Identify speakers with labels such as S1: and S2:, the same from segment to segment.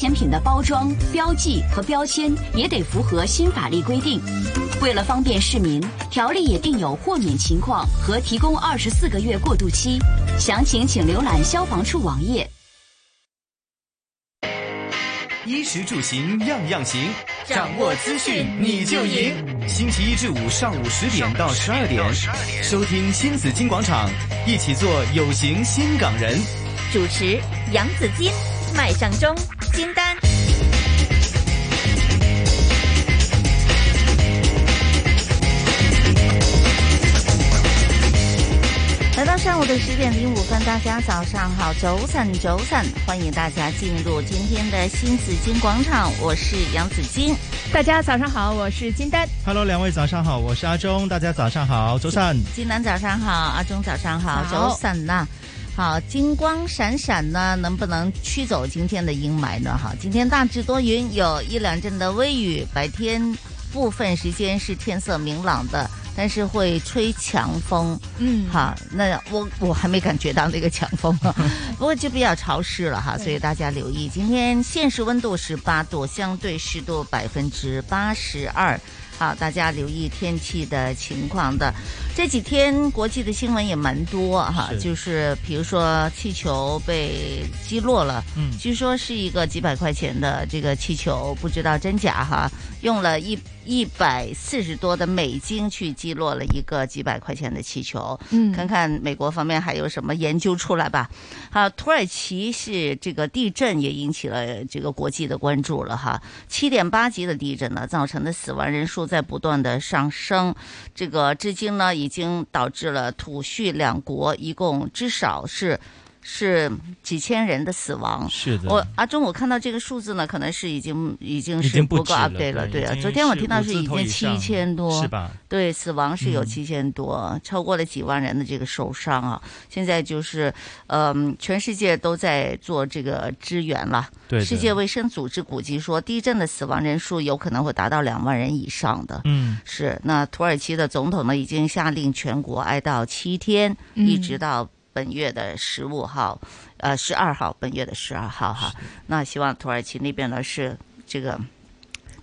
S1: 产品的包装、标记和标签也得符合新法律规定。为了方便市民，条例也定有豁免情况和提供二十四个月过渡期。详情请浏览消防处网页。
S2: 衣食住行样样行，掌握资讯你就赢。星期一至五上午十点到十二点，收听新紫金广场，一起做有型新港人。
S3: 主持杨紫金、麦尚中、金丹。来到上午的十点零五分，大家早上好，早晨早晨，欢迎大家进入今天的新紫金广场，我是杨紫金。
S4: 大家早上好，我是金丹。
S2: Hello，两位早上好，我是阿忠，大家早上好，周善。
S3: 金南早上好，阿忠早上好，
S4: 好
S3: 早晨呐、好，金光闪闪呢，能不能驱走今天的阴霾呢？哈，今天大致多云，有一两阵的微雨，白天部分时间是天色明朗的，但是会吹强风。
S4: 嗯，
S3: 哈，那我我还没感觉到那个强风 啊，不过就比较潮湿了哈，所以大家留意。今天现实温度十八度，相对湿度百分之八十二。好，大家留意天气的情况的。这几天国际的新闻也蛮多啊哈，
S2: 是
S3: 就是比如说气球被击落了，
S2: 嗯
S3: 据说是一个几百块钱的这个气球，不知道真假哈，用了一一百四十多的美金去击落了一个几百块钱的气球，
S4: 嗯
S3: 看看美国方面还有什么研究出来吧。好，土耳其是这个地震也引起了这个国际的关注了哈，七点八级的地震呢，造成的死亡人数在不断的上升，这个至今呢已经导致了土叙两国一共至少是是几千人的死亡。
S2: 是的
S3: 我阿忠，我看到这个数字呢，可能是已经已经
S2: 已
S3: 是
S2: 经不
S3: 不
S2: 止
S3: 够
S2: 了
S3: update 了，对
S2: 对已
S3: 啊。
S2: 经
S3: 昨天我
S2: 是
S3: 听到
S2: 五
S3: 是
S2: 字
S3: 已
S2: 头
S3: 经
S2: 以
S3: 七
S2: 上
S3: 千多，
S2: 是吧？
S3: 对，死亡是有
S2: 嗯
S3: 七千多，超过了几万人的这个受伤啊。现在就是，嗯、全世界都在做这个支援了。
S2: 对的
S3: 世界卫生组织估计说，地震的死亡人数有可能会达到两万人以上的。
S2: 嗯，
S3: 是，那土耳其的总统呢，已经下令全国哀悼七天，
S4: 嗯
S3: 一直到本月的十五号，呃，十二号，本月的十二号哈。那希望土耳其那边呢是这个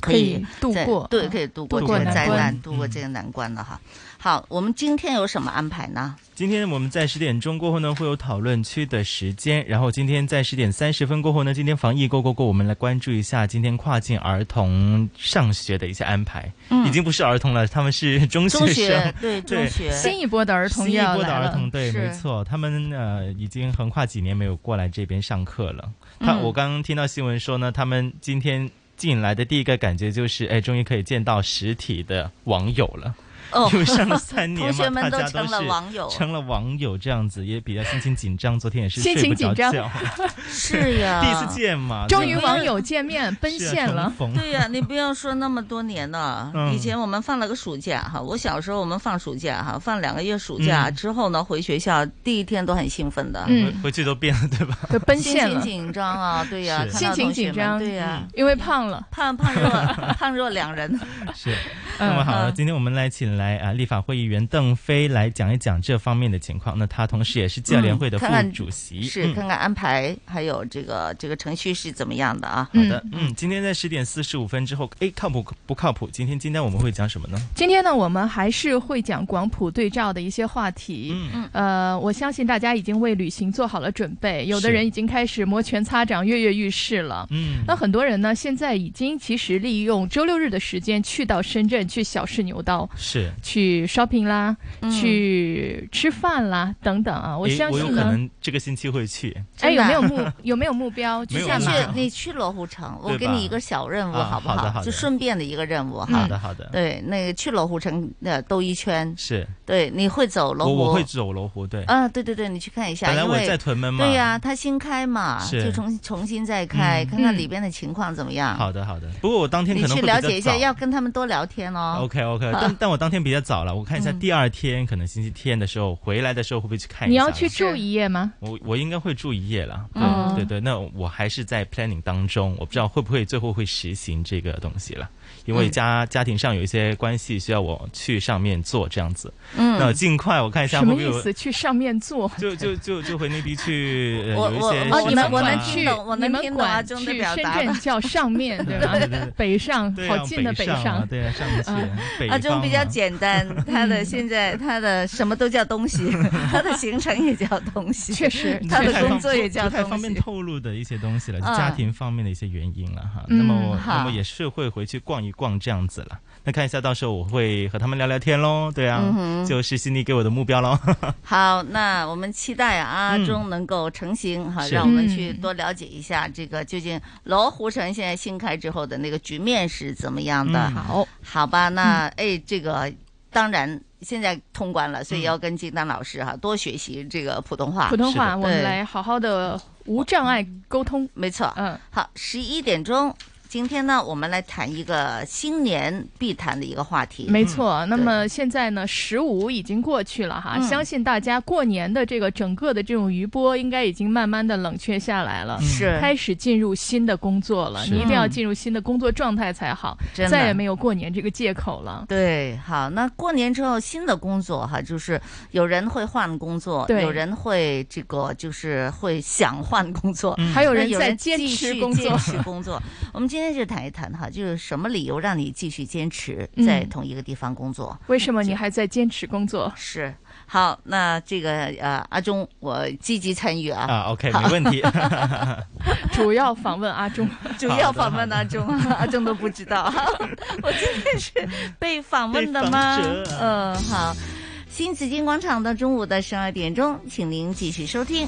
S3: 可以
S4: 度
S3: 在
S4: 过，
S3: 对，可以度过
S4: 度
S3: 这
S4: 过
S3: 个
S4: 难
S3: 灾
S4: 关
S3: 难，度过
S2: 嗯
S3: 这个难关了哈。好，我们今天有什么安排呢？
S2: 今天我们在十点钟过后呢，会有讨论区的时间。然后今天在十点三十分过后呢，今天防疫 Go Go Go，我们来关注一下今天跨境儿童上学的一些安排。
S3: 嗯
S2: 已经不是儿童了，他们是 中学
S3: 中
S2: 生。
S3: 学对中
S2: 对
S3: 学，
S4: 新一波的儿童
S2: 新一
S4: 又要
S2: 波的
S4: 来
S2: 儿
S4: 了，
S2: 童，对，
S3: 是
S2: 没错，他们呃已经横跨几年没有过来这边上课了。他、
S3: 嗯
S2: 我刚刚听到新闻说呢，他们今天进来的第一个感觉就是，哎，终于可以见到实体的网友了。
S3: 哦
S2: 因为上了三年
S3: 同
S2: 嘛，
S3: 学们
S2: 大家
S3: 成
S2: 是
S3: 了网友，
S2: 成了网友这样子，也比较心情紧张。昨天也是
S4: 心
S2: 睡不
S4: 情
S2: 着
S4: 紧
S2: 觉
S4: 张，
S3: 是呀，
S2: 第一次见嘛，
S4: 终于
S2: 对
S4: 网友见 面奔
S2: 是啊
S4: 现了。
S2: 重逢。
S3: 对呀、你不要说那么多年了
S2: 嗯
S3: 以前我们放了个暑假哈，我小时候我们放暑假哈，放两个月暑假、
S2: 嗯
S3: 之后呢，回学校第一天都很兴奋的，
S4: 嗯
S2: 回回去都变了，对吧？
S4: 都奔
S3: 心
S4: 现
S3: 情
S4: 了，
S3: 紧张 啊，对呀、
S2: 嗯是
S3: 看到
S4: 心情
S3: 同学
S4: 紧
S3: 们
S4: 张
S3: 对呀、
S4: 因为胖了。
S3: 胖胖若 胖若两人，
S2: 是。那么好了，
S3: 嗯
S2: 今天我们来请来啊，立法会议员邓飞来讲一讲这方面的情况。那他同时也是教联会的
S3: 嗯
S2: 副
S3: 看看
S2: 主席。
S3: 是
S2: 嗯
S3: 看看安排还有这个这个程序是怎么样的啊？
S2: 好的，嗯，今天在十点四十五分之后，哎，靠谱不靠谱？今天今天我们会讲什么呢？
S4: 今天呢，我们还是会讲广普对照的一些话题。
S2: 嗯，
S4: 呃，我相信大家已经为旅行做好了准备，有的
S2: 是
S4: 人已经开始摩拳擦掌、跃跃欲试了。
S2: 嗯，
S4: 那很多人呢，现在已经其实利用周六日的时间去到深圳去小试牛刀，
S2: 是。
S4: 去 shopping 啦，
S3: 嗯
S4: 去吃饭啦等等啊。我
S2: 诶
S4: 相
S2: 我有
S4: 信
S2: 可
S4: 呢，
S2: 能这个星期会去。
S4: 哎，有没有
S3: 真
S4: 目有没有目 标？
S2: 没
S4: 去
S2: 有
S4: 下
S3: 你去
S2: 目
S4: 马
S2: 标
S3: 你去罗湖城，
S2: 对
S3: 我
S2: 吧
S3: 给你一个小任务
S2: 啊
S3: 好不
S2: 好的好的
S3: 就顺便的一个任务
S2: 好
S3: 哈。
S2: 的，好的，
S3: 对，那个去罗湖城呃兜一圈，
S2: 是
S3: 对，你会走罗
S2: 我
S3: 湖？
S2: 我会走罗湖，对。
S3: 啊，对对对，你去看一下，
S2: 本来
S3: 因
S2: 我在
S3: 为
S2: 屯门嘛。
S3: 对呀、它新开嘛，
S2: 是
S3: 就重重新再开，
S2: 嗯
S3: 看看
S4: 嗯
S3: 里边的情况怎么样。
S2: 好的，好的。不过我当天
S3: 你
S2: 可能
S3: 去
S2: 会
S3: 了
S2: 比较
S3: 解一下，
S2: 早
S3: 要跟他们多聊天哦。
S2: OK OK，
S4: 好
S2: 但但我当天比较早了，我看一下
S3: 嗯
S2: 第二天，可能星期天的时候回来的时候会不会去看一下？
S4: 你要去，住一夜吗？
S2: 我我应该会住一夜了。对、
S4: 嗯
S2: 对对，那我还是在 planning 当中，我不知道会不会最后会实行这个东西了，因为
S3: 嗯
S2: 家、家庭上有一些关系需要我去上面做这样子。那我
S3: 嗯，
S2: 尽快我看一下
S4: 什
S2: 会
S4: 么
S2: 不会
S4: 意
S2: 有
S4: 思？去上面坐？
S2: 就就就就回内地去，呃、
S3: 我
S2: 有一
S3: 我
S2: 些
S3: 我
S2: 事
S4: 你们
S3: 我
S2: 情吧
S3: 能
S4: 管
S3: 听
S4: 去
S3: 懂我能
S4: 你们啊
S3: 听懂
S4: 管
S3: 阿忠的
S4: 去
S3: 表
S4: 深
S3: 达
S4: 圳
S3: 了
S4: 叫上面，对吧？
S2: 对对对
S4: 北上，
S2: 对
S4: 好
S2: 啊
S4: 近的
S2: 北上啊
S4: 上。
S2: 对啊，上去、北
S3: 阿嗯忠比较
S2: 方嘛
S3: 简单， 他的现在他的什么都叫东西， 他的行程也叫东西，
S4: 确实
S3: 他
S2: 不
S3: 的
S2: 太
S3: 工
S2: 方
S3: 作也叫
S2: 不太
S3: 东
S2: 方便
S3: 西。
S2: 透露的一些东西了，就
S3: 嗯
S2: 家庭方面的一些原因了哈。
S4: 嗯
S2: 那么我
S3: 好
S2: 那么也是会回去逛一逛这样子了。那看一下，到时候我会和他们聊聊天喽，对啊
S3: 嗯，哼
S2: 就是悉尼给我的目标 喽。
S3: 好，那我们期待啊阿忠能够成型哈，
S2: 嗯是
S3: 让我们去多了解一下这个究竟罗湖城现在新开之后的那个局面是怎么样的。
S2: 嗯
S4: 好，
S3: 好吧，那哎，这个当然现在通关了，所以
S2: 嗯
S3: 要跟金丹老师哈、多学习这个普通话
S4: 普。通
S2: 是
S4: 话
S2: 的
S4: 我们
S3: 对
S4: 来好好的无障碍沟通。
S3: 没错，
S4: 嗯，
S3: 好，十一点钟，今天呢，我们来谈一个新年必谈的一个话题。
S4: 没错。那
S3: 嗯对
S4: 么现在呢，十五已经过去了哈，
S3: 嗯
S4: 相信大家过年的这个整个的这种余波，应该已经慢慢的冷却下来了。
S3: 是
S4: 开始进入新的工作了，
S2: 是
S4: 你一定要进入新的工作状态才好，
S3: 真的
S4: 再也没有过年这个借口了。
S3: 对，好，那过年之后新的工作哈，就是有人会换工作，
S4: 对
S3: 有人会这个就是会想换工作，
S2: 嗯
S4: 还有
S3: 那
S4: 人在坚
S3: 继
S4: 持
S3: 续
S4: 工作
S3: 坚，持工作。我们今天就谈一谈哈，就是什么理由让你继续坚持
S4: 嗯
S3: 在同一个地方工作？
S4: 为什么你还在坚持工作？
S3: 是好，那这个呃，阿忠，我积极参与啊，
S2: 啊，OK，没问 题。
S4: 主要访问阿忠，
S3: 主要访问阿忠， 阿忠都不知 道，我今天是被访问的吗
S2: 被访者？
S3: 嗯，好，新紫金广场的中午的十二点钟，请您继续收听。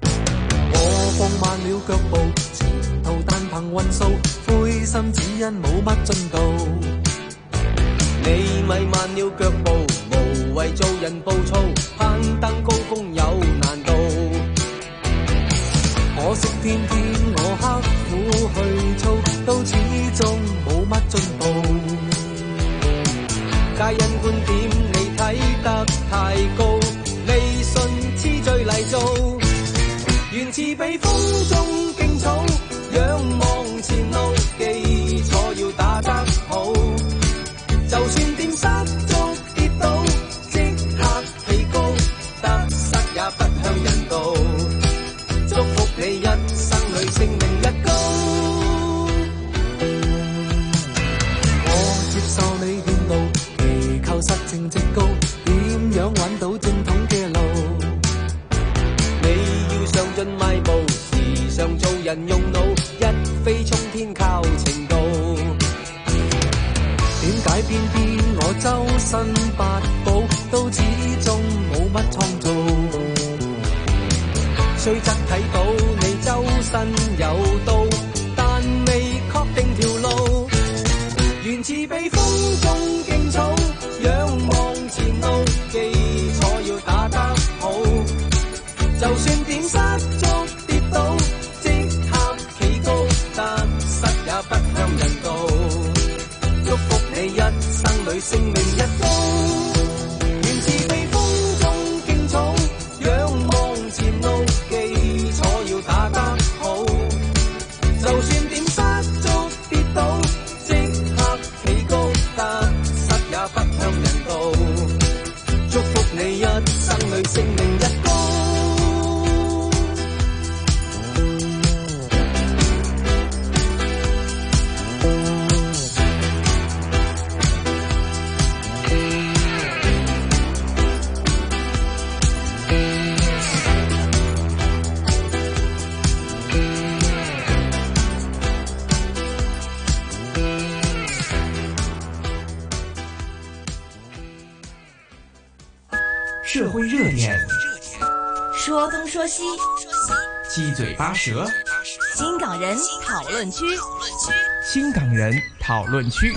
S5: 我放慢了腳步，前途但憑運數，灰心只因冇乜進度。
S6: 你咪慢了腳步，無謂做人暴躁，攀登高峰有難度。
S5: 可惜偏偏我刻苦去操，都始終冇乜進步。
S6: 皆因觀點你睇得太高，你信痴醉泥做，原自被風中勁草，仰望前路，基礎要打得好，就算點失足跌倒，即刻起高，得失也不向人道。祝福你一生里性命一高。
S5: 我接受你勸導，祈求實情直高，點樣揾到正統嘅路？
S6: 你要上進邁步，時常做人用腦，一飛沖天靠程度。
S5: 點解偏偏我周身八寶，都始終冇乜創造？
S6: 雖則睇到你周身有刀，但未確定條路。原自被風中勁草，仰望前路，基礎要打得好。就算點失足跌倒，即刻企高，得失也不向人道。祝福你一生裏性命一高，願自被風中勁草，仰望前路，基礎要打得好。就算點失足跌倒，即刻企高，得失也不向人道。祝福你一生裏性命一高。
S1: 社会热点、说东说西，
S7: 七嘴八舌，
S1: 新港人讨论区。
S7: 新港人讨论区。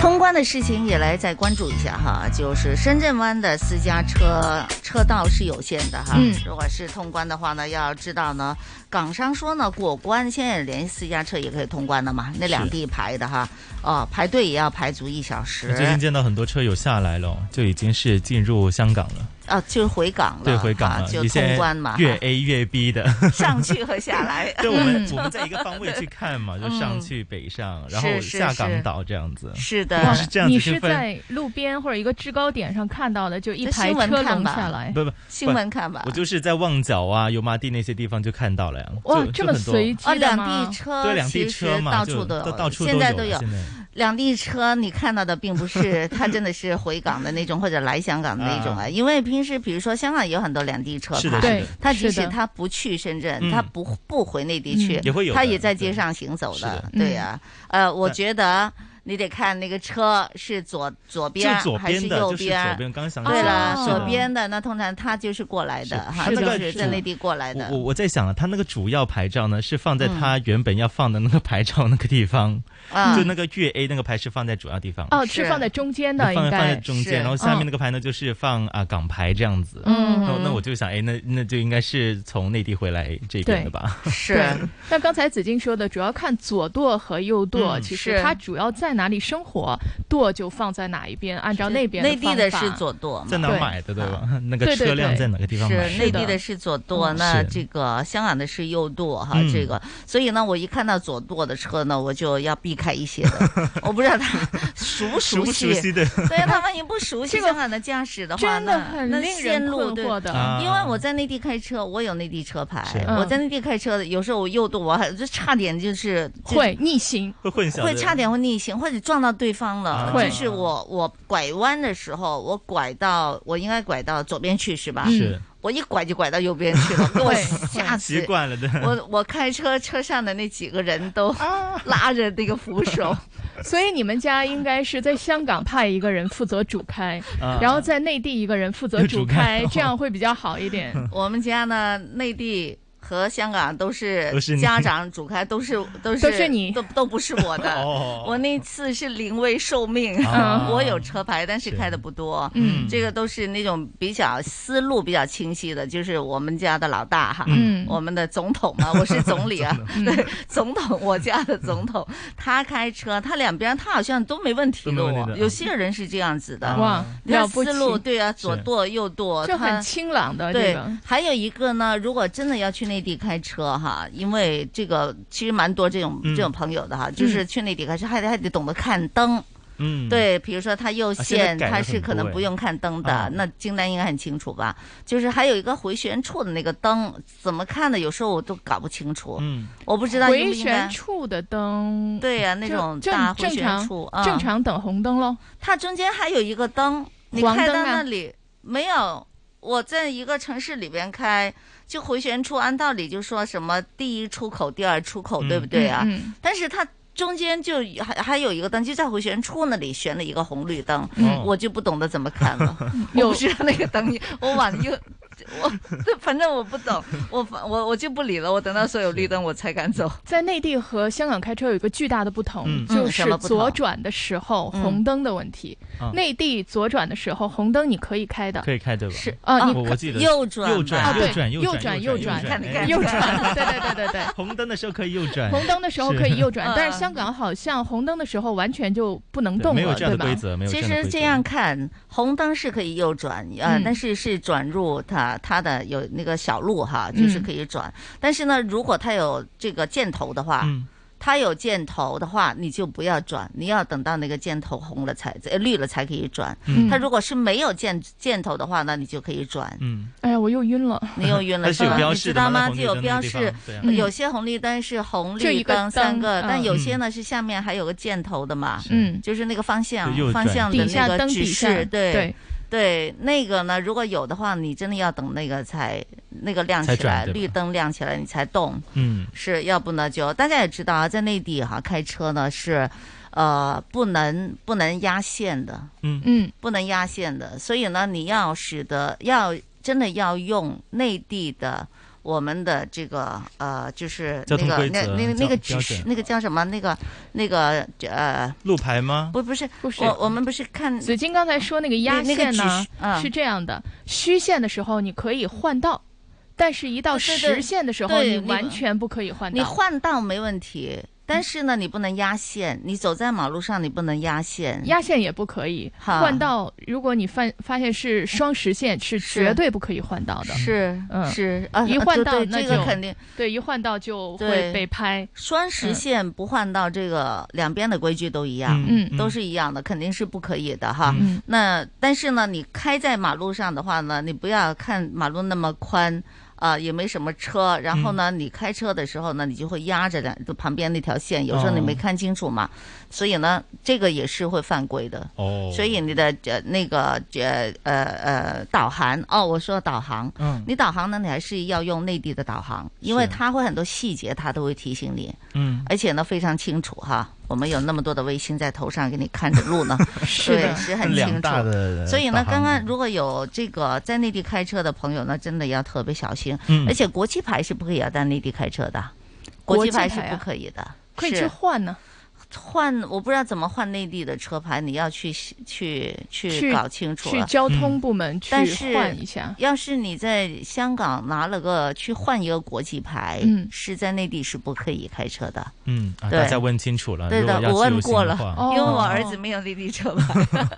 S3: 通关的事情也来再关注一下哈，就是深圳湾的私家车车道是有限的哈。
S4: 嗯
S3: 如果是通关的话呢，要知道呢，港商说呢，过关现在连私家车也可以通关了嘛，那两地排的哈，哦，排队也要排足一小时
S2: 我最近见到很多车有下来了，就已经是进入香港了，
S3: 啊，就是回港了，
S2: 对，回港
S3: 哈
S2: 了，
S3: 就
S2: 一
S3: 通
S2: 些
S3: 关嘛，
S2: 越
S3: 哈
S2: A 越 B 的。
S3: 上去和下来。
S2: 对，我们
S4: 嗯
S2: 我们在一个方位去看嘛，就上去北上， 然后
S3: 是是
S2: 下
S3: 是
S2: 港岛这样子。
S3: 是
S4: 哇
S3: 的，
S2: 是这样子
S4: 你
S2: 是
S4: 是
S2: 分
S4: 在路边或者一个制高点上看到的，就一
S3: 这
S4: 排
S3: 新闻
S4: 车
S3: 看
S4: 龙
S3: 吧
S4: 下来，
S2: 不不，
S3: 新闻看吧
S2: 我。就是在旺角啊、油麻地那些地方就看到了呀。
S4: 哇，
S2: 就
S4: 这
S2: 就
S4: 么
S2: 很多
S4: 随
S3: 哦，
S4: 机的
S3: 两
S4: 吗？
S3: 地车
S2: 对，两地
S3: 其实
S2: 车嘛，
S3: 到
S2: 就
S3: 处都
S2: 到到处
S3: 现在都
S2: 都
S3: 有
S2: 了。现在
S3: 两地车，你看到的并不 是它真的是回港的那种，或者来香港的那种啊。
S2: 啊
S3: 因为平时比如说香港也有很多两地车牌，
S2: 是的
S4: 对，
S3: 他即
S4: 是
S3: 使
S4: 的
S3: 他不去深圳，
S2: 嗯
S3: 他不不回内地去
S4: 嗯，
S2: 也会有的
S3: 他也在街上行走
S2: 是的
S3: 对呀，呃，我觉得你得看那个车是左左边
S2: 就左
S3: 还是
S2: 边的，
S3: 右
S2: 就是左边。刚想起
S3: 对
S2: 来
S3: 了，
S4: 哦
S2: 是的
S3: 左边的那通常他就是过来的哈，
S2: 是
S3: 就
S2: 的
S3: 是
S2: 是
S3: 在
S2: 的
S3: 内地过来
S2: 我
S3: 的
S2: 我。我在想啊，他那个主要牌照呢，是放
S4: 嗯
S2: 在他原本要放的那个牌照那个 地方，
S3: 啊
S2: 就那个粤 A 那个牌是放在主要地方，
S4: 哦，
S3: 是
S4: 是放在中间的，
S2: 放
S4: 应
S2: 在放在
S4: 该
S2: 中
S3: 是
S2: 间，然后下
S4: 嗯
S2: 面那个牌呢就是放啊港牌这样子。
S3: 嗯
S2: 那那我就想，哎，那那就应该是从内地回来这边 的吧？
S3: 是
S4: 对。那刚才子静说的，主要看左舵和右舵，
S2: 嗯
S4: 其
S3: 是
S4: 实它主要在哪里生活，舵就放在哪一边，按照那边
S3: 内地的
S4: 方法
S3: 是左舵嘛，
S2: 在哪
S4: 对
S2: 买的对吧？ 那
S4: 对
S2: 个
S4: 对
S2: 车辆
S4: 对
S2: 在哪个地方买？
S3: 是内地
S4: 的
S3: 的是左舵，
S4: 嗯
S3: 那
S2: 是
S3: 这个香港的是右舵哈，
S2: 嗯
S3: 这个，所以呢，我一看到左舵的车呢，我就要避开一些 的，我不知道他熟不
S2: 熟
S3: 熟
S2: 不熟
S3: 悉，
S2: 悉的？
S3: 对啊他万一不熟悉
S4: 这个
S3: 香港的驾驶的话，
S4: 真的
S3: 那
S4: 很
S3: 那
S4: 令
S3: 线
S4: 人
S3: 路
S4: 困
S3: 对。
S4: 惑的。嗯
S2: 啊
S3: 因为我在内地开车，我有内地车牌
S2: 是，
S3: 我在内地开车，有时候我右舵，我还就差点就是就是
S4: 会逆行，
S2: 会混淆的，
S3: 会差点会逆行，或者撞到对方了。
S2: 啊
S4: 会
S3: 就是我我拐弯的时候，我拐到我应该拐到左边去是吧？
S4: 嗯
S2: 是
S3: 我一拐就拐到右边去了，给我
S4: 会
S3: 吓
S2: 习
S3: 死！
S2: 惯了的。
S3: 我我开车车上的那几个人都 拉着那个扶手，
S4: 啊 所以你们家应该是在香港派一个人负责主开，
S2: 啊
S4: 然后在内地一个人负责主
S2: 主开哦
S4: 开，这哦样会比较好一点。
S3: 我们家呢内地。和香港都是
S2: 都是你
S3: 家长主开，都是都是
S4: 都是你
S3: 都都不是我的。
S2: 哦，
S3: 我那次是临危受命，
S2: 啊
S3: 我有车牌，但是
S2: 是
S3: 开的不多。
S4: 嗯
S3: 这个都是那种比较思路比较清晰的，就是我们家的老大哈，
S4: 嗯
S3: 我们的总统 嘛，我是总理啊， 对，总统，我家的总统，
S4: 嗯
S3: 他开车，他两边他好像都没问题
S2: 都没
S3: 的
S2: 问题
S3: 哦
S2: 的，嗯
S3: 有些人是这样子的，
S4: 哇，
S3: 你看
S4: 了不起
S3: 思，路对啊，左舵右舵，
S4: 就很
S3: 他。
S4: 清朗的这
S3: 对
S4: 个，，
S3: 还有一个呢，如果真的要去内地开车哈，因为这个其实蛮多这种、
S2: 嗯
S3: 这种朋友的哈，就是去内地开车还得还得懂得看灯，
S2: 嗯，
S3: 对，比如说他右
S2: 啊现在
S3: 线，
S2: 改了
S3: 他
S2: 很
S3: 是可能
S2: 多哎
S3: 不用看灯的，
S2: 啊
S3: 那清单应该很清楚吧？就是还有一个回旋处的那个灯，怎么看的？有时候我都搞不清楚，
S2: 嗯，
S3: 我不知道应
S4: 回
S3: 不应该
S4: 旋。处的灯，
S3: 对呀、那
S4: 就
S3: 种
S4: 正
S3: 大回
S4: 正
S3: 旋
S4: 常
S3: 处啊，
S4: 正常等红灯喽。
S3: 它中间还有一个灯，你
S4: 黄
S3: 开到
S4: 灯啊
S3: 那里没有？我在一个城市里边开，就回旋处，按道理就说什么第一出口、第二出口，
S2: 嗯
S3: 对不对啊？
S4: 嗯
S3: 但是它中间就还还有一个灯，就在回旋处那里悬了一个红绿灯。
S2: 哦
S3: 我就不懂得怎么看了， 我
S4: 嗯 有
S3: 不知道那个灯，我往右，我反正我不懂，我反我我就不理了，我等到所有绿灯我才敢走。
S4: 在内地和香港开车有一个巨大的不同，
S2: 嗯
S4: 就
S3: 嗯什
S4: 是
S3: 么不同
S4: 左转的时候、
S3: 嗯
S4: 红灯的问题。
S2: 啊
S4: 内地左转的时候红灯你可以开的，
S2: 可以开对吧？
S3: 是
S4: 啊你
S2: 我我记得
S3: 右转，
S2: 右
S4: 啊
S2: 转，
S4: 对
S2: 右转，
S4: 右
S2: 转，
S4: 转
S2: 右
S4: 右转
S3: 看你
S2: 哎
S3: 看
S4: 右转，对对对对对。
S2: 红灯的时候可以右转，
S4: 红灯的时候可以右转
S3: 是，
S4: 但是香港好像红灯的时候完全就不能
S2: 对
S4: 动
S2: 没有
S4: 了，
S2: 这样
S4: 对吧？
S2: 的规则，没有
S3: 啊其
S2: 样的规
S3: 实
S2: 则。
S3: 这样看，红灯是可以右转，呃，
S4: 嗯
S3: 但是是转入它它的有那个小路哈，
S2: 嗯
S3: 就是可以转。但是呢，如果它有这个箭头的话，
S2: 嗯，
S3: 它有箭头的话，你就不要转，你要等到那个箭头红了才呃绿了才可以转。
S2: 嗯
S3: 它如果是没有箭箭头的话，那你就可以转。
S2: 嗯，
S4: 哎呀，我又晕了，
S3: 你又晕了
S2: 它是有
S3: 吧
S2: 标
S3: 你
S2: 示
S3: 知
S2: 的
S3: 道
S2: 嘛
S3: 吗？
S2: 那红
S3: 就
S2: 绿
S3: 有
S2: 灯那
S3: 标
S2: 地方
S3: 示，
S2: 对啊
S4: 嗯
S3: 有些红绿灯是红
S4: 就
S3: 绿
S4: 一个
S3: 灯三
S4: 灯
S3: 个，但
S4: 嗯
S3: 有些呢是下面还有个箭头的嘛，
S2: 是
S4: 嗯，
S3: 就是那个方向
S2: 就右
S3: 方
S2: 转
S3: 向的
S4: 底
S3: 那
S4: 下
S3: 个
S4: 灯
S3: 指
S4: 底下
S3: 示，对。
S4: 对，
S3: 对，那个呢，如果有的话，你真的要等那个才那个亮
S2: 才
S3: 起
S2: 转
S3: 来，
S2: 对吧
S3: 绿灯亮起来你才动。
S2: 嗯
S3: 是要不呢就大家也知道啊，在内地哈、开车呢是，呃，不能不能压线的，
S2: 嗯
S4: 嗯，
S3: 不能压线的，所以呢，你要使得要真的要用内地的。我们的这个呃，就是那
S2: 交通
S3: 个
S2: 规
S3: 那
S2: 则
S3: 那个那个
S2: 交标
S3: 指示
S2: 准，
S3: 那个叫什么？那个那个呃，
S2: 路牌吗？
S3: 不不是，
S4: 不是
S3: 我我们不是看
S4: 紫金刚才说那个压
S3: 那那个
S4: 线
S3: 指
S4: 呢
S3: 示，嗯
S4: 是这样的，虚线的时候你可以换道，但是一到
S3: 对对对
S4: 实线的时候，
S3: 对
S4: 你
S3: 你
S4: 完全不可以换
S3: 你
S4: 道。
S3: 换道没问题，但是呢，你不能压线。你走在马路上，你不能压线。
S4: 压线也不可以，
S3: 哈
S4: 换道。如果你发发现
S3: 嗯
S4: 是双实线，是绝对不可以换道的。
S3: 是、
S4: 嗯
S3: 是，啊，
S4: 一换道
S3: 对
S4: 那
S3: 这个
S4: 就
S3: 肯定
S4: 对，一换道就
S3: 对
S4: 会被拍。
S3: 双实线不换道，这个两边的规矩都一样，
S4: 嗯
S3: 都是一样的，肯定是不可以的哈。
S4: 嗯
S3: 那但是呢，你开在马路上的话呢，你不要看马路那么宽。啊、也没什么车，然后
S4: 嗯
S3: 呢，你开车的时候呢，你就会压着两旁边那条线，有时候你没
S2: 哦
S3: 看清楚嘛，所以呢，这个也是会犯规的。
S2: 哦，
S3: 所以你的呃那个呃呃呃导航哦，我说导航，
S2: 嗯
S3: 你导航呢，你还是要用内地的导航，因为
S2: 是
S3: 它会很多细节，它都会提醒你，
S2: 嗯
S3: 而且呢非常清楚哈。我们有那么多的卫星在头上给你看着 路呢，
S4: 是
S3: 对，
S4: 的，
S3: 是很
S2: 两
S3: 清楚。
S2: 大的，
S3: 所以呢，刚刚如果有这个在内地开车的朋友呢，真的要特别小心，
S2: 嗯
S3: 而且国际牌是不可以要在内地开车的，国
S4: 国
S3: 际
S4: 际
S3: 牌是
S4: 牌
S3: 不
S4: 啊
S3: 可以的，
S4: 可以
S3: 是
S4: 去换呢。
S3: 换我不知道怎么换内地的车牌，你要去去去
S4: 去
S3: 搞清楚
S4: 去
S3: 了。
S4: 交
S2: 嗯
S4: 通部门去
S3: 但是
S4: 换一下。
S3: 要是你在香港拿了个去换一个国际牌，
S4: 嗯
S3: 是在内地是不可以开车的。
S2: 嗯，啊
S3: 对
S2: 大家问清楚了，
S3: 对的
S2: 如果要
S3: 我问
S2: 自由行
S3: 过
S2: 的
S3: 了
S2: 话
S4: 哦
S3: 因为我儿子没有内地车牌，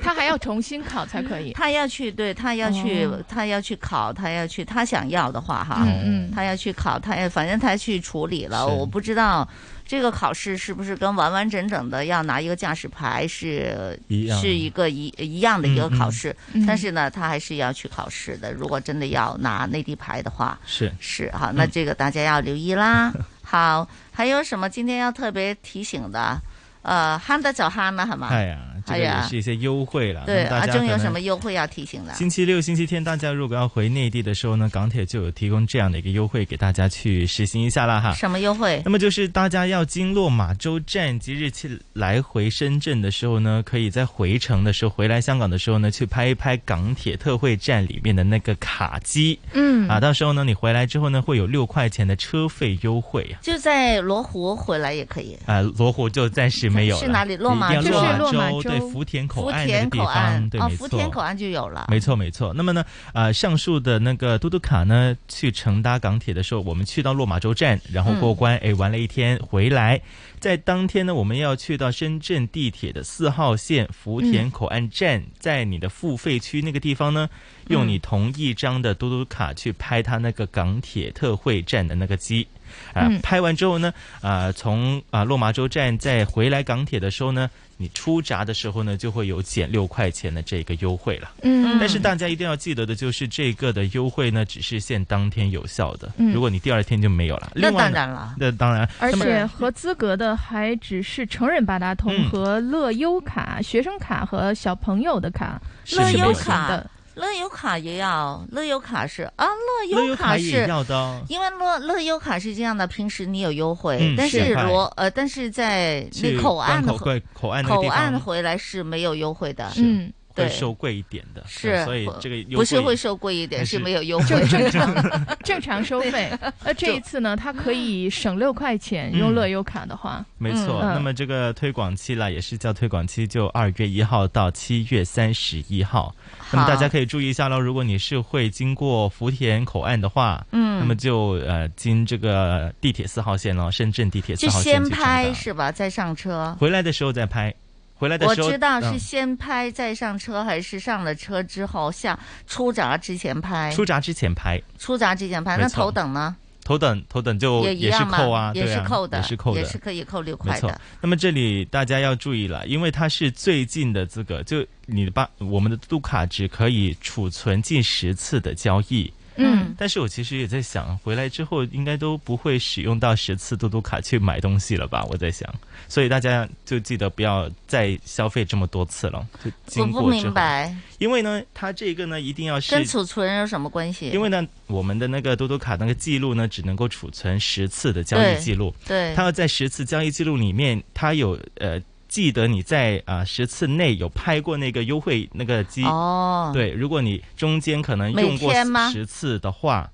S4: 他还要重新考才可以。
S3: 他要去，对他要去，
S4: 哦
S3: 他要去考，他要去，他想要的话哈，
S4: 嗯嗯，
S3: 他要去考，他要反正他去处理了。
S2: 是
S3: 我不知道这个考试是不是跟完完整整的要拿一个驾驶牌是
S2: 一样
S3: 是一个一一样的一个
S2: 嗯嗯
S3: 考试，
S4: 嗯
S3: 但是呢，他还是要去考试的。如果真的要拿内地牌的话，
S2: 是
S3: 是哈，那
S4: 嗯
S3: 这个大家要留 意啦。好，还有什么今天要特别提醒的？呃，悭得就悭啦，系嘛？
S2: 哎呀，这
S3: 哎
S2: 个也
S3: 呀
S2: 是一些优惠了。
S3: 对，
S2: 啊那大
S3: 阿
S2: 家
S3: 中
S2: 可
S3: 有
S2: 能
S3: 什么优惠要提醒的？
S2: 星期六、星期天，大家如果要回内地的时候呢，港铁就有提供这样的一个优惠给大家去实行一下啦哈。
S3: 什么优惠
S2: 那？么就是大家要经落马洲站即日起来回深圳的时候呢，可以在回程的时候回来香港的时候呢，去拍一拍港铁特惠站里面的那个卡机、
S4: 嗯
S2: 啊，到时候呢你回来之后呢，会有六块钱的车费优惠啊。
S3: 就在罗湖回来也可以。
S2: 呃，罗湖就暂时没有了，
S3: 是哪里落马
S2: 一定要
S4: 就是落
S2: 落
S4: 马
S2: 洲
S4: 洲
S2: 对福田口
S3: 福
S2: 岸那
S3: 田
S2: 个地
S3: 口岸
S2: 方，对，
S3: 哦，
S2: 没
S3: 福田口
S2: 错。
S3: 岸就有了。
S2: 没错，没错。那么呢，呃，上述的那个嘟嘟卡呢，去乘搭港铁的时候，我们去到落马洲站，然后过关，哎、玩了一天回来，在当天呢，我们要去到深圳地铁的四号线福田口岸站，在你的付费区那个地方呢，用你同一张的嘟嘟卡去拍它那个港铁特惠站的那个机。啊、
S4: 嗯
S2: 拍完之后呢，啊，从啊、落马洲站再回来港铁的时候呢，你出闸的时候呢，就会有减六块钱的这个优惠了。
S4: 嗯
S2: 但是大家一定要记得的就是，这个的优惠呢，只是限当天有效的，
S4: 嗯
S2: 如果你第二天就没有了。
S3: 那
S2: 另外
S3: 当
S2: 呢，
S3: 然了，
S2: 那当然，
S4: 而
S2: 那么
S4: 且合资格的还只是成人八达通
S2: 嗯
S4: 和乐优卡、学生卡和小朋友的卡。
S2: 是
S3: 乐
S2: 没有
S3: 优
S2: 的
S3: 卡
S4: 的
S3: 乐悠卡也要，乐悠卡是啊，
S2: 乐
S3: 乐
S2: 优
S3: 悠
S2: 卡也
S3: 是。
S2: 要的哦，
S3: 因为乐乐优卡是这样的，平时你有优惠，
S2: 嗯
S3: 但
S2: 是
S3: 是罗呃，但是在
S2: 去
S3: 那口岸
S2: 关口
S3: 回
S2: 贵口岸那个
S3: 口
S2: 地
S3: 岸
S2: 方
S3: 回来是没有优惠的，
S2: 是
S4: 嗯，
S2: 会
S3: 对
S2: 收贵一点的，
S3: 是
S2: 嗯所以这个优
S3: 不是
S2: 惠
S3: 会收贵一点，
S2: 还
S3: 是
S2: 是
S3: 没有优惠。
S4: 正 常正常收费。呃，这一次呢，它可以省六块钱，
S2: 嗯
S4: 用乐优卡的话，
S2: 没错，
S4: 嗯
S2: 那么这个推广期啦，也是叫推广期，就二月一号到七月三十一号。那么大家可以注意一下喽，如果你是会经过福田口岸的话，
S3: 嗯
S2: 那么就呃经这个地铁四号线喽，深圳地铁四
S3: 就
S2: 号线
S3: 先
S2: 去乘搭
S3: 拍是吧？再上车。
S2: 回来的时候再拍，回来的
S3: 我
S2: 时候
S3: 知道是
S2: 嗯
S3: 先拍再上车，还是上了车之后下出闸之前拍？
S2: 出闸之前拍，
S3: 出闸之前拍，
S2: 没
S3: 那
S2: 错
S3: 头等呢？
S2: 头等头等就
S3: 也一
S2: 是
S3: 样嘛，
S2: 扣啊，
S3: 也
S2: 对
S3: 是
S2: 啊
S3: 扣的，
S2: 也是扣的，
S3: 可以扣六
S2: 没
S3: 块
S2: 错
S3: 的。，
S2: 那么这里大家要注意了，因为它是最近的资格，就你的八我们的嘟卡只可以储存近十次的交易，
S4: 嗯
S2: 但是我其实也在想，回来之后应该都不会使用到十次嘟嘟卡去买东西了吧？我在想，所以大家就记得不要再消费这么多次了。就
S3: 我
S2: 经
S3: 不
S2: 过之
S3: 明
S2: 后，
S3: 白，
S2: 因为呢，它这个呢一定要是
S3: 跟储存有什么关系？
S2: 因为呢，我们的那个嘟嘟卡那个记录呢，只能够储存十次的交易
S3: 对
S2: 记录。
S3: 对
S2: 它要在十次交易记录里面，它有呃记得你在啊十、次内有拍过那个优惠那个机。
S3: 哦，，
S2: 对，如果你中间可能
S3: 每
S2: 用过
S3: 天吗
S2: 十次的话，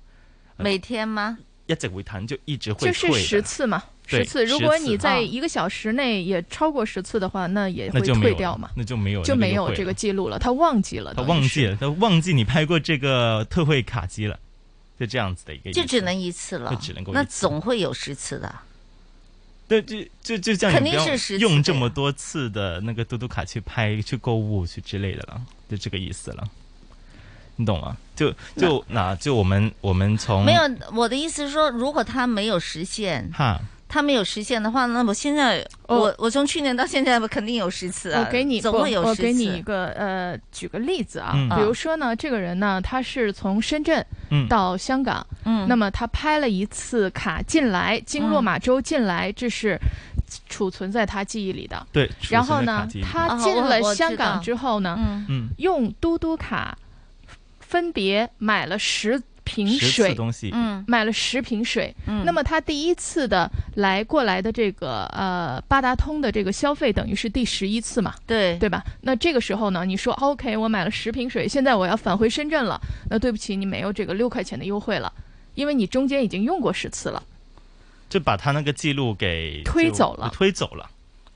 S2: 呃
S3: 每天吗？
S2: 一直会弹，就一直会
S4: 就
S2: 退
S4: 是
S2: 的。
S4: 十次嘛，
S2: 对
S4: 十次。
S2: 10
S4: 如果
S2: 次
S4: 你在
S3: 啊
S4: 一个小时内也超过十次的话，那也
S2: 那
S4: 会
S2: 就没
S4: 退
S2: 有
S4: 掉
S2: 了
S4: 嘛，，
S2: 那就没有
S4: 就
S2: 那
S4: 没
S2: 优
S4: 有
S2: 惠
S4: 这个
S2: 了。
S4: 记录了。他忘记了，
S2: 他
S4: 等于
S2: 忘
S4: 是
S2: 记了，他忘记你拍过这个特惠卡机了，就这样子的一个意思。
S3: 就只能一次了，
S2: 就只能够一次
S3: 那总会有十次的。
S2: 对，就就就这样，
S3: 肯
S2: 你不
S3: 定
S2: 要
S3: 是十次
S2: 用
S3: 的
S2: 这
S3: 呀
S2: 么多次的那个嘟嘟卡去拍、去购物、去之类的了，就这个意思了。你懂吗？就就那就我们我们从
S3: 没有，我的意思是说，如果他没有实现，
S2: 哈，
S3: 他没有实现的话，那我现在、我我从去年到现在，我肯定有十次啊，
S4: 哦我给你
S3: 总
S4: 不
S3: 会有
S4: 我
S3: 十次。
S4: 给你一个呃，举个例子啊，
S2: 嗯
S4: 比如说呢，这个人呢，他是从深圳
S2: 嗯
S4: 到香港，
S3: 嗯，
S4: 那么他拍了一次卡进来，经落马洲进来，这是储存在他记忆里的。
S2: 对，
S4: 然
S2: 储存
S4: 后
S2: 的
S4: 呢
S2: 卡机，
S4: 他
S3: 哦
S4: 进
S3: 我
S4: 了
S3: 我知
S4: 香港
S3: 道
S4: 之后呢，
S3: 嗯
S2: 嗯，
S4: 用嘟嘟卡分别买了十瓶
S2: 十次
S4: 水。
S2: 东西，
S3: 嗯
S4: 买了十瓶水，
S3: 嗯，
S4: 那么他第一次的来过来的这个呃八达通的这个消费，等于是第十一次嘛，
S3: 对
S4: 对吧？那这个时候呢，你说哦 OK，我买了十瓶水，现在我要返回深圳了，那对不起，你没有这个六块钱的优惠了，因为你中间已经用过十次了。
S2: 就把他那个记录给
S4: 推
S2: 就
S4: 走了
S2: 推走了，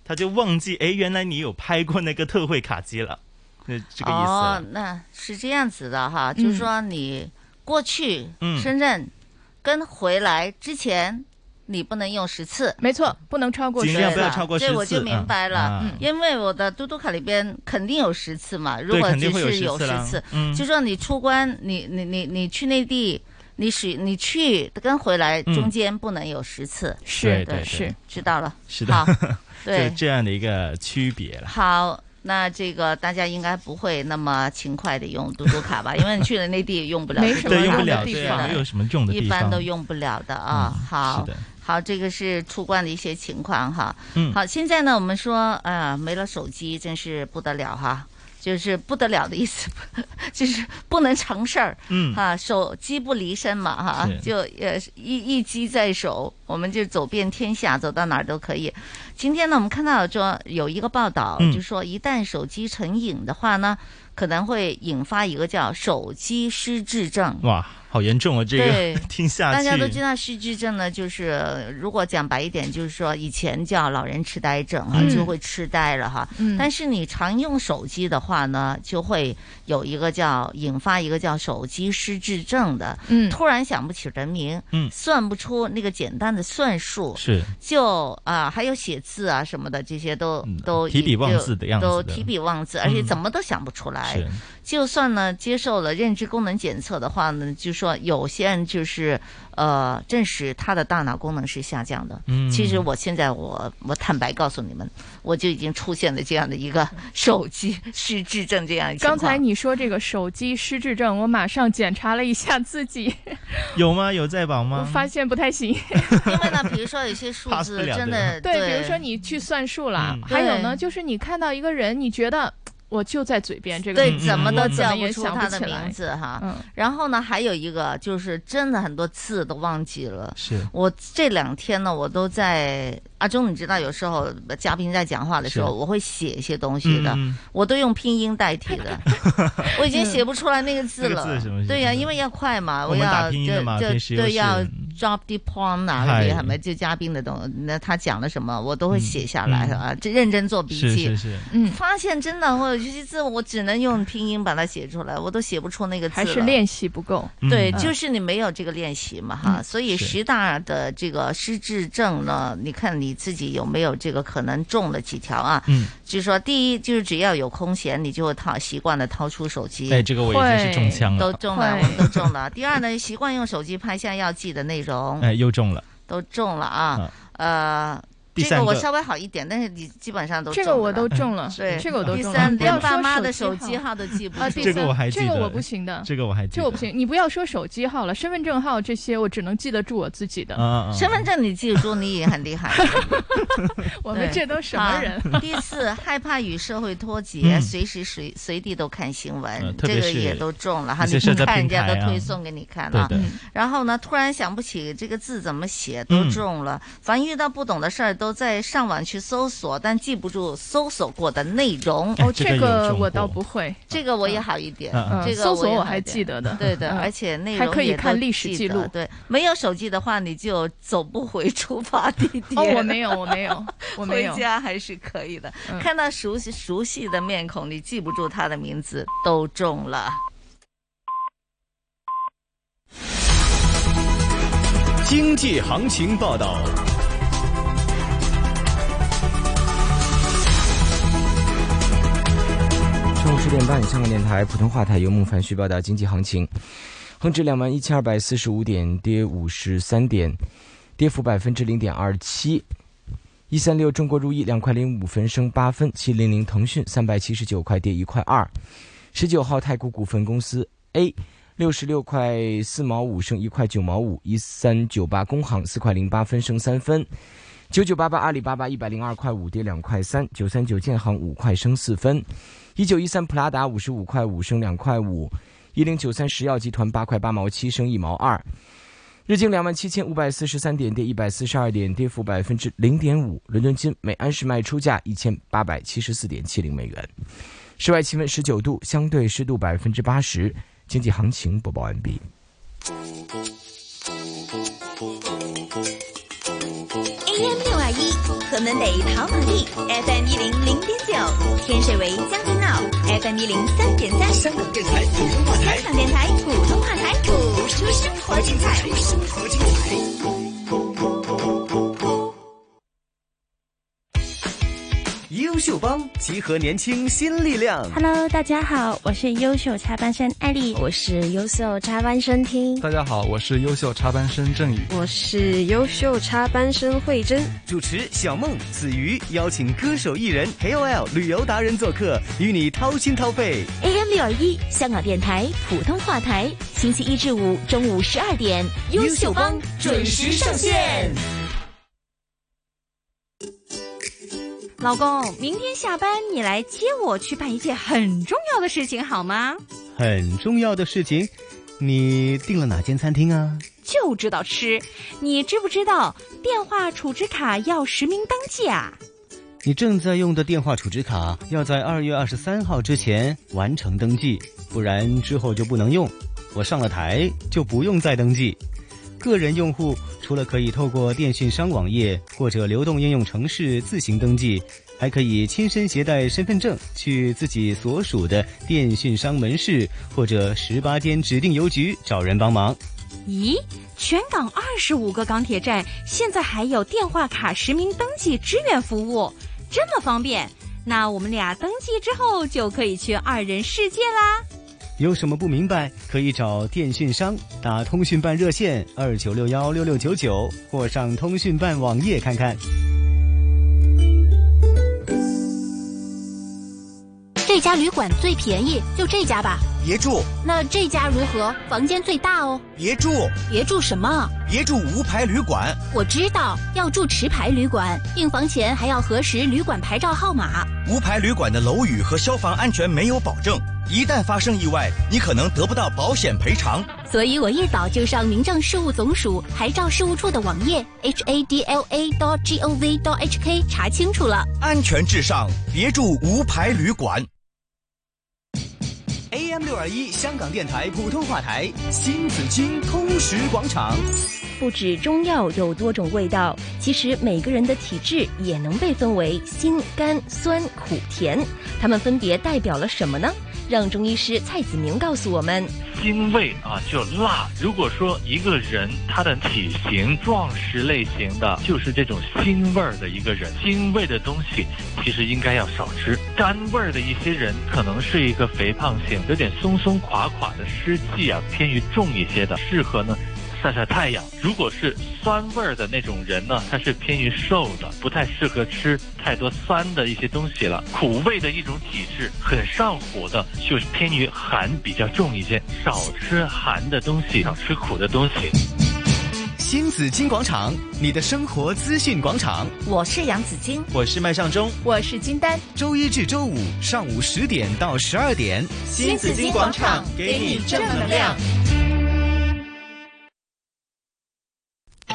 S2: 他就忘记哎，原来你有拍过那个特惠卡机了，那这个意思了。
S3: 哦，那是这样子的哈，就是说你过去
S2: 嗯
S3: 深圳跟回来之前，你不能用十次。
S4: 没错，不能超过
S2: 尽
S4: 十
S2: 量
S3: 对
S2: 不要
S3: 了
S2: 超过
S3: 这
S2: 10
S3: 我就
S2: 次
S3: 明白
S2: 嗯
S3: 了
S2: 嗯
S3: 因为我的嘟嘟卡里边肯定有十次嘛，如
S2: 对
S3: 果
S2: 肯
S3: 只
S2: 定会有
S3: 是
S2: 10
S3: 有
S2: 次
S3: 十
S2: 啦
S3: 次，
S2: 嗯
S3: 就说你出关，你你你你去内地，你使你去跟回来
S2: 嗯
S3: 中间不能有十次，
S2: 对
S4: 是
S2: 对对
S4: 是，
S3: 知道了？
S2: 是
S3: 好
S2: 的，，
S3: 对
S2: 就，这样的一个区别了。
S3: 好，那这个大家应该不会那么勤快的用嘟嘟卡吧？因为你去了内地也用不了
S4: 没
S3: 这
S4: 什
S3: 个
S4: 么用
S3: 东西，
S2: 对，用不
S4: 的
S2: 了，
S4: 地
S2: 对啊，
S4: 方
S2: 没有什么用的地
S3: 一
S2: 方，
S3: 般都用不了的啊。
S2: 嗯
S3: 好
S2: 是，的，
S3: 好，这个是出关的一些情况哈。
S2: 嗯，
S3: 好，现在呢，我们说，呃，没了手机真是不得了哈，就是不得了的意思， 就是不能成事儿
S2: 嗯，
S3: 哈、手机不离身嘛哈、
S2: 是
S3: 就呃一一机在手，我们就走遍天下，走到哪儿都可以。今天呢，我们看到说有一个报道，
S2: 嗯
S3: 就说一旦手机成瘾的话呢，可能会引发一个叫手机失智症。
S2: 哇，好严重啊！这
S3: 对
S2: 个 听下去，
S3: 大家都知道失智症呢，就是呃如果讲白一点，就是说以前叫老人痴呆症啊，
S4: 嗯
S3: 就会痴呆了哈。
S4: 嗯，
S3: 但是你常用手机的话呢，就会有一个叫引发一个叫手机失智症的，
S4: 嗯
S3: 突然想不起人名，
S2: 嗯
S3: 算不出那个简单的算术，
S2: 是
S3: 就啊、还有写字啊什么的，这些都
S2: 嗯
S3: 都
S2: 提笔忘字的样子
S3: 都
S2: 的
S3: 提笔忘字，而且
S2: 嗯
S3: 怎么都想不出来。
S2: 是，
S3: 就算呢接受了认知功能检测的话呢，就说有些人就是呃证实他的大脑功能是下降的。
S2: 嗯，
S3: 其实我现在我我坦白告诉你们，我就已经出现了这样的一个手机失智症这样哎一个情
S4: 刚
S3: 况
S4: 才你说这个手机失智症，我马上检查了一下自己，
S2: 有吗？有在榜
S4: 我
S2: 吗？
S4: 发现不太行。
S3: 因为呢，比如说有些 数
S2: pass 不
S3: 字
S2: 了
S3: 真
S2: 的
S3: 的
S4: 对，比如说你去算数啦
S2: 嗯，
S4: 还有呢，
S3: 对
S4: 就是你看到一个人，你觉得我就在嘴边这个
S3: 对
S4: 名字，
S2: 嗯
S3: 怎么
S4: 我
S3: 都
S4: 怎
S3: 叫
S4: 也
S3: 出
S4: 想
S3: 他
S4: 起
S3: 的名
S4: 来，
S3: 字哈。
S4: 嗯，
S3: 然后呢，还有一个就是真的很多字都忘记了。
S2: 是
S3: 我这两天呢，我都在阿忠，你知道，有时候嘉宾在讲话的时候，
S2: 是
S3: 我会写一些东西的，
S2: 嗯
S3: 我都用拼音代替 的，我已经写不出来那个字了。
S2: 那个字是什么
S3: 对呀、
S2: 是什么
S3: 因为要快嘛，
S2: 我们打
S3: 要
S2: 拼音
S3: 就
S2: 的嘛平
S3: 就
S2: 时又
S3: 对
S2: 是
S3: 要 drop the point 啊，或者
S2: 嗨
S3: 什么就嘉宾的东西，那他讲了什么，我都会写下来、
S2: 嗯嗯
S3: 啊，这认真做笔
S2: 是
S3: 记。
S2: 是是，
S4: 嗯，
S3: 发现真的，我有些字我只能用拼音把它写出来，我都写不出那个字
S4: 还
S3: 了。
S4: 是练习不够。
S2: 嗯
S3: 对，就是你没有这个练习嘛，哈，
S4: 嗯
S3: 所以
S2: 是
S3: 十大的这个失智症呢，你看你自己有没有这个可能中了几条啊？
S2: 嗯，
S3: 就是说，第一就是只要有空闲，你就会掏习惯的掏出手机，
S2: 哎，这个我已经是中枪
S3: 都
S2: 了，
S3: 中了，
S4: 会
S3: 我们都中了。第二呢，习
S4: 嗯
S2: 哎
S3: 惯用手机拍下要记的内容，
S2: 哎，又中了，
S3: 都中了啊，呃。
S2: 第
S3: 这个
S2: 三
S3: 我
S2: 个
S3: 稍微好一点，但是你基本上都
S4: 这个
S3: 中
S4: 我
S3: 的
S4: 都
S3: 了
S4: 中了，
S3: 对，
S4: 这个我都
S3: 第
S4: 中了。
S3: 三，
S4: 不要
S3: 连
S4: 说
S3: 爸妈的
S4: 手
S3: 手机号都记不
S4: 啊，
S3: 住。
S4: 第
S2: 这个
S4: 三
S2: 我还
S4: 这
S2: 记
S4: 个
S2: 得
S4: 我不行的，
S2: 这个我还记
S4: 这
S2: 得，
S4: 我不行。你不要说手机号了，身份证号这些我只能记得住我自己的。
S2: 嗯，嗯嗯，
S3: 身份证你记住，你已经很厉害了。
S4: 我们
S3: 对
S4: 这都什么人？
S3: 啊第四，害怕与社会脱节，
S2: 嗯
S3: 随时随随地都看新
S2: 呃
S3: 闻，
S2: 特
S3: 这个
S2: 别是
S3: 也都中了哈。
S2: 一些
S3: 你
S2: 社交
S3: 看
S2: 平
S3: 人家
S2: 台
S3: 的
S2: 啊
S3: 推送给你看
S2: 对
S3: 啊。
S2: 的，
S3: 然后呢，突然想不起这个字怎么写，都
S2: 嗯
S3: 中了。凡遇到不懂的事儿，都在上网去搜索，但记不住搜索过的内容。
S2: 哎
S4: 哦，这
S2: 这个有
S4: 个
S2: 中
S4: 我倒
S2: 过
S4: 不会。
S3: 这个我也好一点，
S2: 嗯
S4: 嗯，
S3: 这个
S4: 搜索
S3: 也
S4: 我
S3: 好一
S4: 还
S3: 点
S4: 记得的。
S3: 对的，
S4: 嗯
S3: 而且内容
S4: 还可以
S3: 也都
S4: 看历史
S3: 记
S4: 记
S3: 得
S4: 录
S3: 对，没有手机的话，你就走不回出发地点。
S4: 哦，我没有，我没有， 我没有
S3: 回。家还是可以的。
S4: 嗯
S3: 看到熟悉熟悉的面孔，你记不住他的名字，都中了。
S7: 经济行情报道。
S8: 上午十点半，香港电台普通话台由孟凡旭报道经济行情。恒指两万一千二百四十五点，跌五十三点，跌幅百分之零点二七。一三六中国如意两块零五分升八分，七零零腾讯三百七十九块跌一块二，十九号太古股份公司 A 六十六块四毛五升一块九毛五，一三九八工行四块零八分升三分，九九八八阿里巴巴一百零二块五跌两块三，九三九建行五块升四分。一九一三普拉达五十五块五升两块五，一零九三石药集团八块八毛七升一毛二，日经两万七千五百四十三点跌一百四十二点，跌幅百分之零点五。伦敦金每安士卖出价一千八百七十四点七零美元。室外气温十九度，相对湿度百分之八十。经济行情播报完毕。
S9: AM 六二一，河门北跑马地，FM 一零零点九，天水围将军澳，FM 一零三点三。香港电台普通话台，香港电台普通话台，谱出生活精彩。
S7: 优秀帮集合年轻新力量。
S10: Hello，大家好，我是优秀插班生艾丽，
S11: 我是优秀插班生听，
S12: 大家好，我是优秀插班生郑宇。
S11: 我是优秀插班生慧珍。
S7: 主持小梦、子瑜邀请歌手、艺人、KOL、旅游达人做客，与你掏心掏肺。
S9: AM 六二一，香港电台普通话台，星期一至五中午十二点，优秀帮准时上线。
S1: 老公，明天下班你来接我去办一件很重要的事情好吗？
S7: 很重要的事情，你订了哪间餐厅啊？
S1: 就知道吃，你知不知道电话储值卡要实名登记啊？
S13: 你正在用的电话储值卡要在二月二十三号之前完成登记，不然之后就不能用。我上了台就不用再登记。个人用户除了可以透过电讯商网页或者流动应用程式自行登记，还可以亲身携带身份证去自己所属的电讯商门市或者十八间指定邮局找人帮忙。
S1: 咦，全港二十五个港铁站现在还有电话卡实名登记支援服务，这么方便。那我们俩登记之后就可以去二人世界啦。
S13: 有什么不明白，可以找电讯商打通讯办热线二九六幺六六九九，或上通讯办网页看看。
S14: 这家旅馆最便宜，就这家吧。
S15: 别住，
S14: 那这家如何？房间最大哦。
S15: 别住，
S14: 别住什么？
S15: 别住无牌旅馆。
S14: 我知道要住持牌旅馆，订房前还要核实旅馆牌照号码。
S15: 无牌旅馆的楼宇和消防安全没有保证，一旦发生意外，你可能得不到保险赔偿。
S14: 所以我一早就上民政事务总署牌照事务处的网页 h a d l a dot g o v dot h k 查清楚了。
S15: 安全至上，别住无牌旅馆。
S7: AM 六二一香港电台普通话台新紫金通识广场。
S16: 不止中药有多种味道，其实每个人的体质也能被分为辛、甘、酸、苦、甜，它们分别代表了什么呢？让中医师蔡子明告诉我们。
S17: 辛味啊，就辣。如果说一个人他的体型壮实类型的，就是这种辛味儿的一个人，辛味的东西其实应该要少吃。甘味儿的一些人，可能是一个肥胖型，有点松松垮垮的湿气啊，偏于重一些的，适合呢。晒晒太阳。如果是酸味儿的那种人呢，他是偏于瘦的，不太适合吃太多酸的一些东西了。苦味的一种体质，很上火的，就是偏于寒比较重一些，少吃寒的东西，少吃苦的东西。
S7: 新紫金广场，你的生活资讯广场，
S18: 我是杨子晶，
S7: 我是麦尚中，
S18: 我是金丹。
S7: 周一至周五上午十点到十二点，
S18: 新紫金广场给你正能量。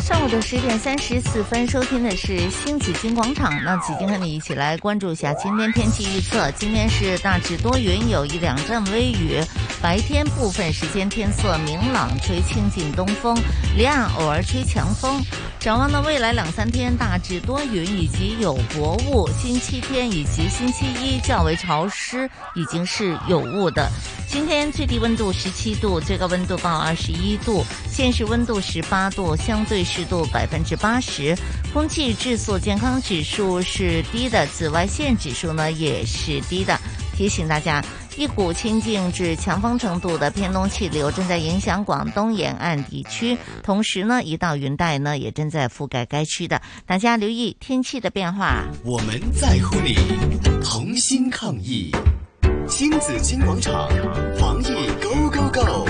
S3: 上午的十点三十四分收听的是新紫金广场，那紫金和你一起来关注一下今天天气预测。今天是大致多云，有一两阵微雨，白天部分时间天色明朗，吹清劲东风，离岸偶尔吹强风。展望呢，未来两三天大致多云以及有薄雾，星期天以及星期一较为潮湿，已经是有雾的。今天最低温度十七度，最高温度报二十一度，现实温度十八度，相对湿度百分之八十，空气质素健康指数是低的，紫外线指数呢也是低的。提醒大家，一股清劲至强风程度的偏东气流正在影响广东沿岸地区，同时呢，一道云带呢也正在覆盖该区的，大家留意天气的变化。
S7: 我们在乎你，同心抗疫。新紫金广场，防疫 Go Go Go！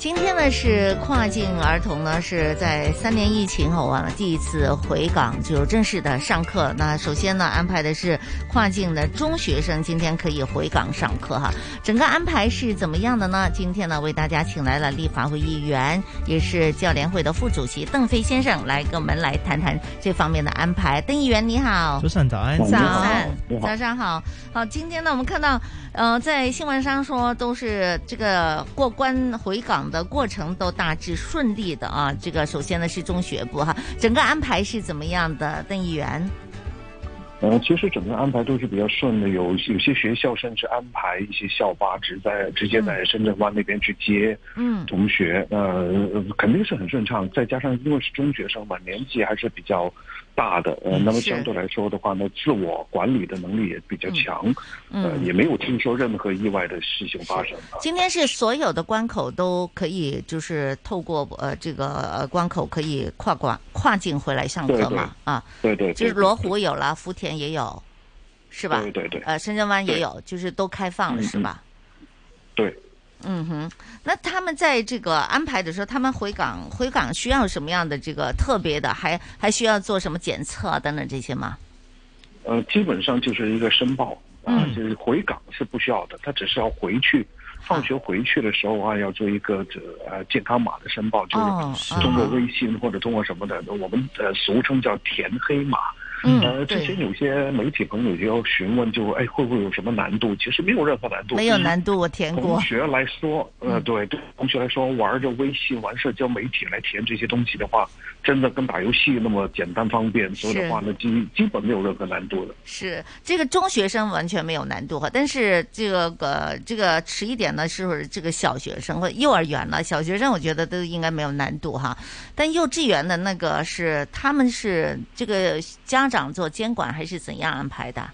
S3: 今天呢是跨境儿童呢是在三年疫情后啊第一次回港就正式的上课。那首先呢安排的是跨境的中学生今天可以回港上课哈。整个安排是怎么样的呢？今天呢为大家请来了立法会议员，也是教联会的副主席邓飞先生来跟我们来谈谈这方面的安排。邓议员你好，
S2: 早上早安，
S3: 早安，早上好。好，今天呢我们看到呃在新闻上说都是这个过关回港的。过程都大致顺利的啊，这个首先呢是中学部哈，整个安排是怎么样的？邓议员，
S19: 呃，其实整个安排都是比较顺的，有有些学校甚至安排一些校巴直在直接在深圳湾那边去接
S3: 嗯
S19: 同学，呃，肯定是很顺畅。再加上因为是中学生嘛，年纪还是比较大的，呃，
S20: 嗯
S19: 那么
S20: 是
S19: 相对来说的话呢，自我管理的能力也比较强，
S3: 嗯
S19: 呃，
S3: 嗯
S19: 也没有听说任何意外的事情发生啊。
S3: 今天是所有的关口都可以，就是透过呃这个呃关口可以跨关跨境回来上
S19: 对
S3: 课
S19: 对
S3: 嘛啊，
S19: 对对，对
S3: 就是罗湖有了，福田也有，是吧？
S19: 对对对，
S3: 呃，深圳湾也
S19: 对
S3: 有，就是都开放
S19: 嗯
S3: 了，是吧？
S19: 对。
S3: 嗯哼，那他们在这个安排的时候，他们回港回港需要什么样的这个特别的，还还需要做什么检测啊等等这些吗？
S19: 呃，基本上就是一个申报啊，
S3: 嗯
S19: 就是回港是不需要的，他只是要回去。放学回去的时候啊，要做一个这呃健康码的申报，
S3: 哦
S19: 就是
S3: 是
S19: 通过微信或者通过什么的，我们呃俗称叫填黑码。
S3: 嗯
S19: 呃，之
S3: 对
S19: 前有些媒体朋友就要询问就，哎会不会有什么难度？其实没有任何难度，
S3: 没有
S19: 第一
S3: 难度，我填过
S19: 同。学来说，呃，
S3: 嗯
S19: 对，对同学来说，玩着微信、玩社交媒体来填这些东西的话，真的跟打游戏那么简单方便，所以的话呢，基基本没有任何难度的。
S3: 是这个中学生完全没有难度哈，但是这个呃这个迟一点呢是这个小学生或幼儿园了，小学生我觉得都应该没有难度哈，但幼稚园的那个是他们是这个家长做监管还是怎样安排的？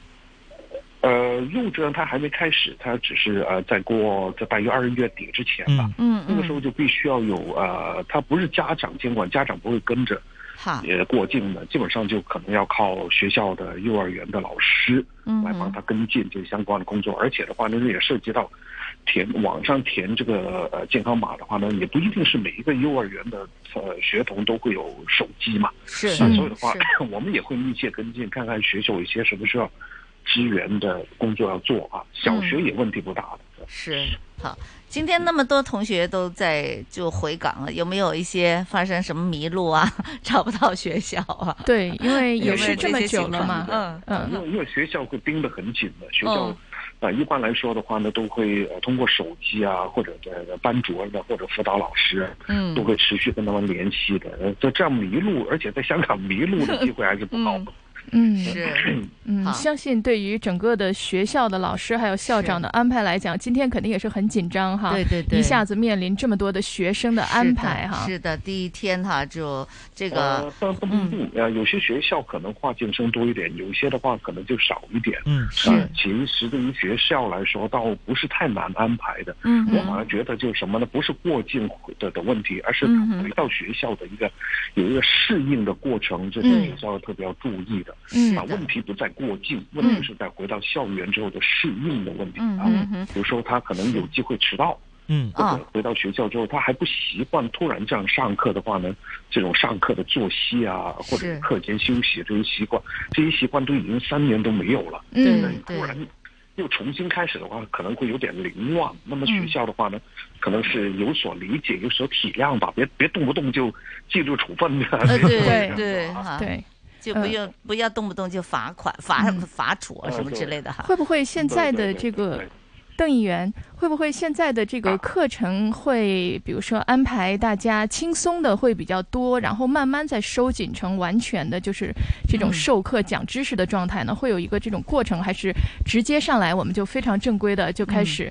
S19: 呃，入职它还没开始，它只是呃，在过在大约二月底之前吧。
S3: 嗯
S19: 那个时候就必须要有呃，它不是家长监管，家长不会跟着
S3: 好，
S19: 也过境的，基本上就可能要靠学校的幼儿园的老师
S3: 嗯
S19: 来帮他跟进这相关的工作。而且的话呢，也涉及到填网上填这个呃健康码的话呢，也不一定是每一个幼儿园的呃学童都会有手机嘛。
S3: 是
S19: 啊所以的话， 我们也会密切跟进，看看学校有一些什么需要支援的工作要做啊。小学
S3: 嗯
S19: 也问题不大的。
S3: 是好，今天那么多同学都在就回港了，有没有一些发生什么迷路啊， 找不到学校啊？
S4: 对，因为
S19: 也
S4: 也是这么久了嘛，
S19: 嗯
S4: 嗯
S19: 因为因为学校会盯得很紧的，学校、
S3: 哦
S19: 那一般来说的话呢，都会呃通过手机啊，或者呃班主任啊或者辅导老师，
S20: 嗯
S19: 都会持续跟他们联系的。呃就这样迷路，而且在香港迷路的机会还是不高的。
S4: 嗯，
S3: 是，
S4: 嗯，相信对于整个的学校的老师还有校长的安排来讲，今天肯定也是很紧张哈。
S3: 对对对
S4: 一下子面临这么多的学生的安排哈。
S3: 是的，第一天哈就这
S19: 呃
S3: 个，
S19: 但不
S3: 嗯
S19: 一定，呃，有些学校可能跨境生多一点，有些的话可能就少一点。
S2: 嗯，
S3: 是
S19: 呃其实对于学校来说，倒不是太难安排的。
S3: 嗯
S19: 我反而觉得就是什么呢？不是过境的的问题，而是
S3: 嗯哼
S19: 回到学校的一个、有一个适应的过程，这是
S3: 嗯
S19: 学校特别要注意的。
S3: 嗯
S19: 啊，
S3: 是的
S19: 问题不在过境，问题是在回到校园之后的适应的问题
S3: 嗯
S19: 啊。
S3: 嗯哼
S19: 比如说他可能有机会迟到。
S2: 嗯
S3: 哦
S19: 或者回到学校之后，他还不习惯突然这样上课的话呢，这种上课的作息啊，或者
S3: 是
S19: 是课间休息这些习惯，这些习惯都已经三年都没有了。
S3: 嗯
S19: 那你
S3: 对
S19: 突然又重新开始的话，可能会有点凌乱。那么学校的话呢，
S3: 嗯
S19: 可能是有所理解、有所体谅吧，别别动不动就纪律处分的。
S3: 呃，
S19: 这种
S3: 对
S19: 感觉
S3: 对哈，
S4: 对，嗯
S3: 就不用不要动不动就罚款、罚罚处啊什么之类的哈。
S4: 会不会现在的这个邓议员，会不会现在的这个课程会，比如说安排大家轻松的会比较多，然后慢慢再收紧成完全的，就是这种
S3: 嗯
S4: 授课讲知识的状态呢？会有一个这种过程，还是直接上来我们就非常正规的就开始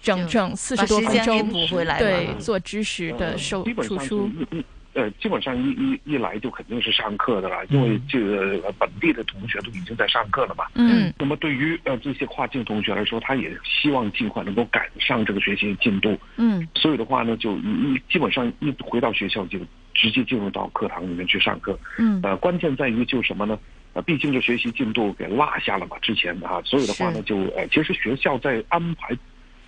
S4: 整整四十多
S3: 嗯把
S4: 分
S3: 时间
S4: 钟
S3: 给补回来
S4: 对
S3: 嘛
S4: 做知识的
S19: 呃
S4: 授
S19: 基本
S4: 输
S19: 上
S4: 出？
S19: 是一一呃，基本上一一一来就肯定是上课的
S4: 嗯
S19: 了，因为这个呃本地的同学都已经在上课了嘛。
S4: 嗯。
S19: 那么对于呃这些跨境同学来说，他也希望尽快能够赶上这个学习进度。
S3: 嗯
S19: 所以的话呢，就一一基本上一回到学校就直接进入到课堂里面去上课。
S3: 嗯
S19: 呃，关键在于就是什么呢？呃，毕竟这学习进度给落下了嘛，之前啊，所以的话呢，就呃，其实学校在安排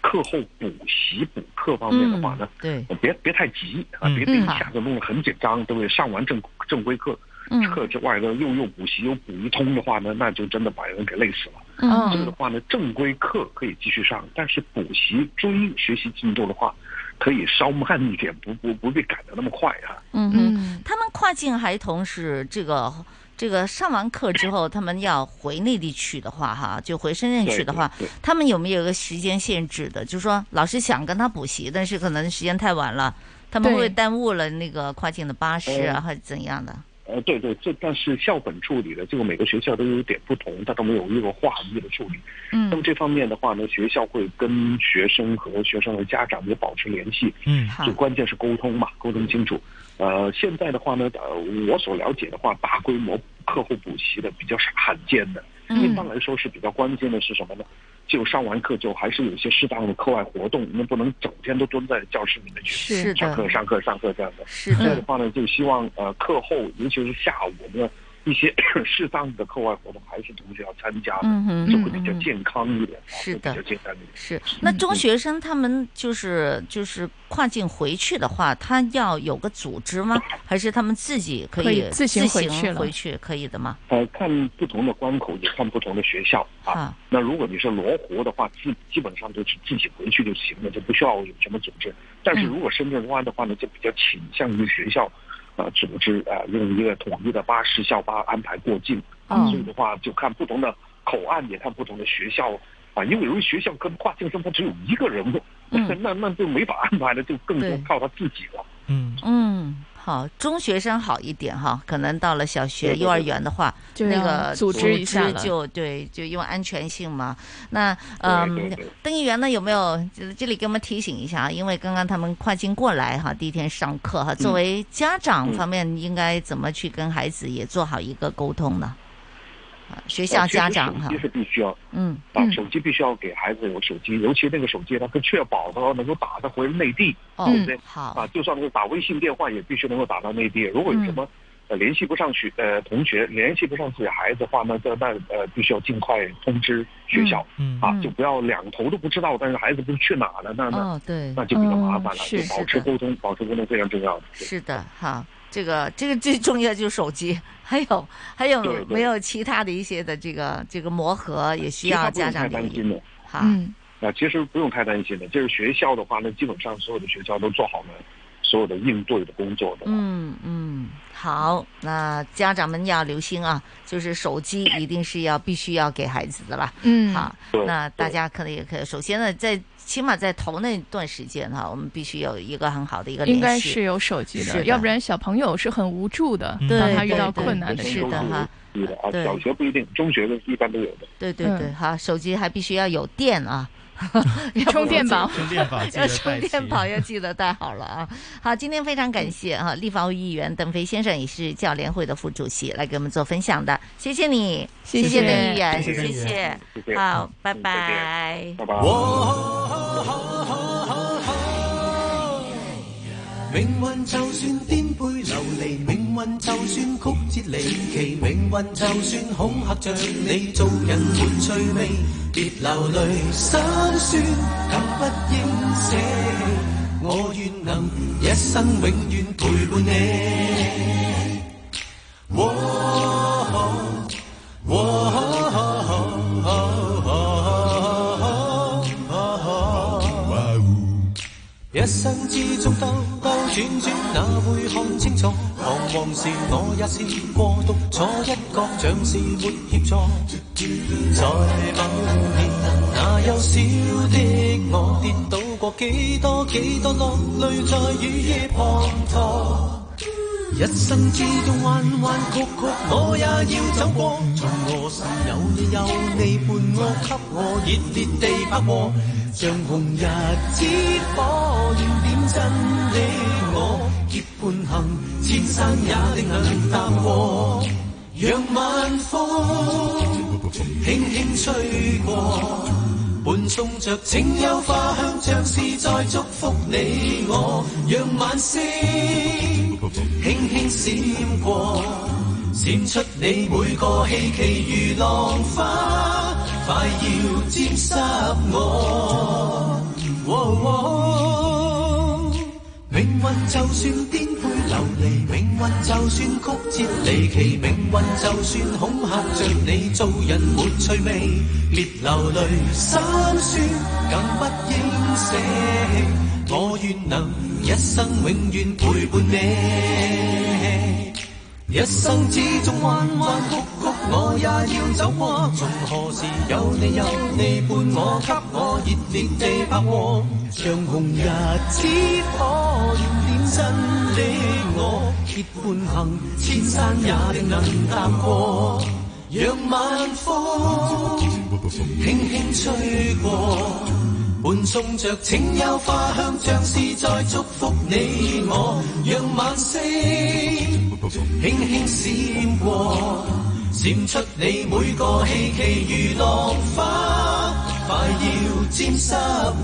S19: 课后补习补课方面的话呢，
S3: 嗯对嗯
S19: 呃别别太急啊，别别一下子弄得很紧张，对不对？上完正正规课
S3: 嗯。
S19: 课之外呢，又又补习又补一通的话呢，那就真的把人给累死了。
S3: 嗯
S19: 这个的话呢，正规课可以继续上，但是补习追学习进度的话，可以稍慢一点，不不不必赶得那么快啊。
S3: 嗯哼，他们跨境孩童是这个这个上完课之后，他们要回内地去的话，哈，就回深圳去的话
S18: 对对对，
S3: 他们有没有一个时间限制的？就是说老师想跟他补习，但是可能时间太晚了，他们
S19: 对
S3: 会耽误了那个跨境的巴士啊，
S19: 嗯
S3: 还是怎样的？
S19: 呃，对对，这但是校本处理的这个每个学校都有点不同，它都没有一个划一的处理。
S3: 嗯
S19: 那么这方面的话呢，学校会跟学生和学生的家长也保持联系。
S2: 嗯
S19: 最关键是沟通嘛，沟通清楚。呃，现在的话呢，呃，我所了解的话，大规模课后补习的比较少罕见的。
S21: 嗯
S19: 一般来说是比较关键的是什么呢？就上完课之后，还是有一些适当的课外活动，因为不能整天都蹲在教室里面去
S21: 是的
S19: 上课、上课、上课这样的。
S21: 是的
S19: 这样的话呢，就希望呃课后，尤其是下午，我们要一些 适当的课外活动，还是同学要参加的，
S3: 嗯哼
S19: 就会比
S3: 嗯
S19: 较
S3: 哼
S19: 健康一点，
S3: 是
S19: 会
S3: 的
S19: 比较健康一点。
S3: 是，那
S19: 嗯
S3: 中学生他们就是就是跨境回去的话，他要有个组织吗？还是他们自己可
S19: 可
S3: 以
S19: 以自行回去
S3: 行
S19: 了
S3: 回去可以的吗？
S19: 呃，看不同的关口，也看不同的学校啊。
S3: 啊
S19: 那如果你是罗湖的话，基基本上就是自己回去就行了，就不需要有什么组织。但
S3: 嗯
S19: 是如果深圳湾的话呢，就比较倾向于学校，呃，组织呃用一个统一的巴士校巴安排过境。
S3: 哦
S19: 所以的话，就看不同的口岸，也看不同的学校啊，因为有些学校跟跨境生活只有一个人物，那那就没法安排了，就更多
S3: 嗯对
S19: 靠他自己了。
S3: 嗯，好，中学生好一点哈，可能到了小学、
S19: 对对对
S3: 幼儿园的话，
S4: 就
S3: 那
S4: 要
S3: 个
S4: 组织一下了
S3: 就对，就因为安全性嘛。那嗯
S4: 对对对，
S3: 邓议员呢有没有这这里给我们提醒一下？因为刚刚他们跨境过来哈，第一天上课哈，作为家长
S19: 嗯
S3: 方面应该怎么去跟孩子也做好一个沟通呢？啊，学校
S19: 呃
S3: 家长哈
S19: 手机，是必须要，
S3: 嗯
S19: 啊，手机必须要给孩子有手机，尤其那个手机呢，它确保它能够打得回内地，
S3: 哦
S19: 对不对
S3: 嗯？好嗯
S19: 啊，就算是打微信电话也必须能够打到内地。如果有什么呃联系不上学呃同学联系不上自己的孩子的话呢，那那呃必须要尽快通知学校，
S2: 嗯嗯
S19: 啊
S2: 嗯，
S19: 就不要两头都不知道，但是孩子不知去哪了，那那、
S3: 哦对
S19: 那就比较麻烦了，
S3: 哦是
S19: 就保持沟通，保持沟通非常重要的。
S3: 是的，哈，这个这个最重要就是手机，还有还有
S19: 对对
S3: 没有其他的一些的这个这个磨合，也需
S19: 其他
S3: 要
S19: 不用
S3: 家
S19: 太
S3: 长留
S19: 担
S3: 意
S19: 心的。
S3: 哈。
S19: 啊，其实不用太担心的，就是学校的话呢，基本上所有的学校都做好了所有的应对的工作的。
S3: 嗯嗯，好，那家长们要留心啊，就是手机一定是要必须要给孩子的啦。
S4: 嗯
S3: 好，那大家可能也可以，首先呢，在起码在头那段时间哈、我们必须有一个很好的一个联
S4: 应
S3: 系，
S4: 该是有手机
S3: 是
S4: 的，要不然小朋友是很无助的，当他遇到困难的时候。
S19: 是的啊，
S3: 对
S19: 小学不一定，中学的一般都有的。
S3: 对对
S4: 嗯
S3: 对，好，手机还必须要有电啊。
S4: 充电宝
S3: 充
S4: 充电宝记
S3: 要
S4: 得带
S3: 充
S4: 齐
S3: 电宝要记得带好了啊！好，今天非常感谢啊，立法会议员邓飞先生也是教联会的副主席来给我们做分享的，谢谢你，
S4: 谢
S3: 谢
S4: 谢
S3: 邓议员，
S4: 谢谢邓议员谢谢
S3: 好，拜
S4: 嗯
S3: 拜，
S19: 拜拜
S6: 命运就算颠沛流离，命运就算曲折离奇，命运就算恐吓着你，做人没趣味，别流泪，心酸更不应舍弃。我愿能一生永远陪伴你。哇哇一生之中兜兜轉轉，哪會看清楚？彷徨時我也試過獨坐一角，像是沒協助。在某年，那幼小的我跌倒過幾多幾多落淚，在雨夜滂沱。一生之中彎彎曲曲，我也要走過。從何時有你有你伴我，給我熱烈地拍和，像紅日之火，燃點真的我，結伴行，千山也定能踏過。讓晚風輕輕吹過。伴送着清幽花香，像是在祝福你我，讓晚星輕輕閃過，閃出你每個希奇如浪花，快要沾濕我。哦哦命運就算顛沛流離，命運就算曲折離奇，命運就算恐嚇着你，做人沒趣味，別流淚，心酸更不應捨棄，我願能一生永遠陪伴你。一生之中彎彎曲曲，我也要走過。從何時有你有你伴我，給我熱烈地拍和，像紅日之火，燃點真的我，結伴行，千山也定能踏過。讓晚風輕輕吹過。伴送着清幽花香，像是在祝福你我，讓晚星輕輕閃過，閃出你每個希奇如浪花，快要沾濕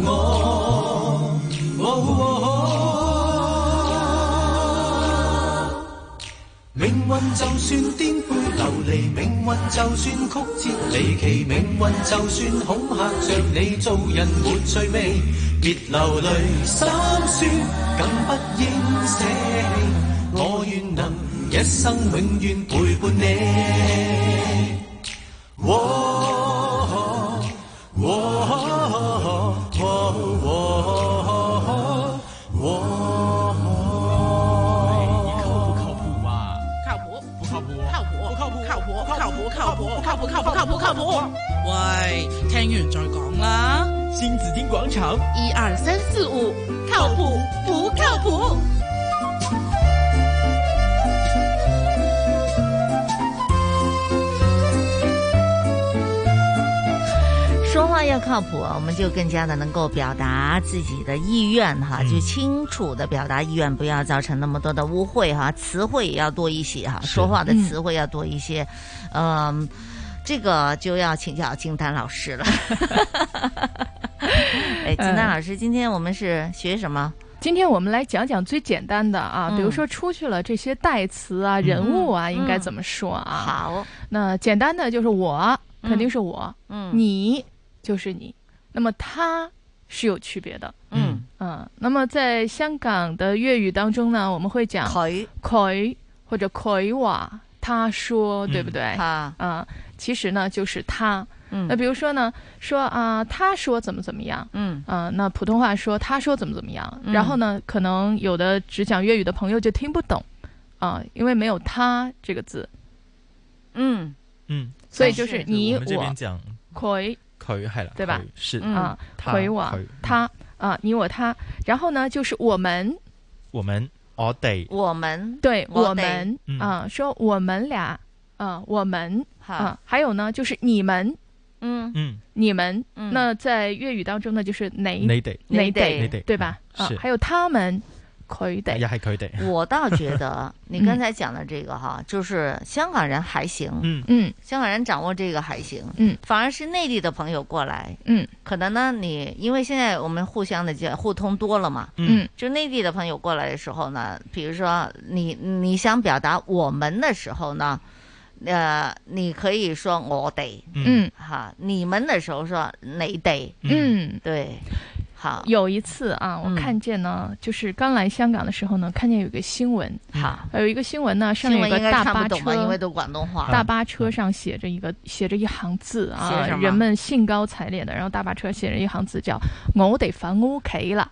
S6: 我。哦命運就算顛沛流離，命運就算曲折離奇，命運就算恐嚇着你，做人沒趣味，別流淚，心酸更不應捨棄，我願能一生永遠陪伴你。哦哦哦哦哦哦靠不靠谱？
S20: 靠谱不靠谱？靠谱不靠谱？靠谱靠谱靠谱靠谱靠谱靠谱靠谱。喂，聽完再講啦。
S7: 新紫金廣場，
S20: 一二三四五，靠谱不靠谱？
S3: 说话要靠谱啊，我们就更加的能够表达自己的意愿哈，就清楚的表达意愿，不要造成那么多的污秽哈，词汇也要多一些哈，说话的词汇要多一些，嗯。这个就要请教金丹老师了。哎，金丹老师，今天我们是学什么？
S4: 今天我们来讲讲最简单的啊，
S3: 嗯
S4: 比如说出去了这些代词啊、人物啊，应该怎么说啊？
S3: 嗯好，
S4: 那简单的就是我，肯定是我，
S3: 嗯
S4: 你就是你，那么他是有区别的，
S3: 嗯
S4: 嗯。那么在香港的粤语当中呢，我们会讲
S3: 佢
S4: 佢或者佢话他说，对不对？
S3: 嗯
S4: 嗯
S3: 他
S4: 啊，其实呢就是他。嗯，那比如说呢，说啊、他说怎么怎么样，
S3: 嗯，
S4: 啊、那普通话说他说怎么怎么样，
S3: 嗯
S4: 然后呢，可能有的只讲粤语的朋友就听不懂，啊、因为没有他这个字，
S3: 嗯
S2: 嗯，
S4: 所以就是你
S2: 我们这边
S4: 我
S2: 讲
S4: 佢。
S2: 佢系啦，
S4: 对吧
S2: 佢？是
S4: 啊，
S2: 他嗯
S4: 回我
S2: 佢
S4: 他啊，你我他，然后呢就是我们，
S2: 我们我哋
S3: 我们
S4: 对
S3: 我
S4: 我们
S2: 嗯
S4: 啊，说我们俩啊，我们
S3: 好
S4: 啊，还有呢就是你们，
S3: 嗯
S2: 嗯，
S4: 你们，
S3: 嗯
S4: 那在粤语当中呢就是你
S2: 你哋
S4: 你
S2: 你哋
S4: 对吧？啊
S2: 嗯是，
S4: 还有他们，佢
S2: 哎又
S4: 哋，
S2: 系佢哋，
S3: 我倒觉得你刚才讲的这个哈，就是香港人还行，
S2: 嗯
S4: 嗯，
S3: 香港人掌握这个还行，
S4: 嗯，
S3: 反而是内地的朋友过来，
S4: 嗯，
S3: 可能呢你因为现在我们互相的交互通多了嘛，
S4: 嗯，
S3: 就内地的朋友过来的时候呢，比如说你你想表达我们的时候呢，呃，你可以说我得，
S4: 嗯
S3: 哈，你们的时候说你得，
S4: 嗯，
S3: 对，好，嗯
S4: 有一次啊，我看见呢，就是刚来香港的时候呢，看见有一个新闻，
S3: 好，
S4: 有一个新闻嗯呢，上
S3: 新
S4: 面有
S3: 闻
S4: 一
S3: 应
S4: 个
S3: 该
S4: 大
S3: 看
S4: 巴
S3: 不懂吧？
S4: 车，
S3: 因为都广东话，
S4: 大巴车上写着一个写着一行字啊
S3: 写什，么
S4: 人们兴高采烈的，然后大巴车写着一行字叫“我得翻屋企了”，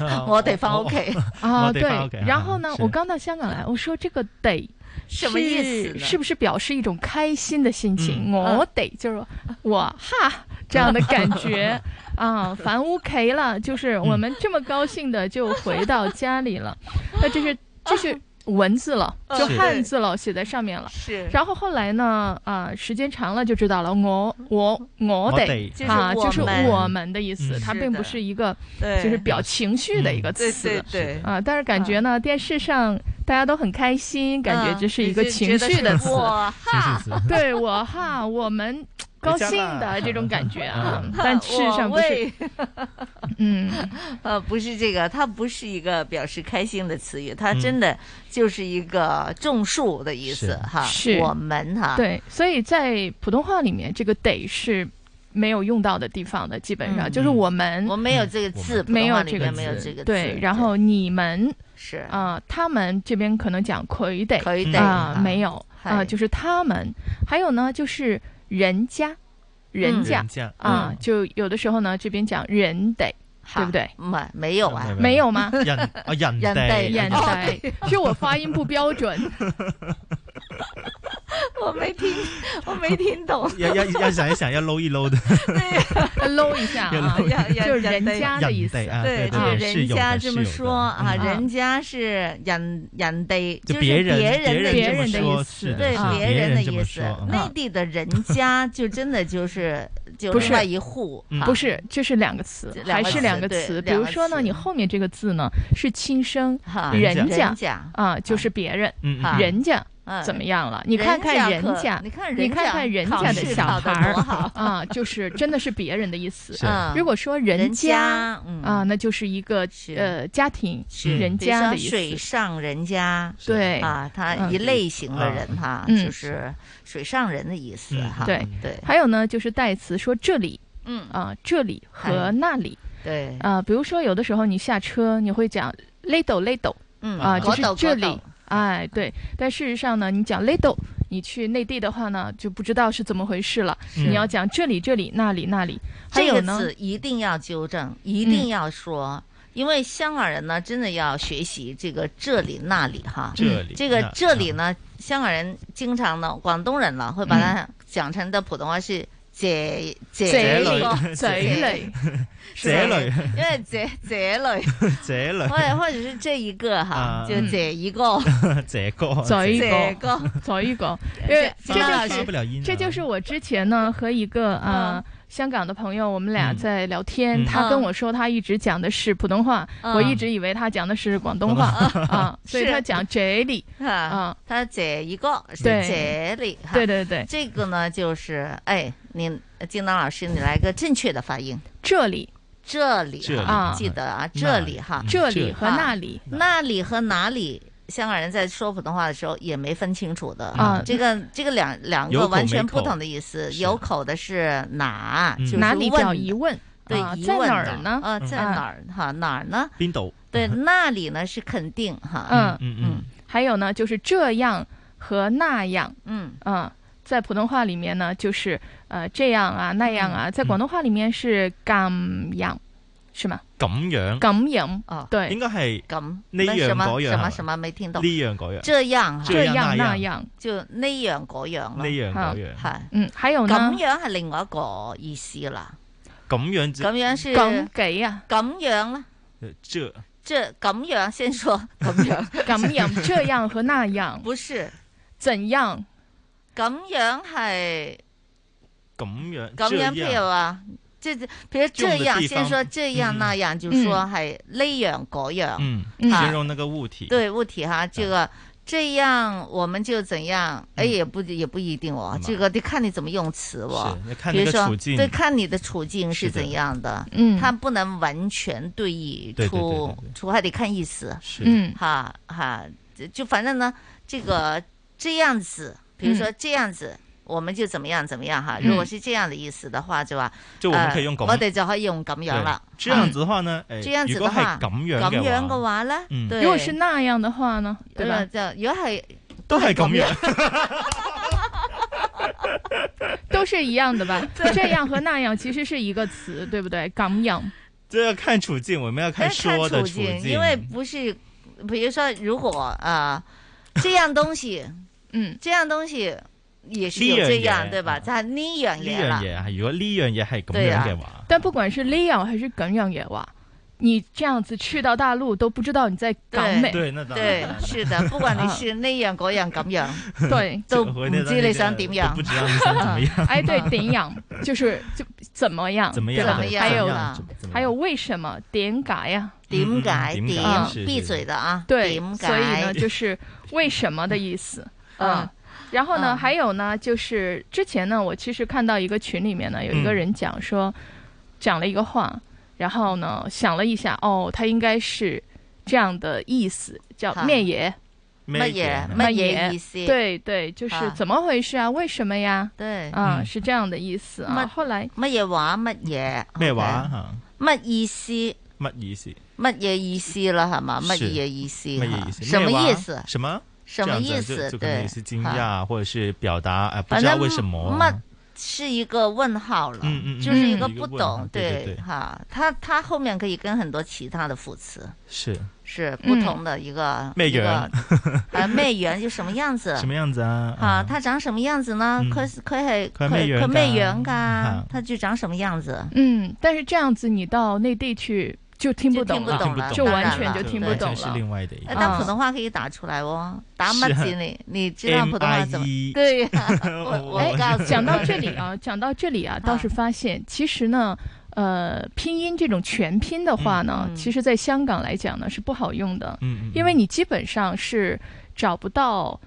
S3: 我得翻屋 企
S4: 啊，
S3: 我 得
S4: 对
S3: 翻屋企。
S4: 然后呢
S3: 啊，是
S4: 我刚到香港来，我说这个“得”
S3: 什么意思
S4: 是
S3: 呢
S4: 是不是表示一种开心的心情？
S3: 嗯
S4: 我得就是我哈这样的感 觉啊，翻屋企了，就是我们这么高兴的就回到家里 了。那这是这是文字了，就
S3: 嗯
S4: 汉字了，写在上面了。
S3: 是
S4: 然后后来呢，啊、时间长了就知道了，我我我
S3: 我得
S4: 得
S3: 就是
S4: 啊，
S3: 我
S4: 就是
S3: 们
S4: 我们的意思，
S3: 嗯
S4: 它
S3: 是
S4: 并
S3: 的
S4: 不是一个
S3: 对
S4: 就是表情绪的一个
S3: 嗯对
S4: 词，
S3: 对对嗯
S4: 啊，但是感觉呢，电视上大家都很开心，感嗯觉这是一个情绪的词，
S3: 我 哈，
S4: 对我哈，我们高兴的这种感觉啊，
S3: 嗯
S4: 但事实上不是，， 嗯，
S3: 呃，不是这个，它不是一个表示开心的词语，它真的就是一个种树的意思哈。
S4: 是
S3: 我们哈，
S4: 对，，所以在普通话里面，这个得是没有用到的地方的，基本上、
S3: 嗯
S4: 就是我们，
S3: 我没有这个字，
S4: 没有
S3: 普
S4: 这
S3: 通话
S4: 个
S3: 里面没有这个字，
S4: 对，然后你们
S3: 是
S4: 啊、他们这边可能讲魁得，
S3: 魁得
S4: 啊、
S3: 啊
S4: 没有啊、
S3: 嗨
S4: 就是他们，还有呢就是人家，人家
S3: 嗯人家
S4: 啊、
S3: 嗯
S4: 就有的时候呢这边讲人得，对不对？
S3: 没没有啊，
S4: 没有吗？
S2: 人啊人
S3: 人哦
S2: 哋，
S3: 哋
S4: 人得， 是我发音不标准，
S3: 我没听，我没听懂
S2: 要要要 想一想，要搂一搂的，
S4: 搂一下啊
S2: 要
S3: 要，要
S4: 就是人家的意思
S2: 人得啊，
S3: 对，
S2: 对
S3: 就是
S2: 对是
S3: 人
S2: 有的
S3: 家
S2: 是
S3: 这么
S2: 有的
S3: 说啊，
S2: 嗯
S3: 人家是人人的，
S2: 就是别人
S3: 人的
S2: 别
S3: 意
S2: 人这
S3: 思
S2: 么说是的
S3: 对
S2: 是的别
S3: 人的
S2: 人这
S3: 意
S2: 么
S3: 思
S2: 说啊。
S3: 内地的人家就真的就是就
S4: 不
S3: 另
S4: 是
S3: 外一户，
S2: 嗯
S3: 啊
S4: 嗯不是，这是两个词
S3: 这，两
S4: 还
S3: 个
S4: 是
S3: 词
S4: 两个
S3: 对
S4: 词。比
S3: 两
S4: 如
S3: 个
S4: 说呢，
S3: 词
S4: 你后面这个字呢是亲生
S3: 哈，
S4: 人
S3: 人家
S4: 啊，就是别人
S3: 嗯嗯，
S4: 人家
S3: 嗯
S4: 怎么样了？你
S3: 人
S4: 看看
S3: 家
S4: 人
S3: 可
S4: 家，
S3: 你看
S4: 你
S3: 人
S4: 看
S3: 家
S4: 看人
S3: 考
S4: 家的
S3: 试
S4: 小
S3: 考得
S4: 孩儿
S3: 多好
S4: 啊，就是真的是别人的意思
S3: 是。嗯
S4: 如果说
S3: 人
S4: 家
S3: 家嗯
S4: 啊，那就是一个呃家庭
S3: 是
S4: 人
S3: 比如
S4: 家
S3: 像
S4: 的意
S3: 水
S4: 思。
S3: 上人家，
S4: 对
S3: 啊，他
S4: 嗯
S3: 一类型
S2: 啊
S3: 的人哈，
S4: 嗯
S3: 就是水上人的意思
S2: 嗯
S3: 哈，
S4: 对
S3: 对，
S4: 还有呢，就是代词说这里，
S3: 嗯
S4: 啊，这里和
S3: 哎
S4: 那里。
S3: 对，
S4: 啊，比如说有的时候你下车，你会讲 “ledo ledo”，
S3: 嗯
S4: 啊，就
S3: 国
S4: 是
S3: 斗
S4: 这
S3: 国
S4: 里
S3: 斗，
S4: 哎，对。但事实上呢，你讲 “ledo”，你去内地的话呢，就不知道是怎么回事了。
S3: 是
S4: 你要讲这里、这里、那里、那里，还
S3: 这
S4: 有
S3: 个
S4: 呢，
S3: 字一定要纠正，
S2: 嗯
S3: 一定要说，因为香港人呢，真的要学习这个这里那里哈，
S2: 这里
S3: 这个
S2: 那
S3: 这里呢，香港人经常呢，广东人呢会把它讲成的普通话
S2: 嗯
S3: 是这这
S4: 这
S3: 里
S4: 里、 这里，
S2: 这类
S3: 因为这这 类，
S2: 这类
S3: 或者或者是这一个哈，
S2: 啊
S3: 就这一个，
S2: 这 个
S4: 走一个
S3: 这个，
S4: 走一个，因为这
S3: 张老
S4: 就
S3: 师
S4: 是
S2: 发不了音啊
S4: 这就是我之前呢和一个呃香港的朋友，我们俩在聊天，
S2: 嗯
S4: 他跟我说他一直讲的是普通话，
S3: 嗯
S4: 我一直以为他讲的是广东话啊，所以
S3: 是
S4: 他讲这里
S3: 啊
S4: 啊，
S3: 他这一个是
S4: 对
S3: 这里，哈
S4: 对对对
S3: 这个呢就是哎，你金当老师，你来个正确的发音，
S4: 这里
S3: 这里
S4: 这里
S3: 啊，
S4: 嗯
S3: 记得啊，
S4: 那
S3: 这
S4: 里嗯
S3: 里哈，
S4: 这里和
S3: 啊
S4: 那里
S3: 那里和哪里。香港人在说普通话的时候也没分清楚的
S4: 啊
S3: 这个这个两两
S4: 有
S3: 个
S4: 口嗯
S3: 完全
S4: 没
S3: 不
S4: 口
S3: 同的意思，有口的是哪，就是
S2: 嗯
S4: 哪里表
S3: 问
S4: 疑问，
S3: 对
S4: 啊，
S3: 疑
S4: 在
S3: 问
S4: 哪
S3: 的
S4: 儿呢？
S3: 啊，在
S4: 啊
S3: 哪儿哈？哪儿呢？
S2: 边度
S3: 对，那里呢是肯定哈。
S4: 嗯
S2: 嗯嗯
S4: 还有呢，就是这样和那样，
S3: 嗯
S4: 啊，在普通话里面呢，就是呃这样啊那样
S3: 嗯
S4: 啊，在广东话里面是咁样，是吗？
S2: 咁樣
S4: 咁样
S3: 哦
S4: 啊，对，
S2: 應該係
S3: 咁
S2: 呢樣
S3: 什么
S2: 嗰樣
S3: 什
S2: 係嘛
S3: 么什么没听懂？
S2: 呢樣嗰樣
S3: 这样
S2: 這樣那樣那
S4: 樣
S3: 就呢樣嗰樣咯，
S2: 呢樣嗰樣
S3: 係
S4: 嗯，還有呢
S3: 咁樣係另外一個意思啦。
S2: 咁樣就
S3: 咁樣是
S4: 咁幾啊？
S3: 咁樣啦，
S2: 呃這
S3: 這咁樣 先說咁樣
S4: 咁樣這樣和那樣，
S3: 不是
S4: 怎樣？
S3: 咁樣係
S2: 咁樣
S3: 咁樣，
S2: 這
S3: 譬如話，即係譬如這樣先說這樣那樣，就說
S4: 嗯
S3: 係呢樣嗰樣。
S2: 嗯，
S3: 啊
S2: 形容那個物體，
S3: 对物体哈，
S2: 嗯
S3: 这个这样我们就怎样，哎，也不也不一定哦，这个得看你怎么用词哦
S2: 嗯是要。看
S3: 比
S2: 那
S3: 如
S2: 个
S3: 说
S2: 处，境
S3: 对，看你的处境是
S2: 是的
S3: 怎样的，
S2: 嗯
S3: 它不能完全对译
S2: 对对对
S3: 出
S2: 对，
S3: 出还得看意思，
S2: 是嗯
S3: 哈哈，就就反正呢，这个这样子，比如说
S2: 嗯
S3: 这样子。我们就怎么样怎么样哈，
S2: 嗯
S3: 如果是这样的意思的話，就話，
S2: 就我們可以用咁
S3: 呃我哋就可以用咁樣啦。
S2: 對這樣子的話呢，誒
S3: 這樣子的
S2: 如果
S3: 話，
S2: 係咁樣嘅
S3: 樣嘅話咧，
S2: 嗯
S3: 對
S4: 如果是那樣的話呢？對吧？
S3: 呃就如果係
S2: 都係咁樣。
S4: 都是一样的 吧？这样和那样其实是一个词，对不对？咁样，
S2: 这要看處境，我們要看
S3: 看
S2: 說的處
S3: 境，
S2: 境，
S3: 因為不是，比如說如果啊、呃這樣東西，
S4: 嗯，
S3: 這樣東西也是有這
S2: 呢樣
S3: 樣
S2: 嘢
S3: 對吧？就係呢樣
S2: 呢
S3: 嘢
S2: 樣
S3: 啦，
S2: 嘢係如果呢樣嘢係咁
S4: 对
S2: 樣
S4: 啊
S2: 嘅話，
S4: 但不管是那样还是咁样也哇，你這樣子去到大陸都不知道你在港美，嗯
S3: 對對那當然對是的不管你是呢樣嗰樣咁 樣
S4: 對，
S3: 都唔知你想點樣，
S2: 知道你想怎麼 樣
S4: 哎，對，點樣就是就怎麼樣，
S2: 怎麼樣
S4: 對吧
S2: 怎麼樣
S4: 還有
S2: 怎麼樣怎麼怎麼樣
S4: 還有為什麼點解呀？
S3: 點解
S2: 嗯嗯點解
S3: 點
S2: 是是
S3: 閉嘴的啊？
S4: 对，
S3: 點解
S4: 所以呢就是为什么的意思
S3: 嗯
S4: 啊。然后呢，
S3: 嗯
S4: 还有呢，就是之前呢，我其实看到一个群里面呢，有一个
S3: 嗯
S4: 人讲说，讲了一个话，然后呢想了一下，哦，他应该是这样的意思，叫
S3: 好
S4: 咩嘢？
S3: 咩嘢咩
S4: 乜
S3: 嘢意思
S4: 对对，就是
S3: 好
S4: 怎么回事啊？为什么呀？
S3: 對
S4: 啊，
S3: 嗯
S4: 是这样的意思啊。
S3: 乜
S4: 后来
S3: 乜嘢話乜嘢
S2: 咩話
S3: OK
S2: 嚇？
S3: 乜意思
S2: 乜意思？
S3: 乜嘢意思啦係啊嘛？乜
S2: 是
S3: 嘢意思
S2: 乜嘢意思？
S3: 哈什
S2: 咩
S3: 么
S2: 話
S3: 意思？
S2: 什么？
S3: 什么
S2: 这样子
S3: 意思
S2: 就就可能
S3: 对
S2: 有些惊
S3: 啊
S2: 讶，或者是表达啊，不
S3: 反
S2: 知道
S3: 正
S2: 为什么。
S3: 乜是一个问号了，
S2: 嗯嗯嗯
S3: 就是一个
S2: 嗯
S3: 不
S2: 一个问
S3: 懂
S2: 号，对对对
S3: 哈，它它后面可以跟很多其他的副词
S2: 是
S3: 是不
S4: 嗯
S3: 同的一个
S2: 咩
S3: 一个
S2: 样？
S3: 呃咩樣就什么样子，
S2: 什么样子啊？嗯
S3: 啊，它长什么样子呢？佢佢係佢
S2: 佢係咩樣
S3: 佢
S2: 㗎
S3: 咩樣㗎？它就长什么样子？
S4: 嗯，但是这样子你到内地去就听不
S3: 就
S4: 懂啊
S3: 听不懂了
S4: 就
S3: 当
S4: 完
S3: 然
S4: 全
S3: 了
S4: 就听不
S3: 对
S4: 懂
S2: 完全
S4: 了。
S2: 是另外的一个啊
S3: 呃
S4: 嗯
S3: 但普通话可以打出来哦，打乜字呢？你知道
S2: M
S3: 普通话怎么
S2: I E？
S3: 对呀，
S2: 我
S3: 我告诉你
S4: 讲到这里啊，讲到这里啊，倒是发现其实呢，呃，拼音这种全拼的话呢，
S2: 嗯
S3: 嗯
S4: 其实在香港来讲呢是不好用的，
S22: 嗯嗯嗯
S4: 因为你基本上是找不到。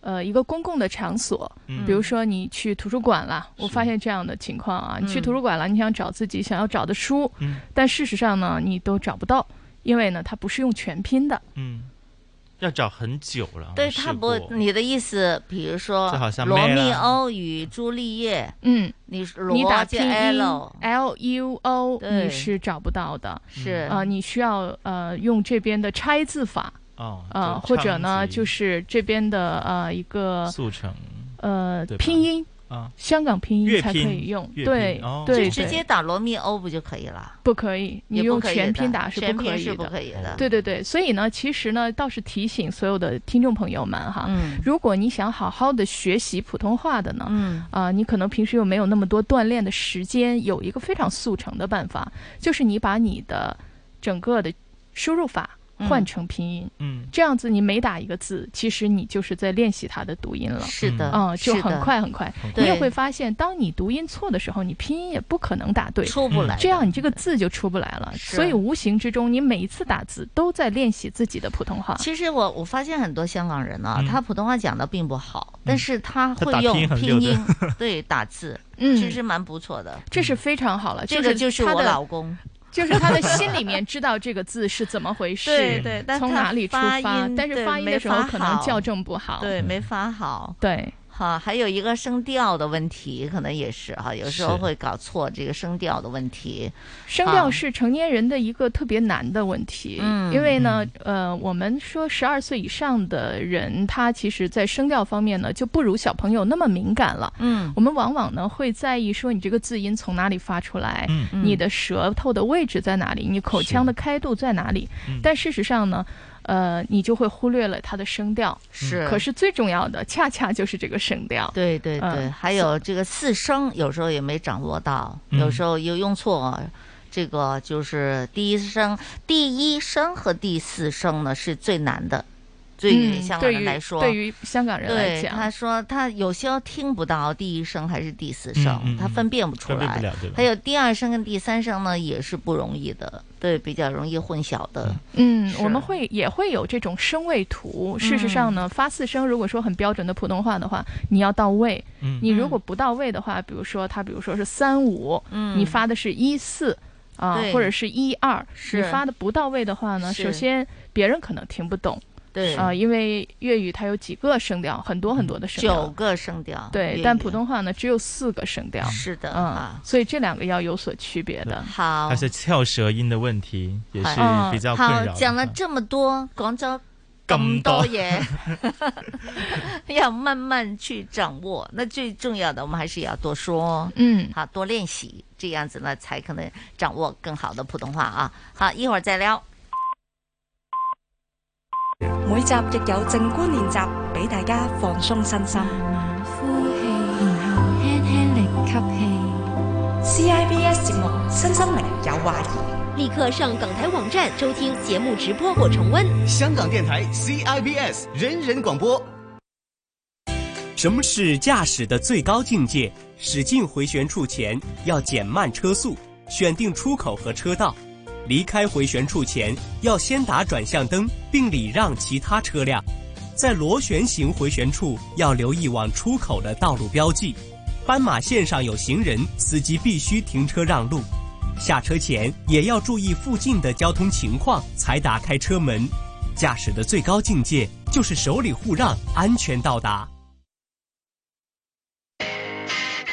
S4: 呃，一个公共的场所，
S22: 嗯
S4: 比如说你去图书馆啦，我发现这样的情况啊，你去
S22: 嗯
S4: 图书馆啦，你想找自己想要找的书，
S22: 嗯
S4: 但事实上呢，你都找不到，因为呢，它不是用全拼的，
S2: 嗯，要找很久了。
S3: 对
S2: 我试
S3: 他不
S2: 过，
S3: 你的意思，比如说
S2: 这好像
S3: 《罗
S2: 没了
S3: 密欧与朱丽叶》，
S4: 嗯，
S3: 你
S4: 你
S3: 罗
S4: 打
S3: 就
S4: 拼音
S3: L，
S4: L U O，
S3: 对
S4: 你是找不到的。
S3: 是
S4: 啊、你需要呃用这边的拆字法，
S2: 哦，
S4: 呃，
S2: 就
S4: 或者呢
S2: 昌吉
S4: 就是这边的呃一个
S2: 速成
S4: 呃
S2: 对吧
S4: 拼音
S2: 啊
S4: 香港拼音
S2: 粤
S4: 才可
S2: 拼
S4: 以用，
S2: 粤
S4: 对
S2: 拼哦
S4: 对，
S3: 就直
S4: 对
S3: 接打罗密欧不就可以了？
S4: 不可以，你
S3: 也不
S4: 用
S3: 可以
S4: 全
S3: 的
S4: 拼打是
S3: 全
S4: 不
S3: 拼
S4: 可以
S3: 是
S4: 的，
S3: 不可以的
S4: 对对对，所以呢，其实呢，倒是提醒所有的听众朋友们哈，如果你想好好的学习普通话的呢，
S3: 嗯
S4: 啊、你可能平时又没有那么多锻炼的时间，有一个非常速成的办法，就是你把你的整个的输入法
S3: 嗯
S4: 换成拼音。
S2: 嗯
S4: 这样子，你每打一个字，其实你就是在练习它的读音了。
S3: 是的
S4: 嗯，就是很
S3: 的
S4: 快很快
S3: 很。快
S4: 你也会发现，当你读音错的时候，你拼音也不可能打对，
S3: 出不来
S4: 这哦样你这个字就出不来了。
S3: 是
S4: 所以无形之中，你每一次打字都在练习自己的普通话。
S3: 其实我我发现很多香港人啊，他普通话讲的并不好，但是他
S4: 嗯他
S3: 会
S4: 打拼
S3: 用
S4: 音很溜
S3: 拼
S4: 的
S3: 音对 打字，
S4: 嗯
S3: 其实蛮不错的。
S4: 这是非常好了，
S3: 嗯这个就是
S4: 他
S3: 我
S4: 的
S3: 老公，
S4: 就是他的心 里面知道这个字是怎么回事，
S3: 对对但
S4: 从
S3: 他
S4: 哪里出
S3: 发
S4: 发
S3: 音，
S4: 但是
S3: 对
S4: 发音
S3: 没
S4: 的时候
S3: 发
S4: 可能
S3: 好
S4: 校正不好，
S3: 对，没法好。
S4: 对
S3: 哈，还有一个声调的问题，可能也是哈，有时候
S4: 是
S3: 会搞错这个声调的问题。啊
S4: 声调是成年人的一个特别难的问题，
S3: 嗯
S4: 因为呢，呃，我们说十二岁以上的人，他其实在声调方面呢，就不如小朋友那么敏感了。
S3: 嗯
S4: 我们往往呢会在意说你这个字音从哪里发出来，
S22: 嗯嗯
S4: 你的舌头的位置在哪里，你口腔的开度在哪里。
S22: 嗯
S4: 但事实上呢，呃，你就会忽略了它的声调。
S3: 是
S4: 可是最重要的恰恰就是这个声调。
S3: 对对对，
S4: 嗯
S3: 还有这个四声，有时候也没掌握到，
S4: 嗯
S3: 有时候又用错。这个就是第一声、第一声和第四声呢是最难的，对于
S4: 嗯
S3: 香港
S4: 对
S3: 人
S4: 于
S3: 来说，
S4: 对于香港人来
S3: 对
S4: 讲，
S3: 他说他有些听不到第一声还是第四声，
S4: 嗯嗯嗯
S3: 他分辨不出
S4: 分辨
S3: 来。
S4: 不了对吧
S3: 还有第二声跟第三声呢，也是不容易的，对，比较容易混淆的。
S4: 嗯，
S3: 是嗯
S4: 我们会也会有这种声位图。事实上呢，发四声如果说很标准的普通话的话，你要到位。
S3: 嗯
S4: 你如果不到位的话，比如说它，比如说是三五，
S3: 嗯
S4: 你发的是一四啊
S3: 对，
S4: 或者是一二，
S3: 是
S4: 你发的不到位的话呢，
S3: 是
S4: 首先别人可能听不懂。
S3: 对
S4: 啊、因为粤语它有几个声调，很多很多的声调，
S3: 九个声调，粤
S4: 对
S3: 语，
S4: 但普通话呢只有四个声调，
S3: 是的
S4: 嗯，所以这两个要有所区别的。
S3: 好
S2: 而且翘舌音的问题也是
S3: 嗯
S2: 比较困
S3: 好
S2: 扰，的。
S3: 讲了这么多，广州。
S2: 咁
S3: 多嘢 要慢慢去掌握。那最重要的，我们还是要多说，
S4: 嗯，
S3: 好多练习，这样子呢才可能掌握更好的普通话啊。好，一会儿再聊。
S21: 每集亦有靜觀練習，俾大家放鬆身心。呼氣，然後輕輕力吸氣。CIBS 節目《身心靈有懷疑》，
S23: 立刻上港台网站收听节 目直播或重温。
S24: 香港电台 CIBS 人人广播。
S15: 什么是驾驶的最高境界？驶进回旋处前要减慢车速，选定出口和车道；离开回旋处前要先打转向灯，并礼让其他车辆。在螺旋形回旋处要留意往出口的道路标记。斑马线上有行人，司机必须停车让路。下车前也要注意附近的交通情况，才打开车门。驾驶的最高境界就是手里互让，安全到达。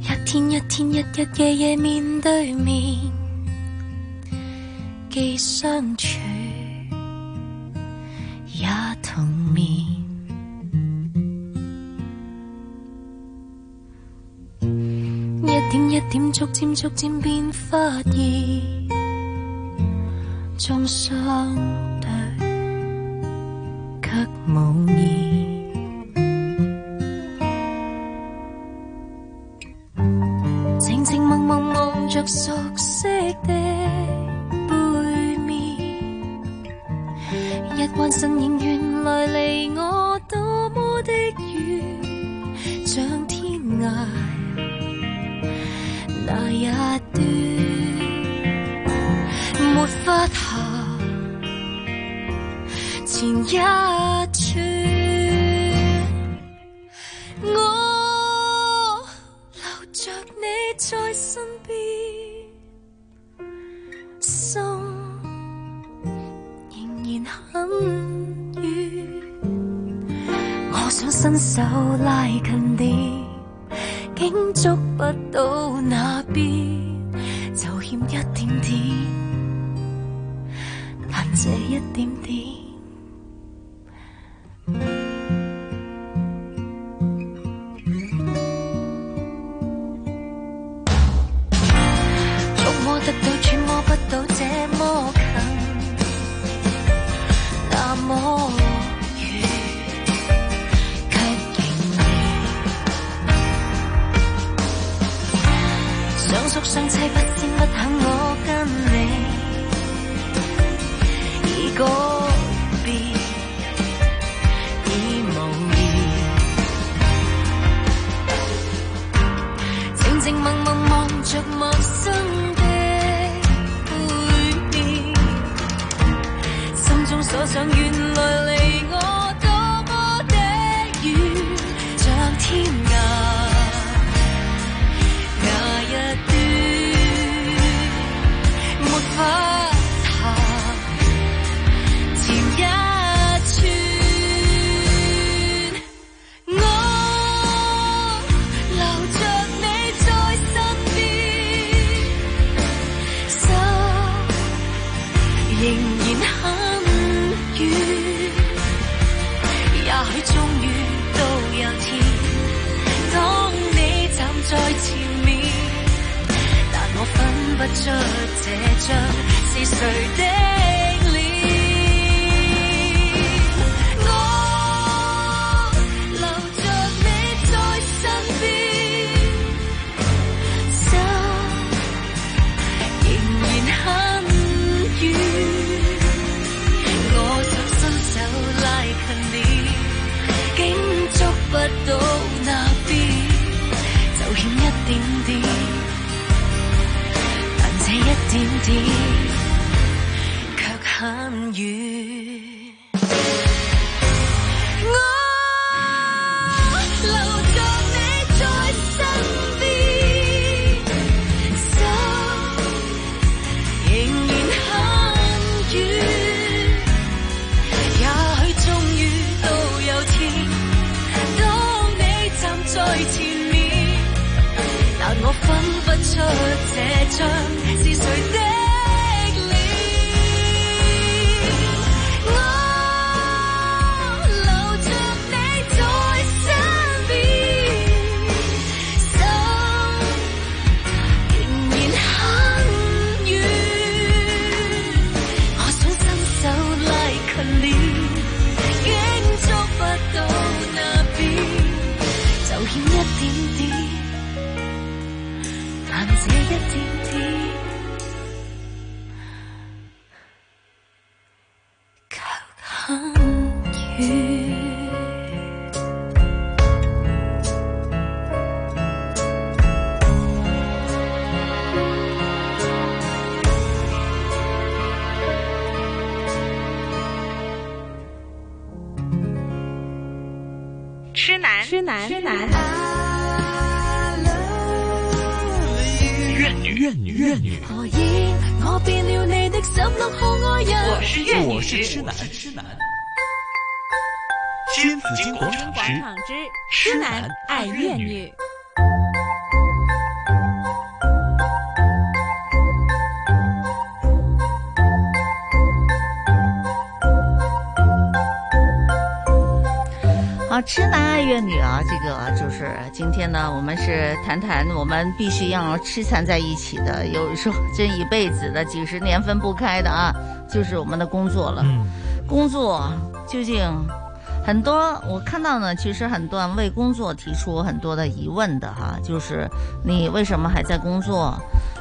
S22: 一天一天日日夜夜面對面，既相處也同眠。一點一點逐漸逐漸變發現，終相對卻無言。靜靜默默望着熟悉的背面，一關身影原來離我多麼的遠，像天涯那一端，沒法行前一寸。我留着你在身邊，心仍然很遠。我想伸手拉近點，竟觸不到那邊，就欠一點點，但這一點點。觸摸得到，揣摩不到這麼近，那麼遠，卻仍然相熟相妻，不鮮不淡，我跟你已告別，想原來離我多麼的遠，像天涯那一端，沒法行前一寸。我留着你在身邊，心仍然很遠。也許終於到有天，當你站在前面，但我分不出這張是誰的臉。我留着你在身邊，心仍然很遠。我想伸手拉近你，竟觸不到那邊，就欠一點點，但這一點點卻很遠。我留着你在身邊，手仍然很遠。也許終於到有天，當你站在前面，但我分不出這張是誰的臉。我留着你在身邊，手。仍然很遠，我想伸手拉近了，竟觸不到那邊，就欠一點點，但這一點點卻很遠。
S25: 痴男，痴男，痴男。
S22: 怨
S26: 女，怨女，怨女。
S25: 哦
S22: 何以我變了你的十六號愛人？
S26: 我是怨女，我是痴男，痴男。新紫金广场之
S25: 场之痴男爱怨女。
S3: 好，痴男爱怨女啊，这个就是今天呢，我们是谈谈我们必须要痴缠在一起的，有时候这一辈子的几十年分不开的啊， 就是我们的工作了。
S4: 嗯
S3: 工作究竟很多，我看到呢，其实很多人为工作提出很多的疑问的哈、就是你为什么还在工作？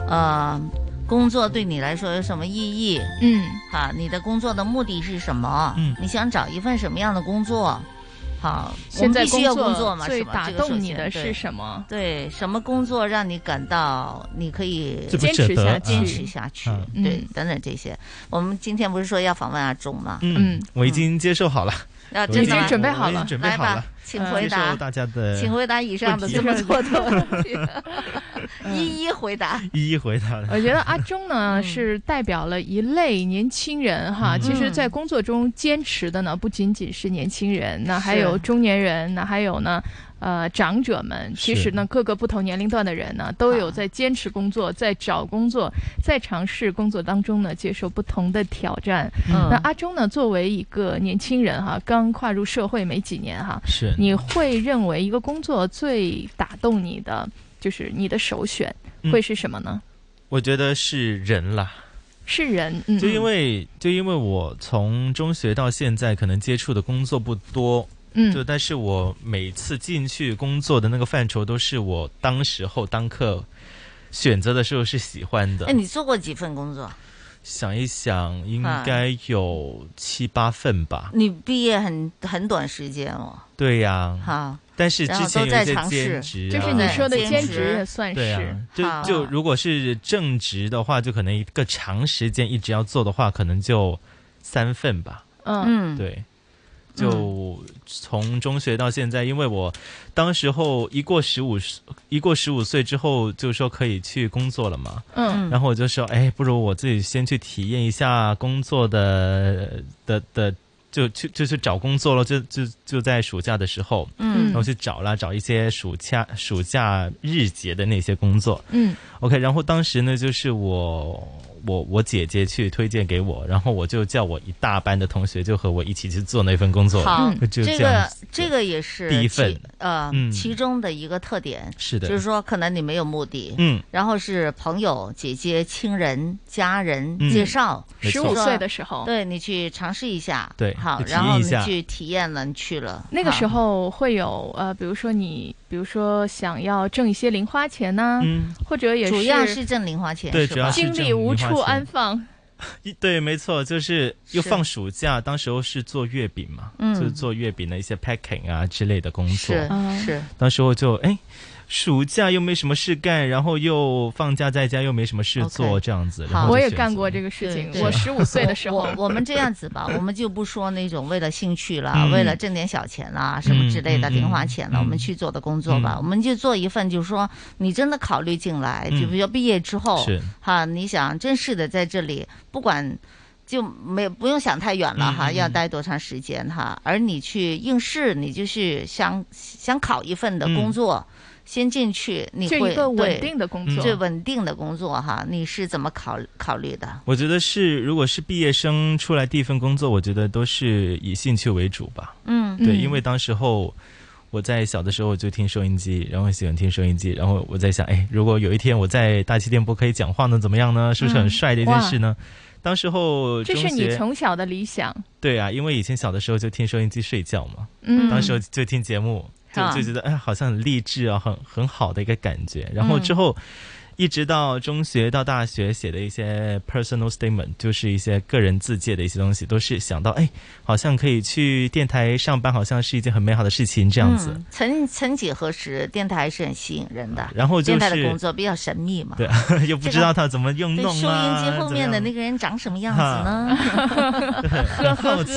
S3: 呃，工作对你来说有什么意义？
S4: 嗯，
S3: 哈，你的工作的目的是什么？
S4: 嗯
S3: 你想找一份什么样的工作？好，我
S4: 现
S3: 们
S4: 在
S3: 必须要工
S4: 作
S3: 嘛，
S4: 最
S3: 是吧
S4: 打
S3: 这个首
S4: 动你的
S3: 先
S4: 是
S3: 对
S4: 什么？
S3: 对，什么工作让你感到你可以
S4: 自不舍得坚持下去
S3: 坚持下去嗯
S2: 啊，
S3: 对，等等这些。我们今天不是说要访问阿钟吗？
S2: 嗯， 我已经接受好了，
S3: 啊，
S2: 我
S3: 真的
S2: 经
S3: 吗
S2: 我已经准备
S3: 来
S2: 好
S3: 吧
S2: 了，，
S3: 请回
S2: 接
S3: 答
S2: 受大家的，
S3: 请回答以上的这么多的问题，
S4: 嗯
S3: 一一回答。
S2: 一一回答的。
S4: 我觉得 阿忠
S8: 嗯
S4: 呢是代表了一类年轻人哈。
S2: 嗯
S4: 其实，在工作中坚持的呢，不仅仅是年轻人，那还
S8: 嗯是
S4: 有中年人，那还有呢。呃，长者们其
S8: 是啊
S4: 实呢，各个不同年龄段的人呢，都有在坚持工作，在找工作，在尝试工作当中呢，接受不同的挑战。
S8: 嗯
S4: 那阿忠呢，作为一个年轻人哈，刚跨入社会没几年哈，
S8: 是
S4: 你会认为一个工作最打动你的，就是你的首选
S2: 嗯
S4: 会是什么呢？
S2: 我觉得是人啦，
S4: 是人，嗯，
S2: 就因为就因为我从中学到现在，可能接触的工作不多，
S4: 嗯
S2: 就但是我每次进去工作的那个范畴，都是我当时候当刻选择的时候是喜欢的。
S3: 哎，你嗯做过几份工作？
S2: 想一想，应该有七八份吧？
S3: 你毕业很很短时间哦，
S2: 对呀、
S3: 哈。
S2: 但是
S3: 然
S2: 之
S3: 后
S2: 前
S3: 都
S2: 有
S3: 在
S2: 一些
S3: 尝试
S2: 兼职、啊，
S4: 就是你说的兼职也算
S2: 对啊
S4: 是，，
S2: 就
S4: 好
S2: 就如果是正职的话，就可能一个长时间一直要做的话，可能就三份吧。
S4: 嗯
S2: 嗯，对。就从中学到现在，因为我当时候一过十五一过十五岁之后，就说可以去工作了嘛。
S8: 嗯
S2: 然后我就说，哎，不如我自己先去体验一下工作的的的，就去就去找工作了，就就就在暑假的时候，
S8: 嗯
S2: 然后去找啦，找一些暑假暑假日结的那些工作，
S8: 嗯
S2: ，OK，然后当时呢，就是我我我姐姐去推荐给我，然后我就叫我一大班的同学就和我一起去做那份工作，
S3: 好，
S2: 就
S3: 这
S2: 样
S3: 个
S2: 子。
S3: 这个也是
S2: 第一
S3: 其
S2: 份
S3: 呃
S2: 嗯
S3: 其中的一个特点。
S2: 是的
S3: 就是说可能你没有目的，
S2: 嗯
S3: 然后是朋友、姐姐、亲人、家人
S2: 嗯
S3: 介绍，
S2: 没错
S3: 说
S4: 15岁的时候
S3: 对你去尝试一下，
S2: 对
S3: 好
S2: 就，体
S3: 然后
S2: 验一
S3: 你
S2: 下
S3: 去体验了，你去了，
S4: 那个
S3: 好
S4: 时候会有呃，比如说你，比如说想要挣一些零花钱呐、
S2: 嗯
S4: 或者也
S3: 主要是挣零花钱
S2: 对是吧主要是
S4: 精力
S2: 挣
S4: 无
S2: 零花
S4: 处
S2: 钱
S4: 安放。
S2: 一对，没错，就是又
S4: 是
S2: 放暑假，当时候是做月饼嘛，
S4: 嗯
S2: 就是做月饼的一些 packing 啊之类的工作。
S3: 是是，
S2: 当时候就哎，暑假又没什么事干，然后又放假在家又没什么事做这样子。然后就
S4: 我也
S2: 选
S4: 干过这个事情
S3: 对，
S4: 我十五岁的 时候，
S3: 我我我们这样子吧，我们就不说那种为了兴趣啦、
S4: 嗯
S3: 为了挣点小钱啦、什么之类的
S4: 嗯嗯
S3: 零花钱啦，
S4: 嗯
S3: 我们去做的工作吧，
S4: 嗯
S3: 我们就做一份，就是说你真的考虑进来，
S4: 嗯
S3: 就比如毕业之后
S4: 是，
S3: 哈，你想真是的在这里，不管。就没不用想太远了哈，
S4: 嗯嗯嗯
S3: 要待多长时间哈？而你去应试，你就是想想考一份的工作，先进去，你
S4: 嗯就
S3: 会
S4: 一个稳
S3: 对
S4: 定的工
S2: 作
S3: 最稳定的工作哈，你是怎么考考虑的？
S2: 我觉得是，如果是毕业生出来第一份工作，我觉得都是以兴趣为主吧。
S3: 嗯
S2: 对，
S3: 嗯
S2: 因为当时候我在小的时候就听收音机，然后喜欢听收音机，然后我在想，哎，如果有一天我在大气电波可以讲话呢，怎么样呢？是不是很
S4: 嗯
S2: 帅的一件事呢？当时候
S4: 这
S2: 中
S4: 是你
S2: 学
S4: 从小的理想。
S2: 对啊，因为以前小的时候就听收音机睡觉嘛，
S4: 嗯
S2: 当时候就听节目，就
S4: 啊
S2: 就觉得哎，好像很励志啊，很很好的一个感觉。然后之后。
S3: 嗯
S2: 一直到中学到大学写的一些 personal statement，就是一些个人自介的一些东西，都是想到哎，好像可以去电台上班，好像是一件很美好的事情这样子。
S3: 嗯曾曾几何时，电台还是很吸引人的。
S2: 然后就
S3: 电台的
S2: 是
S3: 工作比较神秘嘛。
S2: 对， 又不知道他怎么用
S3: 对
S2: 弄
S3: 收音
S2: 啊，
S3: 机后面的那个人长什么样子呢？
S2: 很好奇，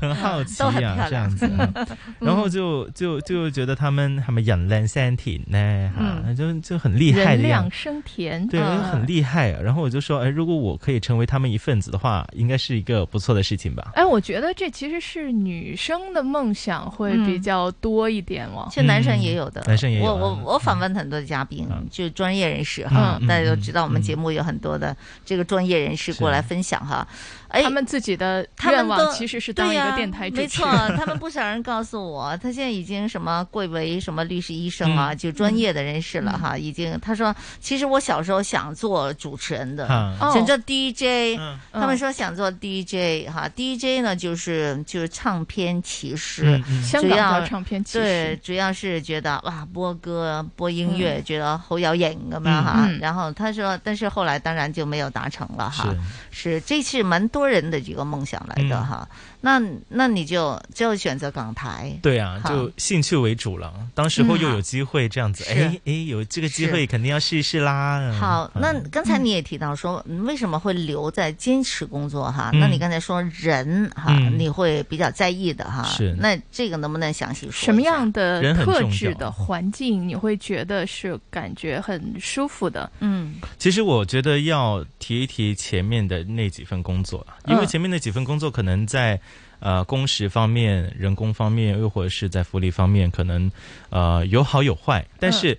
S2: 很好 奇
S3: 都很漂
S2: 啊，
S3: 亮
S2: 这样子。
S3: 嗯
S2: 然后就就就觉得他们他们人靓声甜呢，哈，
S4: 嗯
S2: 就就很厉害
S4: 人
S2: 的样
S4: 两
S2: 子。
S4: 生甜，
S2: 对，
S4: 嗯
S2: 很厉害啊。然后我就说，哎，如果我可以成为他们一份子的话，应该是一个不错的事情吧。
S4: 哎，我觉得这其实是女生的梦想会比较多一点哦。
S3: 嗯其实男生也有的，
S2: 嗯男生也有啊
S3: 我我我访问很多嘉宾，就专业人士哈，
S4: 嗯
S3: 大家都知道我们节目有很多的这个专业人士过来分享哈。哎，
S4: 他们自己的
S3: 他
S4: 愿
S3: 们
S4: 望
S3: 都
S4: 其实是当一
S3: 对
S4: 个
S3: 呀
S4: 电台主
S3: 没
S4: 持
S3: 错
S4: 人。，
S3: 他们不少人告诉我，他现在已经什么贵为什么律师、医生啊，
S4: 嗯
S3: 就专业的人士了哈。已经他说，其实我小时候想做主持人的
S4: 嗯，哦
S3: 想做 DJ。他们
S4: 嗯
S3: 说想做 DJ 哈，DJ 呢就是就是唱片骑士
S4: 嗯嗯，香
S3: 主
S4: 港
S3: 要
S4: 叫唱片骑士
S3: 对，主要是觉得哇播歌播音乐，
S4: 嗯
S3: 觉得好有瘾咁样哈
S4: 嗯。
S3: 然后他说，但是后来当然就没有达成了哈
S4: 是。
S3: 是，这是蛮多人的这个梦想来的
S2: 嗯
S3: 哈。那那你就就选择港台，
S2: 对啊，
S3: 好
S2: 就兴趣为主了。当时候
S3: 嗯
S2: 又有机会这样子，
S3: 是
S2: 哎哎，有这个机
S3: 是
S2: 会肯定要试一试啦。嗯
S3: 好，那刚才你也提到说，嗯为什么会留在坚持工作哈？
S2: 嗯
S3: 那你刚才说人哈，
S2: 嗯
S3: 你会比较在意的哈。
S2: 是
S3: 那这个能不能详细说一下？
S4: 什么样的
S2: 人很
S4: 特
S2: 重
S4: 质
S2: 要
S4: 的环境你会觉得是感觉很舒服的？
S3: 嗯
S2: 其实我觉得要提一提前面的那几份工作啊，
S4: 嗯
S2: 因为前面那几份工作可能在呃工时方面、人工方面，又或者是在福利方面，可能呃有好有坏，但
S4: 嗯
S2: 是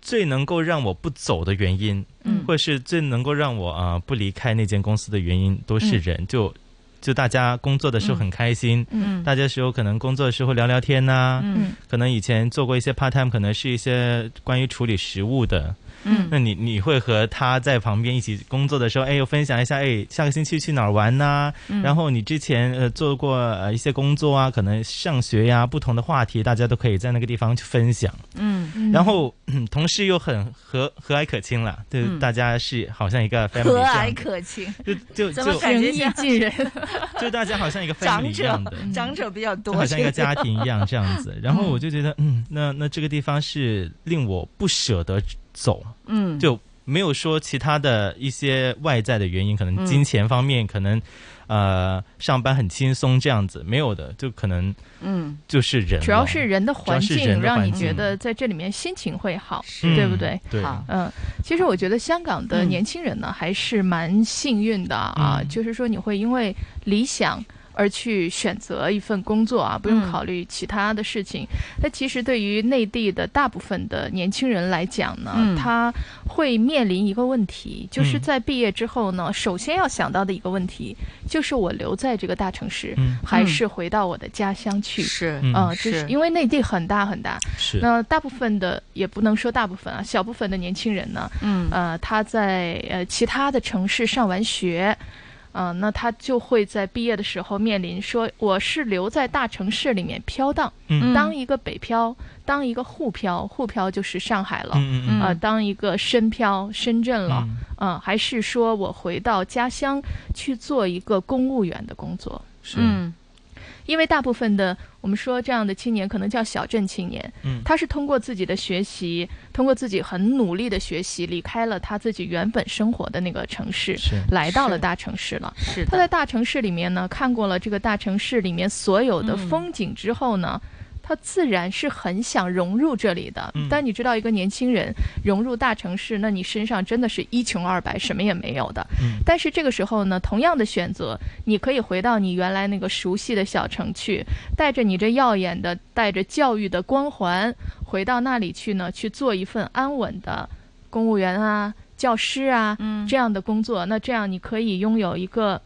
S2: 最能够让我不走的原因，
S3: 嗯
S2: 或者是最能够让我啊、呃不离开那间公司的原因，都是
S4: 嗯
S2: 人、就。就大家工作的时候很开心，
S4: 嗯嗯
S2: 大家时候可能工作的时候聊聊天呐、
S4: 嗯
S2: 可能以前做过一些 part time，可能是一些关于处理食物的，
S4: 嗯
S2: 那你你会和他在旁边一起工作的时候，哎，又分享一下，哎，下个星期去哪儿玩呐、
S4: 嗯
S2: 然后你之前呃做过呃一些工作啊，可能上学呀、不同的话题，大家都可以在那个地方去分享。
S3: 嗯
S2: 然后、嗯同事又很和和蔼可亲了，对、
S3: 嗯
S2: 大家是好像一个 family
S3: 和
S2: 这样
S3: 蔼
S2: 的
S3: 可亲，
S2: 就就
S3: 怎么
S2: 就
S3: 感觉
S2: 仁 义
S3: 像
S4: 近人？
S2: 就大家好像一个
S3: 长
S2: family 一
S3: 者
S2: 样的，
S3: 长者比较多，
S2: 就好像一个
S3: 这
S2: 家庭一 样这样 子。然后我
S3: 嗯
S2: 就觉得，嗯，那那这个地方是令我不舍得走，
S3: 嗯
S2: 就没有说其他的一些外在的原因，可
S4: 嗯
S2: 能金钱方面，可能呃上班很轻松这样子，没有的，就可能
S4: 嗯，
S2: 就是人了，
S4: 主要是人的环
S2: 主要是人
S4: 境
S2: 的
S4: 让你
S2: 环境
S4: 觉得在这里面心情会好，
S2: 嗯
S4: 对不对？
S2: 对好
S4: 嗯，其实我觉得香港的
S8: 嗯
S4: 年轻人呢、还是蛮幸运的啊，
S8: 嗯
S4: 就是说你会因为理想。而去选择一份工作啊，不用考虑其他的事情。那、其实对于内地的大部分的年轻人来讲呢，
S8: 嗯
S4: 他会面临一个问题，就是
S8: 嗯
S4: 在毕业之后呢，首先要想到的一个问题，就是我留在这个大城市，
S8: 嗯
S4: 还
S8: 嗯
S4: 是回到我的家乡去？
S3: 是
S8: 嗯
S4: 呃，就是
S8: 是
S4: 因为内地很大很大，
S8: 是
S4: 那大部分的也不能说大部分啊，小部分的年轻人呢，
S8: 嗯
S4: 呃，他在呃其他的城市上完学。嗯、那他就会在毕业的时候面临说，我是留在大城市里面飘荡，
S8: 嗯
S4: 当一个北漂，当一个沪漂，沪漂就是上海了，
S8: 嗯嗯嗯
S4: 呃，当一个深漂，深圳了，嗯、还是说我回到家乡去做一个公务员的工作，
S3: 嗯
S4: 因为大部分的我们说这样的青年可能叫小镇青年，
S8: 嗯
S4: 他是通过自己的学习，通过自己很努力的学习，离开了他自己原本生活的那个城市，
S8: 是
S4: 来到了大城市了。
S3: 是
S4: 他在大城市里面呢，看过了这个大城市里面所有的
S8: 嗯
S4: 风景之后呢。他自然是很想融入这里的，
S8: 嗯
S4: 但你知道，一个年轻人融入大城市，那你身上真的是一穷二白，什么也没有的。
S8: 嗯
S4: 但是这个时候呢，同样的选择，你可以回到你原来那个熟悉的小城去，带着你这耀眼的、带着教育的光环，回到那里去呢，去做一份安稳的公务员啊、教师啊、
S8: 嗯
S4: 这样的工作。那这样你可以拥有一个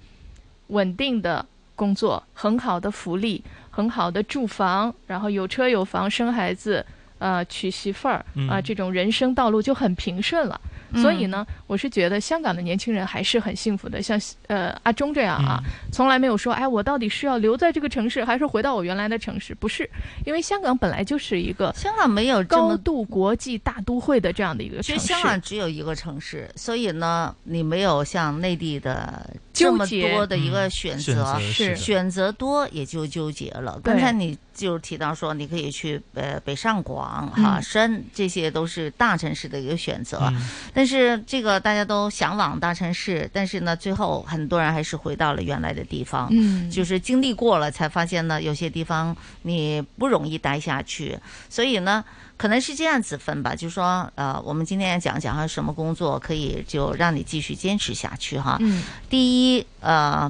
S4: 稳定的工作，很好的福利，很好的住房，然后有车有房，生孩子，呃，娶媳妇儿啊、
S8: 嗯
S4: 这种人生道路就很平顺了。
S8: 嗯
S4: 所以呢，我是觉得香港的年轻人还是很幸福的，像呃阿忠这样啊，
S3: 嗯
S4: 从来没有说哎，我到底是要留在这个城市，还是回到我原来的城市？不是，因为香港本来就是一个
S3: 香港没有这么
S4: 高度国际大都会的这样的一个
S3: 其
S4: 城
S3: 实
S4: 市。
S3: 香港只有一个城市，所以呢，你没有像内地的
S4: 纠
S3: 这么
S4: 结
S3: 多的一个选择，
S8: 嗯选择是的
S3: 选择多也就纠结了。
S8: 对
S3: 刚才你就提到说，你可以去呃北上广哈、
S8: 嗯
S3: 深，这些都是大城市的一个选择。
S8: 嗯
S3: 但是这个大家都向往大城市，但是呢，最后很多人还是回到了原来的地方。
S8: 嗯
S3: 就是经历过了才发现呢，有些地方你不容易待下去，所以呢。可能是这样子分吧，就是说，呃，我们今天讲讲还有什么工作可以就让你继续坚持下去
S4: 啊
S3: 哈。
S8: 嗯
S3: 第一，呃，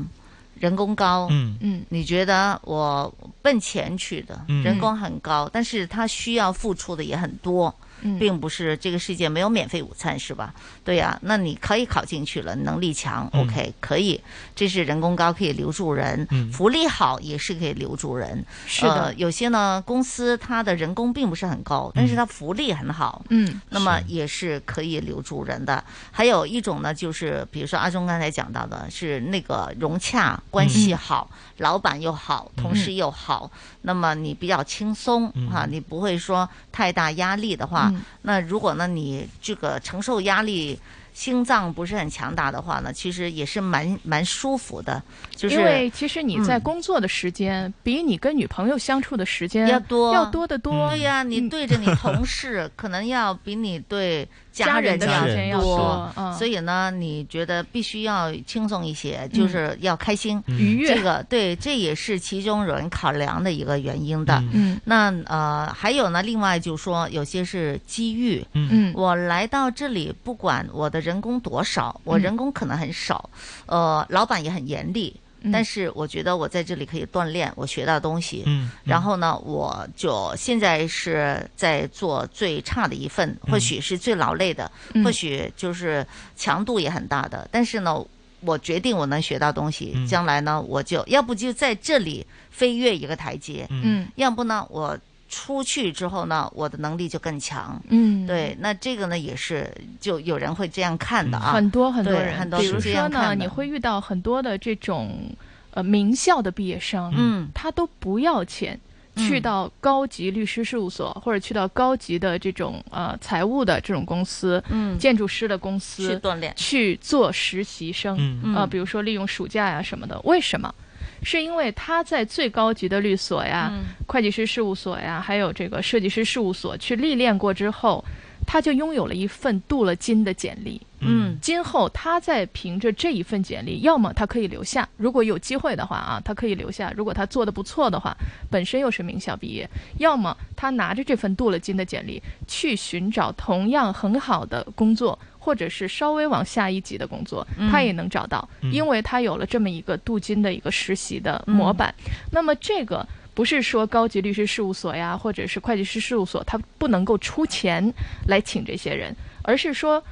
S3: 人工高，
S8: 嗯
S4: 嗯，
S3: 你觉得我奔钱去的，
S8: 嗯
S3: 人工很高，但是他需要付出的也很多，
S8: 嗯
S3: 并不是这个世界没有免费午餐是吧？对呀、那你可以考进去了，能力强、
S8: 嗯
S3: o k 可以，这是人工高可以留住人，
S8: 嗯
S3: 福利好也是可以留住人。
S8: 是的
S3: 呃有些呢公司它的人工并不是很高，但是它福利很好，
S8: 嗯
S3: 那么也是可以留住人的。还有一种呢，就是比如说阿忠刚才讲到的，是那个融洽关系好，老板又好，
S8: 嗯
S3: 同事又好，那么你比较轻松哈、
S8: 嗯
S3: 啊，你不会说太大压力的话，
S8: 嗯
S3: 那如果呢你这个承受压力。心脏不是很强大的话呢，其实也是蛮蛮舒服的，就是
S4: 因为其实你在
S3: 嗯
S4: 工作的时间、比你跟女朋友相处的时间
S3: 要多嗯
S4: 要多得多。
S8: 嗯
S3: 对呀、你对着你 同事可能要比你对
S4: 家
S3: 人
S4: 人的时间要
S3: 多
S4: 多，嗯
S3: 所以呢，你觉得必须要轻松一些，就是要开心、
S8: 嗯愉悦
S3: 这个对，这也是其中人考量的一个原因的。
S8: 嗯
S3: 那呃，还有呢，另外就是说，有些是机遇。
S8: 嗯
S3: 我来到这里，不管我的人工多少，我
S8: 嗯
S3: 人工可能很少，呃，老板也很严厉。
S4: 嗯
S3: 但是我觉得我在这里可以锻炼，我学到东西，
S8: 嗯嗯
S3: 然后呢，我就现在是在做最差的一份，
S8: 嗯
S3: 或许是最劳累的，
S8: 嗯
S3: 或许就是强度也很大的，但是呢，我决定我能学到东西，
S8: 嗯
S3: 将来呢，我就要不就在这里飞跃一个台阶，
S8: 嗯
S3: 要不呢，我出去之后呢，我的能力就更强，
S8: 嗯
S3: 对，那这个呢也是就有人会这样看的啊，
S4: 很多很多
S3: 对
S4: 人，
S3: 很多
S4: 比如
S3: 是
S4: 说
S3: 这样
S4: 呢，
S3: 看
S4: 你
S3: 的。
S4: 会遇到很多的这种呃名校的毕业生，
S3: 嗯，
S4: 他都不要钱。
S8: 嗯
S4: 去到高级律师事务所，或者去到高级的这种呃财务的这种公司，
S8: 嗯
S4: 建筑师的公司
S8: 去锻炼
S4: 去做实习生，
S8: 嗯
S4: 呃，
S8: 嗯
S4: 比如说利用暑假呀什么的。为什么？是因为他在最高级的律所呀、
S8: 嗯
S4: 会计师事务所呀，还有这个设计师事务所去历练过之后，他就拥有了一份镀了金的简历。
S3: 嗯，
S4: 今后他再凭着这一份简历，要么他可以留下，如果有机会的话啊，他可以留下；如果他做的不错的话，本身又是名校毕业，要么他拿着这份镀了金的简历去寻找同样很好的工作，或者是稍微往下一级的工作，
S8: 嗯
S4: 他也能找到，
S8: 嗯
S4: 因为他有了这么一个镀金的一个实习的
S3: 嗯
S4: 模板。那么这个。不是说高级律师事务所呀，或者是会计师事务所，他不能够出钱来请这些人，而是说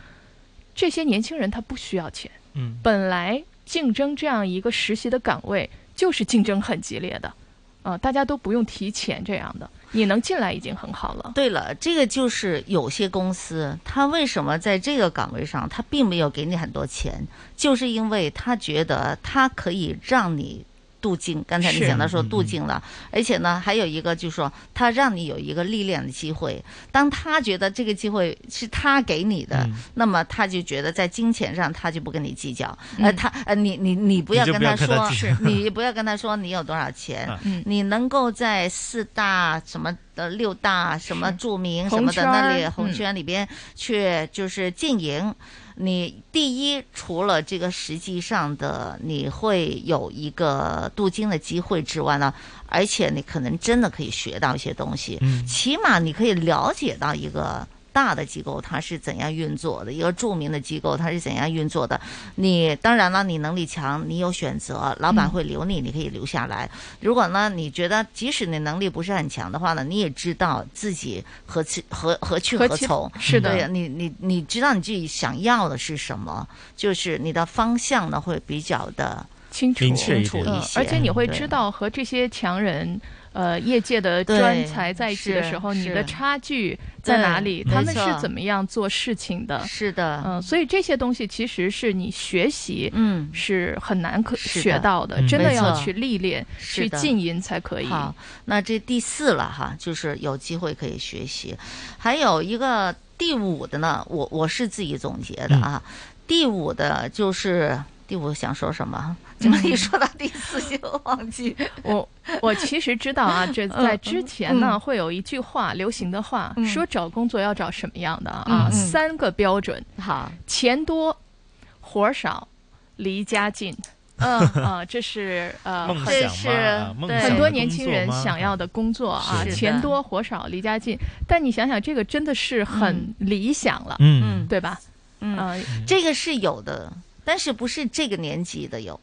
S4: 这些年轻人他不需要钱，
S2: 嗯，
S4: 本来竞争这样一个实习的岗位就是竞争很激烈的，啊、大家都不用提钱这样的，你能进来已经很好了。
S3: 对了，这个就是有些公司，他为什么在这个岗位上，他并没有给你很多钱，就是因为他觉得他可以让你镀金。刚才你
S8: 是
S3: 讲到说
S8: 嗯
S3: 镀金了，而且呢，还有一个就是说，他让你有一个历练的机会。当他觉得这个机会是他给你的，
S8: 嗯
S3: 那么他就觉得在金钱上他就不跟你计较。呃，
S8: 嗯
S3: 他呃，你你你不
S8: 你
S3: 要
S8: 就
S3: 跟
S8: 不要
S3: 他
S8: 跟
S3: 说
S8: 他，计较
S3: 你不要跟他说你有多少钱，
S8: 嗯
S3: 你能够在四大什么的六大什么著名什
S8: 红
S3: 么的
S8: 圈
S3: 那
S8: 儿
S3: 里
S8: 嗯
S3: 红圈里边去就是经营。你第一，除了这个实际上的你会有一个镀金的机会之外呢，而且你可能真的可以学到一些东西，
S8: 嗯
S3: 起码你可以了解到一个大的机构它是怎样运作的，一个著名的机构它是怎样运作的。你当然了，你能力强，你有选择，老板
S8: 嗯
S3: 会留你，你可以留下来。如果呢，你觉得即使你能力不是很强的话呢，你也知道自己何去何何去
S8: 何
S3: 何
S8: 其
S3: 从。
S8: 是的
S3: 对呀你你你知道你自己想要的是什么，就是你的方向呢会比较的
S4: 清楚
S3: 清楚一
S4: 嗯
S3: 些，
S4: 而且你会
S3: 对
S4: 知道和这些强人。呃，业界的
S3: 对
S4: 专才在一起的
S3: 是
S4: 时候，你
S3: 是
S4: 的差距在
S3: 对
S4: 哪里？
S3: 没
S4: 他们是
S3: 错
S4: 怎么样做事情的？
S3: 是的，
S4: 嗯、所以这些东西其实是你学习，
S3: 嗯，
S4: 是很难可
S3: 是的
S4: 学到的，
S3: 嗯
S4: 真的
S3: 没
S4: 要
S3: 错
S4: 去历练、
S3: 是
S4: 去
S3: 的
S4: 浸淫才可以。
S3: 好，那这第四了哈，就是有机会可以学习，还有一个第五的呢，我我是自己总结的啊，第五的就是第五想说什么？怎么一说到第四就忘记？
S4: 我我其实知道啊，这
S3: 嗯
S4: 在之前呢，
S3: 嗯
S4: 会有一句话流行的话，
S3: 嗯
S4: 说找工作要找什么样的
S3: 嗯
S4: 啊？
S3: 嗯
S4: 三个标准：
S3: 好，
S4: 钱多，活儿少，离家 近。
S3: 嗯
S4: 啊，这是呃，
S8: 梦
S4: 很
S8: 想嘛啊梦想的
S4: 很多
S8: 工
S4: 年轻
S8: 作
S4: 人
S8: 嘛
S4: 想要的工作啊，
S8: 是的
S4: 钱多活少离家近。但你想想，这个真的是很理想了，
S8: 嗯嗯
S4: 对吧？
S3: 嗯
S4: 啊，
S3: 这个是有的，但是不是这个年纪的有。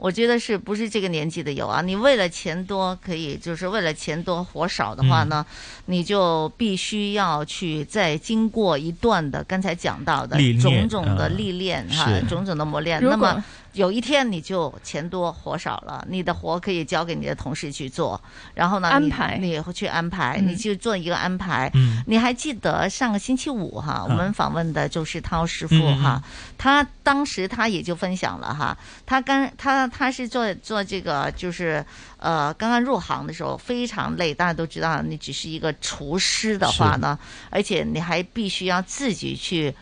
S3: 我觉得是不是这个年纪的有啊？你为了钱多，可以就是为了钱多活少的话
S8: 嗯
S3: 呢，你就必须要去再经过一段的刚才讲到的
S8: 历练
S3: 种种的
S8: 啊
S3: 历练哈、
S8: 是
S3: 种种的磨练。
S8: 如
S3: 那
S8: 果
S3: 么有一天你就钱多活少了，你的活可以交给你的同事去做，然后呢，
S4: 安
S3: 你
S4: 排
S3: 你也会去安排，
S4: 嗯
S3: 你就做一个安排。
S8: 嗯
S3: 你还记得上个星期五哈，我们访问的就是涛师傅
S8: 嗯嗯
S3: 哈，他当时他也就分享了哈，他刚他他是做做这个就是呃刚刚入行的时候非常累，大家都知道你只是一个厨师的话呢，而且你还必须要自己去。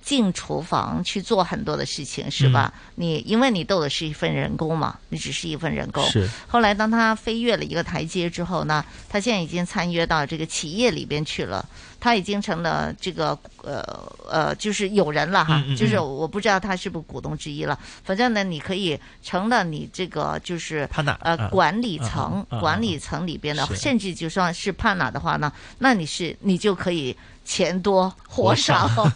S3: 进厨房去做很多的事情，是吧？
S8: 嗯
S3: 你因为你斗的是一份人工嘛，你只是一份人工。
S8: 是
S3: 后来当他飞跃了一个台阶之后呢，他现在已经参与到这个企业里边去了，他已经成了这个呃呃，就是有人了哈，
S8: 嗯嗯嗯
S3: 就是我不知道他是不是股东之一了，反正呢，你可以成了你这个就是呃
S8: 啊
S3: 管理
S8: 啊啊
S3: 层、
S8: 啊啊
S3: 管理层里边的，
S8: 是
S3: 甚至就算是 partner 的话呢，那你是你就可以钱多活
S8: 活
S3: 少
S8: 少。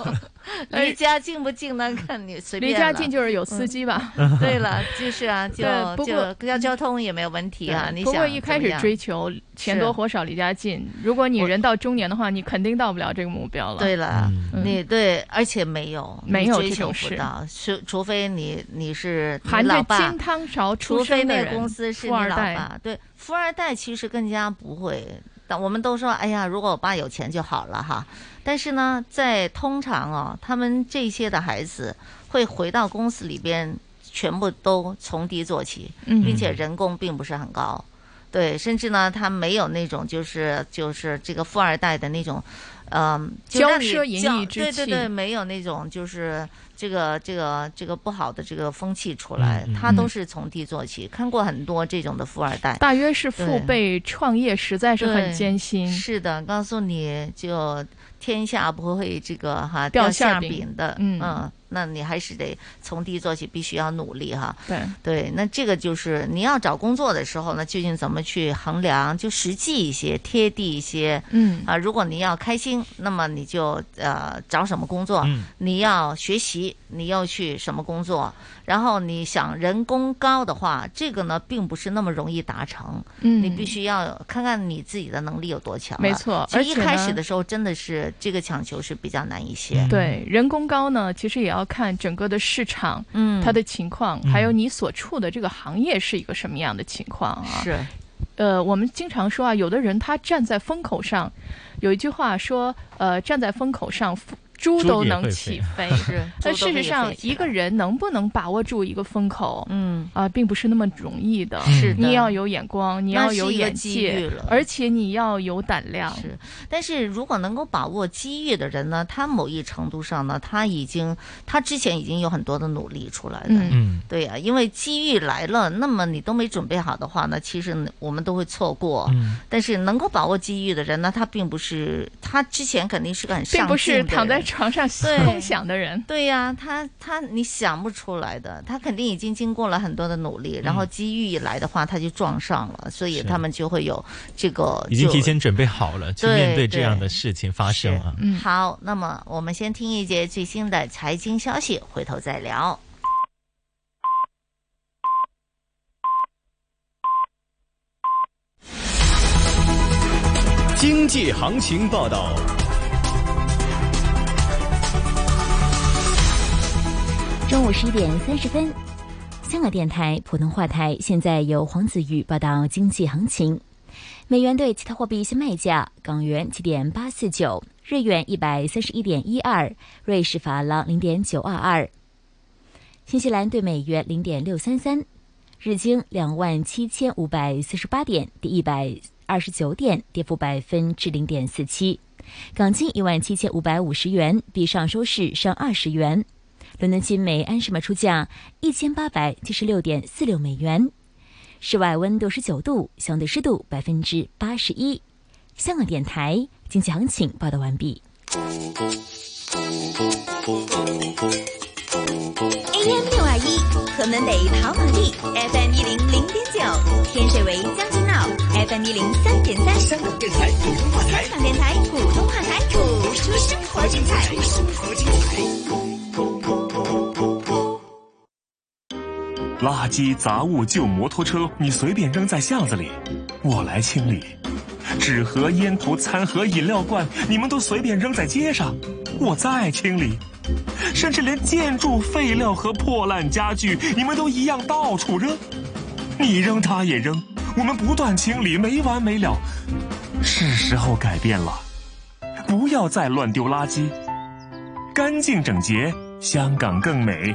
S3: 离家近不近呢？看你随便
S4: 哎离
S3: 了。
S4: 家近就是有司机吧？
S3: 嗯。对了，就是啊，就
S4: 对不过
S3: 就交交通也没有问题啊。
S4: 对
S3: 你
S4: 不
S3: 想
S4: 过一开
S3: 怎么
S4: 始
S3: 样
S4: 追求钱多活少离家近，如果你人到中年的话，你肯定到不了这个目标了。
S3: 对了，
S4: 嗯
S3: 你对，而且没有
S4: 没有
S3: 你追
S4: 这
S3: 求
S4: 种
S3: 不
S4: 事
S3: 到，除除非你你是你
S4: 含着
S3: 老爸
S4: 金汤勺出
S3: 除非
S4: 生的
S3: 那个
S4: 人
S3: 公司是
S4: 富
S3: 你
S4: 二
S3: 老
S4: 代
S3: 爸，对，富二代其实更加不会。但我们都说，哎呀，如果我爸有钱就好了哈。但是呢，在通常哦，他们这些的孩子会回到公司里边，全部都从低做起，
S8: 嗯
S3: 并且人工并不是很高。对，甚至呢，他没有那种就是就是这个富二代的那种嗯，就让
S4: 骄
S3: 你
S4: 奢淫
S3: 叫
S4: 逸之
S3: 对对对，
S4: 气
S3: 没有那种就是这个这个这个不好的这个风气出来，
S4: 嗯嗯
S3: 他都
S4: 嗯
S3: 是从低做起。看过很多这种的富二代，
S4: 大约是
S3: 对
S4: 父辈创业实在是很
S3: 对
S4: 艰辛。
S3: 是的，告诉你就天下不会这个哈
S4: 掉馅
S3: 馅
S4: 儿饼
S3: 的，
S4: 嗯
S3: 那你还是得从低做起，必须要努力哈。
S4: 对
S3: 对，那这个就是你要找工作的时候呢，究竟怎么去衡量，就实际一些，贴地一些。
S4: 嗯
S3: 啊，如果你要开心，那么你就呃找什么工作，
S4: 嗯
S3: 你要学习，你要去什么工作，然后你想人工高的话，这个呢并不是那么容易达成。
S4: 嗯
S3: 你必须要看看你自己的能力有多强了。
S4: 没错
S3: 其实
S4: 而
S3: 一
S4: 且
S3: 开
S4: 呢
S3: 始的时候真的是这个抢求是比较难一些。
S4: 对，人工高呢，其实也要看整个的市场，
S3: 嗯
S4: 它的情况，还有你所处的这个行业是一个什么样的情况啊？
S3: 是，
S4: 呃，我们经常说啊，有的人他站在风口上，有一句话说，呃，站在风口上，猪
S3: 猪
S4: 都
S3: 也
S4: 能
S3: 会
S4: 起
S3: 飞
S4: 飞。
S3: 是
S22: 哎
S4: 但
S3: 猪都
S4: 事
S3: 可以
S4: 实上
S3: 飞，起
S4: 一个人能不能把握住一个风口，
S3: 嗯
S4: 啊，并不是那么容易的。
S3: 是的
S4: 你要有眼光，你
S3: 那
S4: 要
S3: 是
S4: 有
S3: 一个
S4: 眼
S3: 机遇
S4: 界
S3: 了，
S4: 而且你要有胆量。
S3: 啊是，但是如果能够把握机遇的人呢，他某一程度上呢，他已经他之前已经有很多的努力出来了。
S4: 嗯
S2: 嗯，
S3: 对呀、因为机遇来了，那么你都没准备好的话呢，其实我们都会错过。
S2: 嗯
S3: 但是能够把握机遇的人呢，他并不是他之前肯定是个很
S4: 并
S3: 上
S4: 不是
S3: 进的
S4: 躺在
S3: 人
S4: 床上
S3: 对
S4: 空想的人。
S3: 对呀、他他你想不出来的，他肯定已经经过了很多的努力，然后机遇一来的话，他就撞上了，所以
S2: 嗯是
S3: 他们就会有这个
S2: 已经
S3: 就
S2: 提前准备好了，去
S3: 对
S2: 面对这样
S3: 对
S2: 的事情发生啊。
S4: 嗯，
S3: 好，那么我们先听一节最新的财经消息，回头再聊。
S24: 经济行情报道。
S8: 中午十一点三十分，香港电台普通话台现在由黄子瑜报道经济行情。美元对其他货币现卖价：港元七点八四九，日元一百三十一点一二，瑞士法郎零点九二二，新西兰对美元零点六三三，日经两万七千五百四十八点，跌一百二十九点，跌幅百分之零点四七。港金一万七千五百五十元，比上收市上二十元。伦敦金每安士卖出价一千八百七十六点四六美元。室外温度十九度，相对湿度百分之八十一。香港电台经济行情报道完毕。
S1: AM 六二一，河门北跑马地；FM 一零零点九，天水围将军澳；FM 一零三点三，香港电台普通话台。香港电台普通话台，播出生活精彩。生活精彩。
S27: 垃圾、杂物、旧摩托车，你随便扔在巷子里，我来清理；纸盒、烟头、餐盒、饮料罐，你们都随便扔在街上，我再清理；甚至连建筑废料和破烂家具，你们都一样到处扔，你扔他也扔，我们不断清理，没完没了。是时候改变了，不要再乱丢垃圾，干净整洁，香港更美。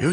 S28: 有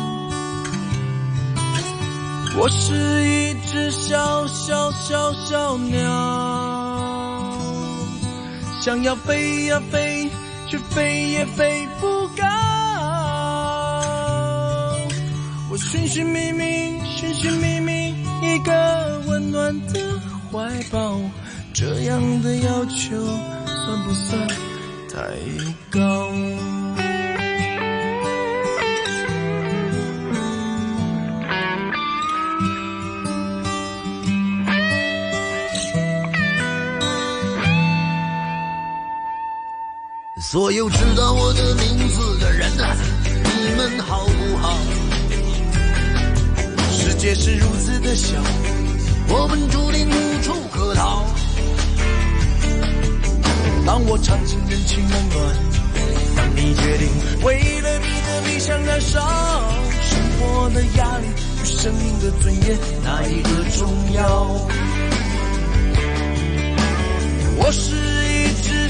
S28: 我是一只小小小小鸟，想要飞呀飞，却飞也飞不高。我寻寻觅觅，寻寻觅觅一个温暖的怀抱，这样的要求算不算太高？
S29: 所有知道我的名字的人呐、你们好不好？世界是如此的小，我们注定无处可逃。
S28: 当我尝尽人情冷暖，当你决定为了你的理想燃烧，生活的压力与生命的尊严，哪一个重要？我是一只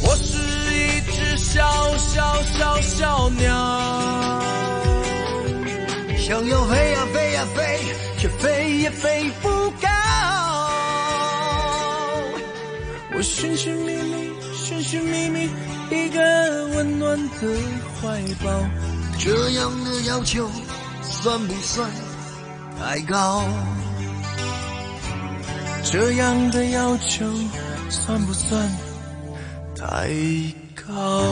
S28: 我是一只小小小小鸟，
S29: 想要飞呀飞呀飞，却飞也飞不高。
S28: 我寻寻觅觅，寻寻觅觅一个温暖的怀抱，
S29: 这样的要求算不算太高？
S28: 这样的要求算不算太高？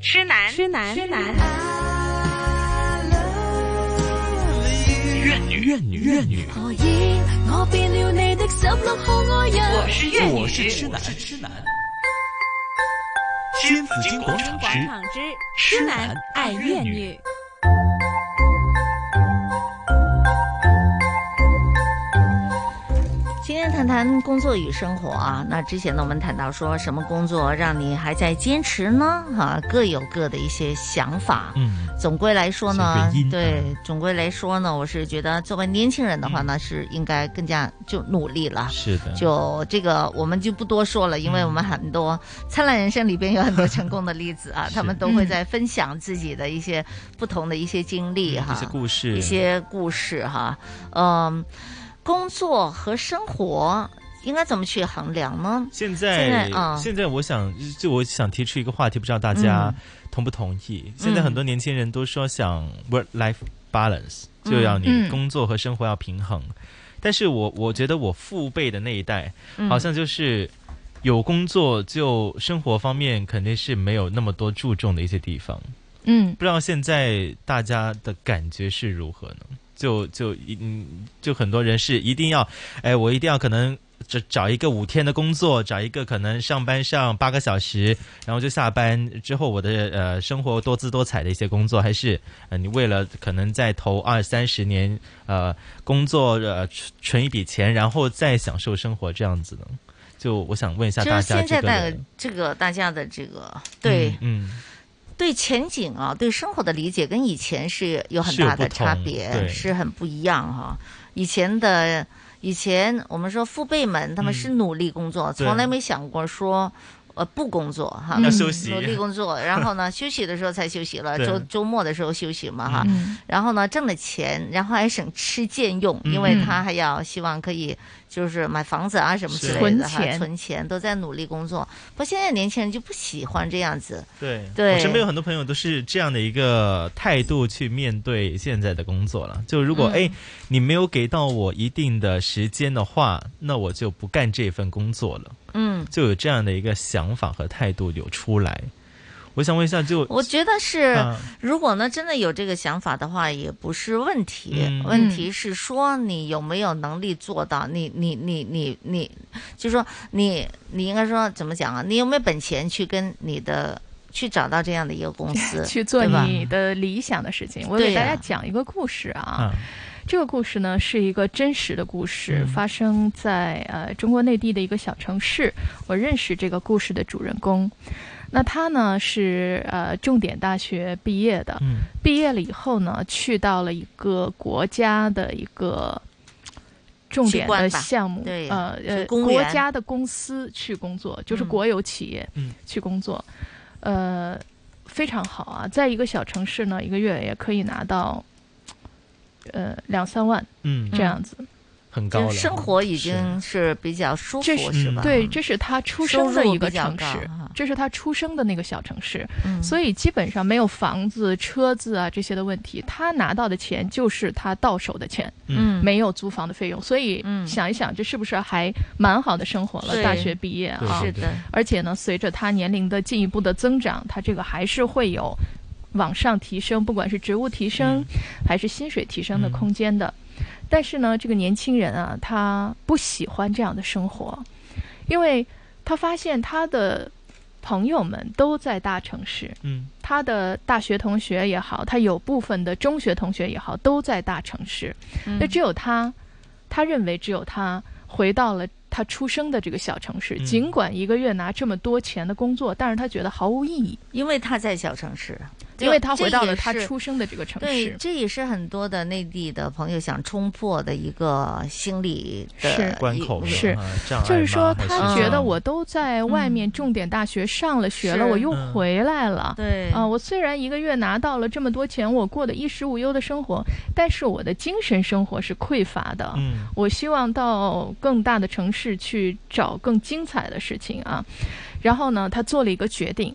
S25: 痴男，痴男，痴男，
S26: 怨女，怨女，怨女。
S22: 何以我变了你的十六号爱人？
S26: 我是怨女，我是痴男，痴男。新紫金广场之
S25: 场之痴男爱怨女。
S3: 今天谈谈工作与生活啊，那之前呢我们谈到说什么工作让你还在坚持呢？哈、各有各的一些想法。
S22: 嗯，
S3: 总归来说呢
S22: 是个因，
S3: 对，
S2: 嗯
S3: 总归来说呢，我是觉得作为年轻人的话呢，是应该更加就努力了。
S2: 是的嗯
S3: 就这个我们就不多说了，因为我们很多《灿烂人生》里边有很多成功的例子 啊，他们都会在分享自己的一些不同的一些经历哈，
S2: 嗯一些故事
S3: 一些故事哈，嗯，工作和生活应该怎么去衡量呢？
S2: 现
S3: 现
S2: 在
S3: 在啊，
S2: 现在我想，就我想提出一个话题，不知道大家
S3: 嗯
S2: 同不同意？现在很多年轻人都说想 work life balance，、
S30: 嗯
S2: 就要你
S30: 嗯
S2: 工作和生活要平衡。但是我我觉得我父辈的那一代，
S30: 嗯
S2: 好像就是有工作就生活方面肯定是没有那么多注重的一些地方。
S4: 嗯，
S2: 不知道现在大家的感觉是如何呢？就就一嗯，就很多人是一定要，哎，我一定要可能找找一个五天的工作，找一个可能上班上八个小时，然后就下班之后我的呃生活多姿多彩的一些工作，还是呃你为了可能在头二三十年呃工作呃存存一笔钱，然后再享受生活这样子呢？就我想问一下
S3: 就
S2: 大
S3: 是
S2: 家
S3: 现
S2: 这
S3: 在
S2: 个
S3: 大
S2: 人
S3: 这个大家的这个对、
S2: 嗯。嗯
S3: 对前景啊，对生活的理解跟以前是有很大的差别，
S2: 是有不同对
S3: 是很不一样哈、以前的以前我们说父辈们他们是努力工作，
S2: 嗯对
S3: 从来没想过说。呃不工作
S4: 嗯
S3: 哈，
S2: 要休息
S3: 努力工 作，然后呢休息的时候才休息了，
S2: 对
S3: 周周末的时候休息嘛哈
S2: 嗯，
S3: 啊然后呢挣了钱，然后还省吃俭用，因为
S2: 嗯
S3: 他还要希望可以就是买房子啊什么之
S2: 是
S3: 类的哈
S2: 存，钱
S3: 存钱都在努力工作，不过现在年轻人就不喜欢这样子，
S2: 对，
S3: 对
S2: 我身边有很多朋友都是这样的一个态度去面对现在的工作了。就如果
S3: 嗯
S2: 哎、你没有给到我一定的时间的话，那我就不干这份工作了。
S3: 嗯
S2: 就有这样的一个想法和态度有出来。我想问一下就，
S3: 我觉得
S4: 嗯
S3: 是
S2: 啊，
S3: 如果呢真的有这个想法的话，也不是问题。
S2: 嗯
S3: 问题是说你有没有能力做到？你你你你你，就说你你应该说怎么讲啊？你有没有本钱去跟你的去找到这样的一个公 司
S4: 去做
S3: 对吧
S4: 你的理想的事情。我
S3: 对
S4: 给大
S3: 呀
S4: 家讲一个故事啊
S3: 啊，
S4: 这个故事呢是一个真实的故事，
S3: 嗯
S4: 发生在呃中国内地的一个小城市。我认识这个故事的主人公，那他呢是呃重点大学毕业的，
S2: 嗯
S4: 毕业了以后呢去到了一个国家的一个。重点
S3: 机关
S4: 的
S3: 吧
S4: 项目，
S3: 对
S4: 呃
S3: 是
S4: 呃，
S3: 公务
S4: 国
S3: 员
S4: 家的公司去工作，就是
S3: 嗯
S4: 国有企业去工作，呃，非常好啊，在一个小城市呢，一个月也可以拿到，呃，两三万，
S2: 嗯
S4: 这样子，
S2: 很高
S3: 就
S2: 了，
S3: 是生活已经是比较舒服，
S4: 这
S3: 是
S2: 嗯
S3: 吧？
S4: 对，这是他出
S3: 收
S4: 生的
S3: 入
S4: 一个
S3: 比较
S4: 城
S3: 高
S4: 市
S3: 哈，
S4: 这是他出生的那个小城市，
S3: 嗯
S4: 所以基本上没有房子、车子啊这些的问题，他拿到的钱就是他到手的钱，
S3: 嗯
S4: 没有租房的费用，所以想一想，这是不是还蛮好的生活了？
S3: 对
S4: 大学毕业啊，
S3: 对对是的
S4: 而且呢，随着他年龄的进一步的增长，他这个还是会有往上提升，不管是职务提升、
S3: 嗯
S4: 还是薪水提升的空间的。但是呢，这个年轻人啊，他不喜欢这样的生活，因为他发现他的朋友们都在大城市，
S2: 嗯，
S4: 他的大学同学也好，他有部分的中学同学也好，都在大城市，
S30: 嗯
S4: 那只有他，他认为只有他回到了。他出生的这个小城市，
S3: 嗯
S4: 尽管一个月拿这么多钱的工作，但是他觉得毫无意义，
S3: 因为他在小城市，
S4: 因为他
S3: 这
S4: 回到
S3: 也
S4: 了他
S3: 是
S4: 出生的这个城市。
S3: 对，这也是很多的内地的朋友想冲破的一个心理
S4: 是
S3: 的
S2: 关
S3: 一
S2: 口
S3: 一
S2: 是障碍
S4: 就是说，
S2: 吗还
S4: 他
S2: 是
S4: 觉
S2: 什
S4: 得
S2: 么
S4: 我都在外面重点大学上了学了，
S3: 嗯是
S4: 我又
S3: 嗯
S4: 回来了。
S3: 对
S4: 啊，我虽然一个月拿到了这么多钱，我过得衣食无忧的生活，但是我的精神生活是匮乏的。
S2: 嗯
S4: 我希望到更大的城市去找更精彩的事情啊。然后呢，他做了一个决定，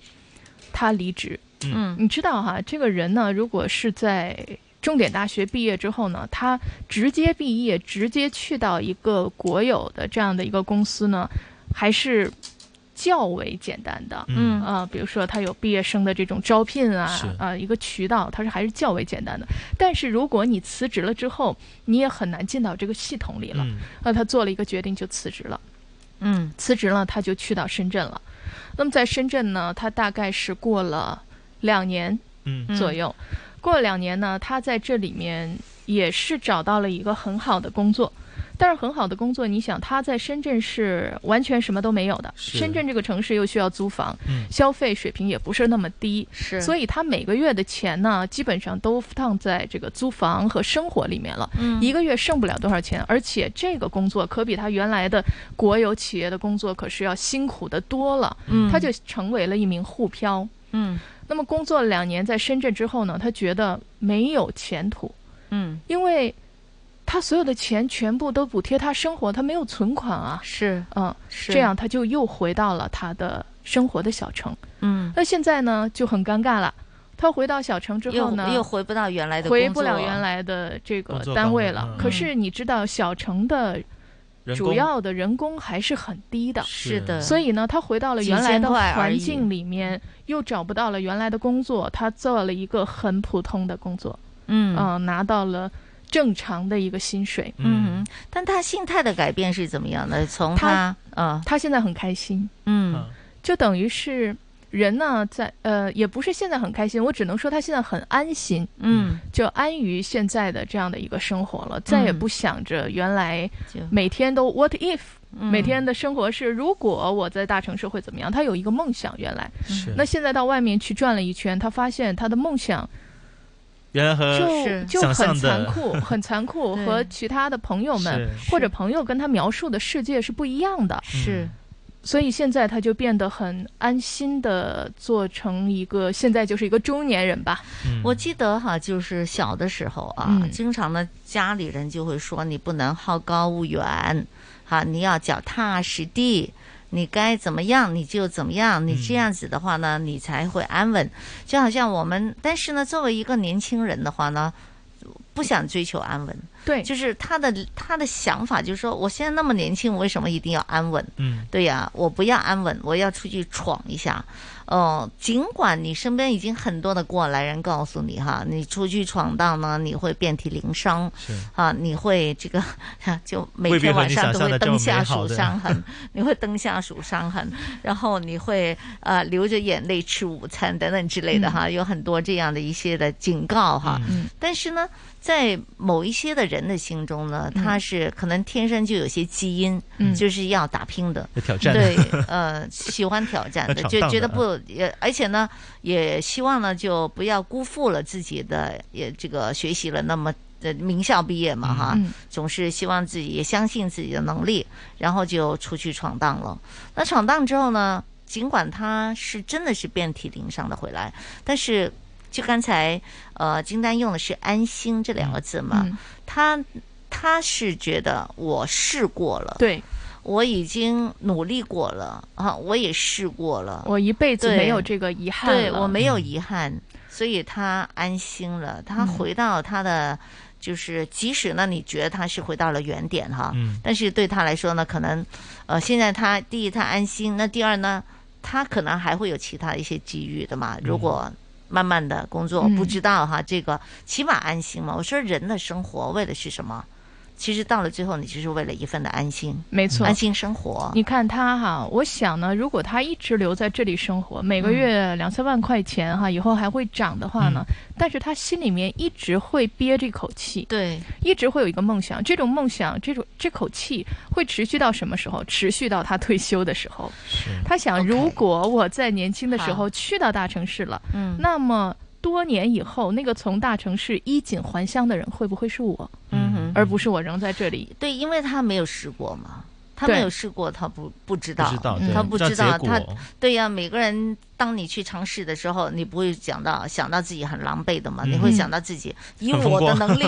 S4: 他离职。
S3: 嗯
S4: 你知道哈，这个人呢，如果是在重点大学毕业之后呢，他直接毕业，直接去到一个国有的这样的一个公司呢，还是较为简单的。
S3: 嗯
S4: 啊、比如说他有毕业生的这种招聘啊
S3: 是，
S4: 啊、一个渠道，它是还是较为简单的。但是如果你辞职了之后，你也很难进到这个系统里了。
S3: 嗯
S4: 那他做了一个决定，就辞职了。
S3: 嗯
S4: 辞职了，他就去到深圳了。那么在深圳呢，他大概是过了两年
S2: 嗯
S4: 左右。过了两年呢，他在这里面也是找到了一个很好的工作。但是很好的工作，你想他在深圳是完全什么都没有的。
S13: 是
S4: 深圳这个城市又需要租房，
S13: 嗯
S4: 消费水平也不是那么低，
S13: 是
S4: 所以他每个月的钱呢，基本上都放在这个租房和生活里面了。
S13: 嗯
S4: 一个月剩不了多少钱，而且这个工作可比他原来的国有企业的工作可是要辛苦的多了。
S13: 嗯
S4: 他就成为了一名沪漂。
S13: 嗯
S4: 那么工作了两年在深圳之后呢，他觉得没有前途，
S13: 嗯
S4: 因为他所有的钱全部都补贴他生活，他没有存款啊。
S3: 是，
S4: 嗯，
S3: 是
S4: 这样他就又回到了他的生活的小城。
S3: 嗯
S4: 那现在呢就很尴尬了，他回到小城之后
S3: 又
S4: 呢，
S3: 又回不到原来的
S4: 回
S3: 工
S4: 不了
S3: 作
S4: 原来的这个
S3: 工作
S4: 单
S3: 岗
S4: 位
S3: 位
S4: 了
S3: 嗯。
S4: 可是你知道，小城的
S3: 人
S4: 主
S3: 工
S4: 要的人工还是很低的，
S3: 是的嗯
S4: 所以呢，他回到了
S3: 几
S4: 原来
S3: 千
S4: 的
S3: 块而
S4: 环
S3: 已
S4: 境里面，又找不到了原来的工作，他做了一个很普通的工作，
S3: 嗯
S4: 呃拿到了正常的一个薪水，
S3: 嗯，但他心态的改变是怎么样的？从
S4: 他
S3: 他啊，
S4: 他现在很开心，
S3: 嗯
S4: 就等于是人呢，在呃，也不是现在很开心，我只能说他现在很安心，
S3: 嗯，
S4: 就安于现在的这样的一个生活了，再也不想着原来
S3: 就
S4: 每天都 what if。
S3: 嗯
S4: 每天的生活是，如果我在大城市会怎么样？他有一个梦想，原来
S2: 是，
S4: 那现在到外面去转了一圈，他发现他的梦想
S2: 原来和
S4: 就就
S2: 想
S4: 很
S2: 象
S4: 残
S2: 的
S4: 酷，很残酷，
S2: 对
S4: 和其他的朋友们
S2: 是
S4: 或者朋友跟他描述的世界是不一样的。
S2: 是，
S4: 所以现在他就变得很安心的做成一个，现在就是一个中年人吧。
S2: 嗯
S3: 我记得哈，就是小的时候啊，
S4: 嗯
S3: 经常呢家里人就会说你不能好高骛远，哈，你要脚踏实地。你该怎么样你就怎么样，
S4: 嗯
S3: 你这样子的话呢，你才会安稳。就好像我们，但是呢，作为一个年轻人的话呢，不想追求安稳。
S4: 对，
S3: 就是他的他的想法就是说，我现在那么年轻，我为什么一定要安稳？
S2: 嗯
S3: 对呀、我不要安稳，我要出去闯一下。哦、尽管你身边已经很多的过来人告诉你哈，你出去闯荡呢，你会遍体鳞伤
S2: 是，
S3: 啊，你会这个 就每
S2: 未必
S3: 天
S2: 和
S3: 晚
S2: 你
S3: 上
S2: 想
S3: 都
S2: 象
S3: 会
S2: 的这
S3: 灯
S2: 么
S3: 下
S2: 美好
S3: 数
S2: 的
S3: 伤痕， 你会灯下数伤痕，然后你会呃流着眼泪吃午餐等等之类的哈，
S4: 嗯
S3: 有很多这样的一些的警告哈。
S4: 嗯
S3: 但是呢，在某一些的人的心中呢，
S2: 嗯
S3: 他是可能天生就有些基因，
S4: 嗯
S3: 就是要打拼的，
S2: 有挑战的
S3: 对，呃，喜欢挑战的，
S2: 要
S3: 就
S2: 闯荡
S3: 觉得
S2: 的
S3: 不也，而且呢，也希望呢就不要辜负了自己的也这个学习了那么。呃，名校毕业嘛，哈，
S4: 嗯
S3: 总是希望自己也相信自己的能力，然后就出去闯荡了。那闯荡之后呢，尽管他是真的是遍体鳞伤的回来，但是就刚才呃金丹用的是安心这两个字嘛，
S4: 嗯
S3: 他他是觉得我试过了，
S4: 对，
S3: 我已经努力过了啊，我也试过了，
S4: 我一辈子
S3: 对
S4: 没有这个遗憾
S3: 对
S4: 了
S3: 我没有遗憾，所以他安心了，他回到他的。就是，即使呢，你觉得他是回到了原点哈，
S30: 嗯
S3: 但是对他来说呢，可能，呃，现在他第一他安心，那第二呢，他可能还会有其他一些机遇的嘛。如果慢慢的工作，
S30: 嗯
S3: 不知道哈，这个起码安心嘛。我说人的生活为的是什么？其实到了最后，你就是为了一份的安心，
S4: 没错
S3: 安心生活。
S4: 你看他哈，我想呢，如果他一直留在这里生活，每个月
S3: 嗯
S4: 两三万块钱哈，以后还会涨的话呢，但是他心里面一直会憋这口气，
S3: 对，
S4: 一直会有一个梦想，这种梦想，这种这口气会持续到什么时候？持续到他退休的时候。他想，如果我在年轻的时候去到大城市了，
S3: 嗯
S4: 那么多年以后，那个从大城市衣锦还乡的人会不会是我？
S3: 嗯哼，
S4: 而不是我仍在这里。
S3: 对，因为他没有试过嘛，他
S4: 对
S3: 没有试过，他不不知道，
S4: 不知道对
S3: 他
S4: 不
S3: 不
S4: 知道
S3: 知道，
S4: 结
S3: 他
S4: 果
S3: 对呀、每个人当你去尝试的时候，你不会想到想到自己很狼狈的嘛，你会
S4: 嗯
S3: 想到 自己以
S4: 很风
S3: 我的
S4: 光
S3: 能力，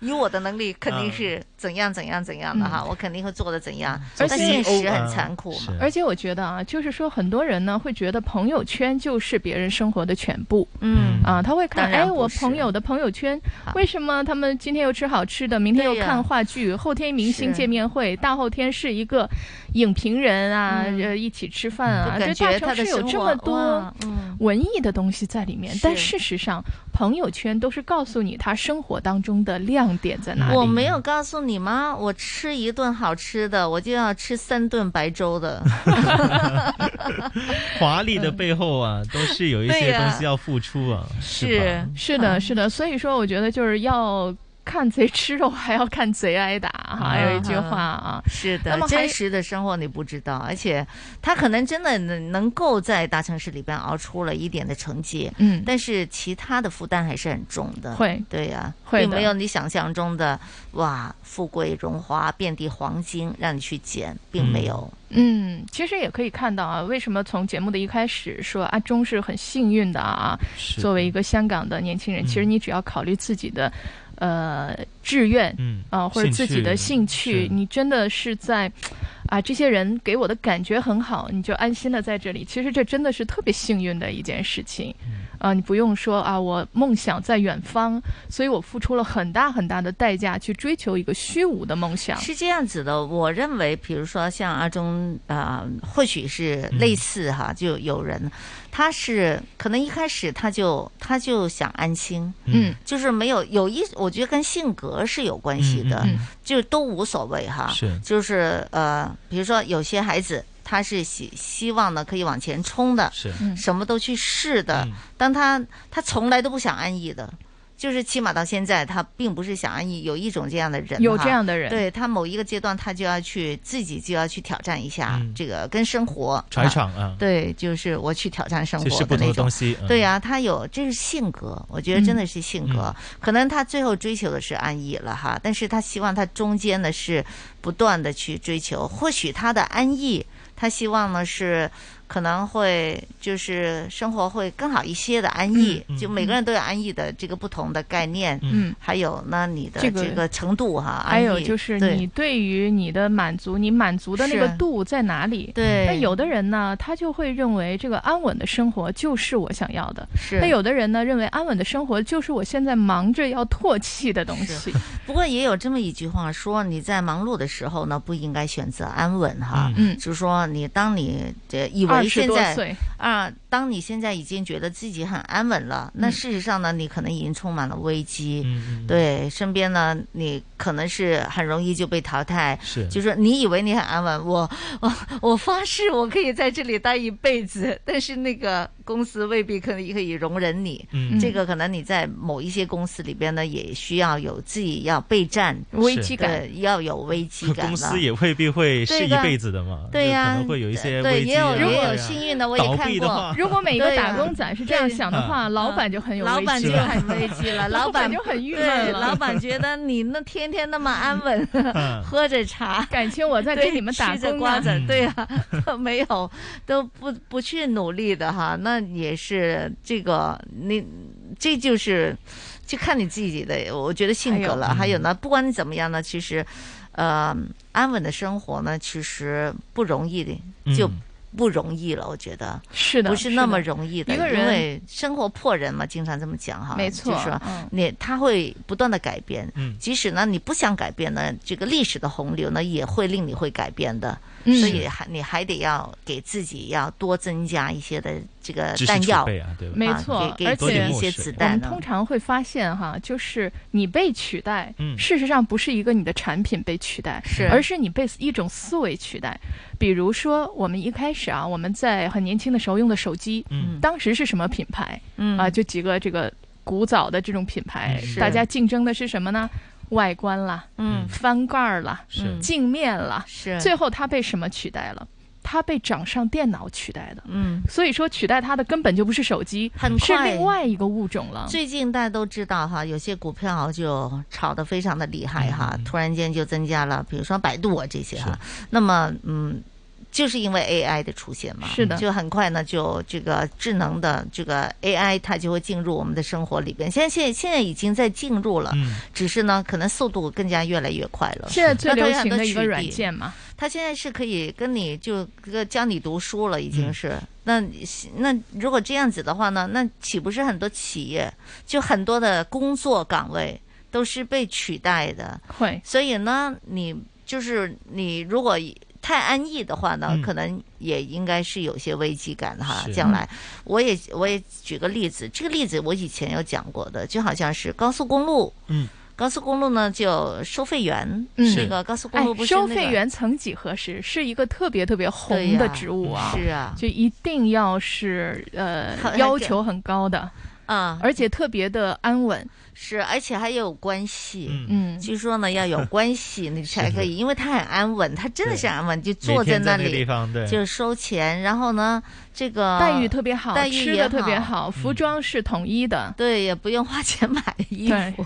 S3: 以我的能力肯定
S4: 嗯
S3: 是怎样怎样怎样的哈，我肯定会做的 E 怎样，
S4: 而
S3: 但
S4: 且
S3: 现实很残酷嘛，
S4: 而且我觉得啊，就是说很多人呢会觉得朋友圈就是别人生活的全部，
S3: 嗯
S4: 啊，他会看，
S3: 当然
S4: 哎，
S3: 不
S4: 我
S3: 是
S4: 朋友的朋友圈，为什么他们今天又吃好吃的，明天又
S3: 对呀
S4: 看话剧，后天明星
S3: 是
S4: 见面会，大后天是一个影评人啊，
S3: 嗯
S4: 呃，一起吃饭
S3: 就
S4: 啊，
S3: 感
S4: 这
S3: 觉
S4: 大
S3: 他
S4: 城
S3: 的
S4: 市有
S3: 生
S4: 这
S3: 活
S4: 么
S3: 哇
S4: 多
S3: 嗯
S4: 文艺的东西在里面，
S3: 是
S4: 但事实上，朋友圈都是告诉你他生活当中的亮点在哪里。
S3: 我没有告诉你吗？我吃一顿好吃的，我就要吃三顿白粥的。
S2: 华丽的背后啊，都是有一
S4: 嗯对
S2: 些
S4: 呀
S2: 东西要付出啊，吧？
S4: 是的，是的，所以说我觉得就是要看贼吃肉，还要看贼挨打 哈，
S3: 嗯
S4: 有一句话啊。
S3: 是
S4: 那
S3: 的
S4: 么，还
S3: 真实的生活你不知道，而且他可能真的能能够在大城市里边熬出了一点的成绩，
S4: 嗯
S3: 但是其他的负担还是很重的，
S4: 会
S3: 对呀、
S4: 会
S3: 并
S4: 的
S3: 没有你想象中的哇，富贵荣华遍地黄金让你去捡，并没有，
S4: 嗯，其实也可以看到啊，为什么从节目的一开始说阿忠是很幸运的嗯啊？
S3: 是
S4: 作为一个香港的年轻人，其实你只要考虑自己的呃志愿，
S2: 嗯
S4: 啊、或者
S2: 兴
S4: 自己的
S2: 趣
S4: 兴趣，你真的是在啊，这些人给我的感觉很好，你就安心的在这里。其实这真的是特别幸运的一件事情，啊，你不用说啊，我梦想在远方，所以我付出了很大很大的代价去追求一个虚无的梦想。
S3: 是这样子的，我认为，比如说像阿忠啊、呃或许是类似
S4: 嗯
S3: 哈，就有人他是可能一开始他就他就想安心，
S4: 嗯，
S3: 就是没有有一，我觉得跟性格是有关系的，
S4: 嗯嗯
S3: 就是都无所谓哈，
S4: 是
S3: 就是呃，比如说有些孩子。他是希希望呢可以往前冲的，
S2: 是
S4: 嗯
S3: 什么都去试的，但他他从来都不想安逸的，就是起码到现在他并不是想安逸，有一种这样的人。人
S4: 有
S3: 哈
S4: 这样的人
S3: 对他某一个阶段，他就要去自己就要去挑战一下、
S4: 嗯
S3: 这个跟生活
S2: 闯一闯啊
S3: 对，就是我去挑战生活
S2: 其实不同
S3: 那
S2: 的
S3: 种
S2: 东西嗯
S3: 对呀、他有这是性格，我觉得真的是性格。
S2: 嗯
S3: 可能他最后追求的是安逸了哈，但是他希望他中间呢是不断的去追求，或许他的安逸。他希望呢是可能会就是生活会更好一些的安逸，
S4: 嗯嗯
S3: 就每个人都有安逸的这个不同的概念，
S4: 嗯
S3: 还有呢你的
S4: 这个
S3: 这个程度哈，
S4: 还有
S3: 安逸
S4: 就是
S3: 对
S4: 你对于你的满足，你满足的那个
S3: 是
S4: 度在哪里？
S3: 对
S4: 那有的人呢，他就会认为这个安稳的生活就是我想要的。
S3: 是
S4: 那有的人呢，认为安稳的生活就是我现在忙着要唾弃的东西。
S3: 不过也有这么一句话说，你在忙碌的时候呢，不应该选择安稳哈。
S4: 嗯
S3: 就是说你当你这以为
S4: 20
S3: 现
S4: 多
S3: 在
S4: 岁
S3: 啊，当你现在已经觉得自己很安稳了，那
S4: 嗯
S3: 事实上呢，你可能已经充满了危机。
S22: 嗯嗯
S3: 对，身边呢，你可能是很容易就被淘汰。
S22: 是
S3: 就是你以为你很安稳，我 我我发誓我可以在这里待一辈子， 但是那个公司未必可以可以容忍你。
S22: 嗯
S3: 这个可能你在某一些公司里边呢，也需要有自己要备战
S2: 危机感
S3: 对要有危 机感了。
S2: 公司也未必会是一辈子的嘛，
S3: 对
S2: 就
S3: 呀
S2: 可能会有一些
S3: 对
S2: 危机
S3: 也有
S2: 啊。
S3: 也
S2: 对
S3: 有
S2: 呀
S3: 幸运的，我也
S2: 倒
S3: 看
S2: 闭的
S3: 过
S2: 话。啊
S4: 如果每一个
S3: 对啊嗯呀
S4: 打工仔是这样想的话，老板就很有危
S3: 老
S4: 机
S3: 板就
S4: 了
S3: 很危机 了，
S4: 老
S3: 板
S4: 就很郁
S3: 对
S4: 闷了。
S3: 老板觉得你那天天那么安稳，喝着茶，
S4: 感情我在给你们打
S3: 吃着
S4: 工
S3: 瓜
S4: 啊
S3: 子，对啊， 没有都不不去努力的哈，那也是这个你这就是就看你自己的，我觉得性格了。还有嗯
S22: 还有
S3: 呢，不管你怎么样呢，其实呃安稳的生活呢，其实不容易的，就。
S22: 嗯
S3: 不容易了，我觉得
S4: 是的
S3: 不
S4: 是
S3: 是那么
S4: 的
S3: 容易的，
S4: 一个
S3: 因
S4: 人
S3: 为生活迫人嘛，经常这么讲哈，
S4: 没错
S3: 就是说
S4: 嗯
S3: 你它会不断的改变，
S4: 嗯
S3: 即使呢你不想改变呢，这个历史的洪流呢也会令你会改变的，
S4: 嗯
S3: 所以还你还得要给自己要多增加一些的这个
S2: 知识
S3: 弹
S2: 储
S3: 药
S2: 备啊对吧
S4: 没错，
S3: 给
S4: 而
S3: 给自己
S4: 且
S3: 一些子
S4: 我
S3: 弹
S4: 们
S3: 呢，
S4: 通常会发现哈，就是你被取代，
S3: 嗯
S4: 事实上不是一个你的产品被取代，
S3: 是
S4: 而是你被一种思维取代。比如说，我们一开始啊，我们在很年轻的时候用的手机，
S22: 嗯
S4: 当时是什么品牌？
S22: 嗯
S4: 啊，就几个这个古早的这种品牌
S22: 嗯，是
S4: 大家竞争的是什么呢？外观啦，
S22: 嗯
S4: 翻盖儿啦，
S22: 是
S4: 镜面啦，
S3: 是
S4: 最后它被什么取代了？它被掌上电脑取代的，
S3: 嗯
S4: 所以说取代它的根本就不是手机，
S3: 很
S4: 是
S3: 快
S4: 另外一个物种了。
S3: 最近大家都知道哈，有些股票就炒得非常的厉害哈，
S4: 嗯
S3: 突然间就增加了，比如说百度啊这些哈。那么，嗯，就是因为 AI 的出现嘛，
S22: 是的
S3: 就很快呢，就这个智能的这个 AI 它就会进入我们的生活里边。现在现在现在已经在进入了，
S22: 嗯
S3: 只是呢，可能速度更加越来越快了。
S4: 现在啊最
S3: 那它有
S4: 流
S3: 很
S4: 行
S3: 多
S4: 的一个
S3: 取
S4: 软
S3: 缔
S4: 件嘛，
S3: 他现在是可以跟你就个教你读书了，已
S22: 嗯
S3: 经是。那你那如果这样子的话呢，那岂不是很多企业就很多的工作岗位都是被取代的？
S4: 会。
S3: 所以呢，你就是你如果太安逸的话呢，
S22: 嗯
S3: 可能也应该是有些危机感哈。
S22: 是
S3: 将来我也我也举个例子，这个例子我以前有讲过的，就好像是高速公路。
S22: 嗯
S3: 高速公路呢，就收费员，
S4: 嗯
S3: 那个高速公路
S4: 哎
S3: 不是、那
S4: 收
S3: 个
S4: 费员曾几何时是一个特别特别
S3: 对
S4: 红
S3: 呀
S4: 的职务啊，
S3: 是啊
S4: 就一定要是呃
S3: 很
S4: 要求很高的，
S3: 啊，
S4: 而且特别的安稳，
S3: 是，而且还有关系。
S4: 嗯
S3: 据说呢要有关系你才可以，因为他很安稳，他真的是
S4: 对
S3: 安稳，就
S2: 每
S3: 坐
S2: 天在
S3: 那
S2: 那个
S3: 里，
S2: 地方对
S3: 就收钱，然后呢，这个
S4: 待遇特别好，
S3: 待遇
S4: 吃
S3: 也
S4: 的特别
S2: 嗯
S4: 好，服装是统一的，
S3: 对，也不用花钱买衣服。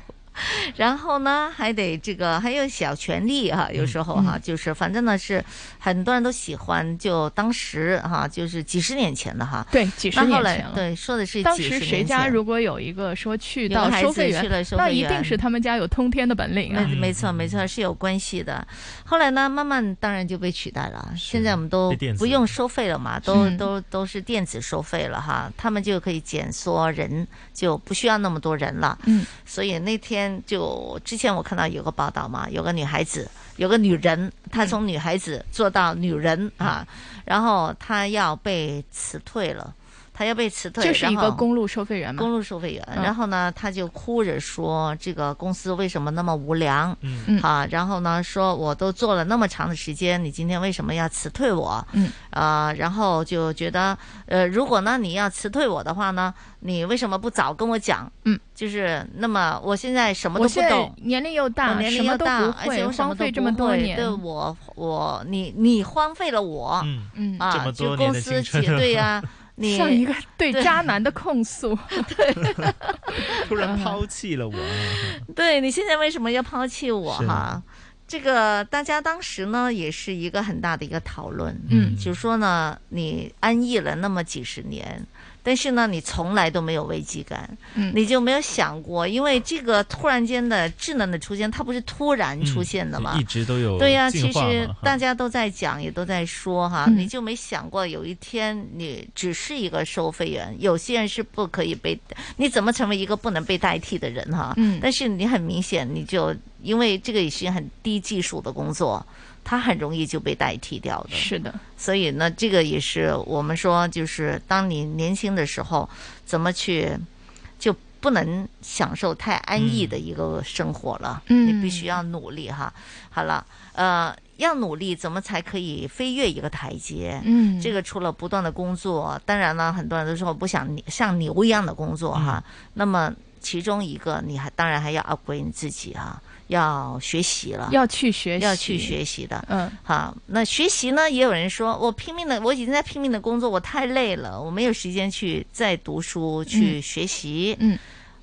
S3: 然后呢，还得这个还有小权利哈、
S2: 嗯
S3: 有时
S4: 嗯
S3: 候哈、就是反正呢是很多人都喜欢，就当时哈、就是几十年前的哈，
S4: 对，几十
S3: 那后
S4: 年
S3: 来
S4: 前了。
S3: 对，说的是
S4: 当
S3: 几
S4: 时
S3: 十
S4: 谁
S3: 年
S4: 家
S3: 前
S4: 如果有一个说去
S3: 有个
S4: 到
S3: 孩
S4: 收
S3: 子
S4: 费
S3: 去
S4: 员
S3: 了收，
S4: 那
S3: 费
S4: 一定
S3: 员嗯
S4: 是他们家有通天的本领啊。
S3: 没没错，没错，是有关系的。后来呢，慢慢当然就被取代了。现在我们都
S22: 被电子
S3: 不用收费了嘛，都
S22: 嗯
S3: 都都是电子收费了哈，他们就可以减缩人，就不需要那么多人了。
S22: 嗯，
S3: 所以那天就之前我看到有个报道嘛，有个女孩子，有个女人，她从女孩子做到女人、
S4: 嗯
S3: 啊，然后她要被辞退了，她要被辞退，
S4: 就是一
S3: 然
S4: 个
S3: 后
S4: 公路收费员嘛，
S3: 公路收费员。
S4: 嗯
S3: 然后呢，他就哭着说这个公司为什么那么无良？
S22: 嗯
S3: 啊，然后呢，说我都做了那么长的时间，你今天为什么要辞退我？
S22: 嗯，
S3: 呃，然后就觉得，呃，如果呢你要辞退我的话呢，你为什么不早跟我讲？
S4: 嗯，
S3: 就是那么我现在什么都
S4: 我
S3: 不
S4: 现在
S3: 懂。
S4: 年龄又大，
S3: 我年
S4: 什
S3: 龄
S4: 么
S3: 又
S4: 都
S3: 大，
S4: 不
S3: 而且
S4: 会，
S3: 我什么
S4: 荒
S3: 都
S4: 费这
S3: 不
S4: 么多
S3: 会
S4: 年，
S3: 对我我你你荒废了我，嗯
S4: 嗯
S3: 啊，
S4: 这么多
S3: 就
S4: 年
S3: 公
S4: 的
S3: 司
S4: 青春
S3: 起对呀、你
S4: 像一个对渣男的控诉，
S3: 嗯
S2: 突然抛弃了我啊，
S3: 对你现在为什么要抛弃我
S2: 是
S3: 哈？这个大家当时呢也是一个很大的一个讨论，
S4: 嗯
S3: 就说呢你安逸了那么几十年，但是呢你从来都没有危机感，
S4: 嗯
S3: 你就没有想过，因为这个突然间的智能的出现，它不是突然出
S4: 嗯
S3: 现的嘛，
S2: 一直都有
S3: 对呀、
S2: 进
S3: 其
S2: 化嘛
S3: 实
S2: 哈
S3: 大家都在讲，也都在说哈，
S4: 嗯
S3: 你就没想过有一天你只是一个收费员，有些人是不可以被，你怎么成为一个不能被代替的人哈？
S4: 嗯
S3: 但是你很明显，你就因为这个也是很低技术的工作，它很容易就被代替掉的。
S4: 是的，
S3: 所以呢，这个也是我们说，就是当你年轻的时候，怎么去就不能享受太安逸的一个生活了。
S4: 嗯
S3: 你必须要努力哈。好了，呃，要努力，怎么才可以飞跃一个台阶？
S4: 嗯
S3: 这个除了不断的工作，当然了，很多人都说我不想像牛一样的工作哈。
S4: 嗯
S3: 那么其中一个，你还当然还要 upgrade 你自己哈，要学习了，
S4: 要去学习，
S3: 要去学习的。
S4: 嗯，
S3: 好，那学习呢？也有人说我拼命的，我已经在拼命的工作，我太累了，我没有时间去再读书去
S4: 嗯
S3: 学习。
S4: 嗯，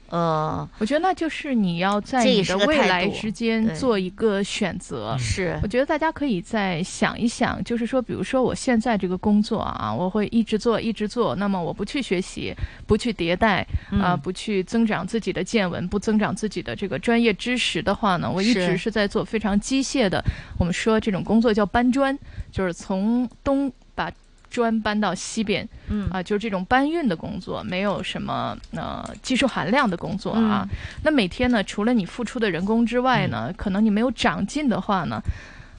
S3: 呃，
S4: 我觉得那就是你要在
S3: 这也
S4: 你
S3: 是
S4: 的
S3: 个
S4: 未
S3: 态
S4: 来
S3: 度
S4: 之间
S3: 对
S4: 做一个选择。
S3: 是
S4: 我觉得大家可以再想一想，就是说，比如说我现在这个工作啊，我会一直做，一直做。那么我不去学习，不去迭代，啊、
S3: 嗯
S4: 不去增长自己的见闻，不增长自己的这个专业知识的话呢，我一直
S3: 是
S4: 是在做非常机械的。我们说这种工作叫搬砖，就是从东把砖搬到西边，
S3: 嗯
S4: 啊、就是这种搬运的工作，没有什么呃技术含量的工作啊。
S3: 嗯
S4: 那每天呢，除了你付出的人工之外呢，可能你没有长进的话呢，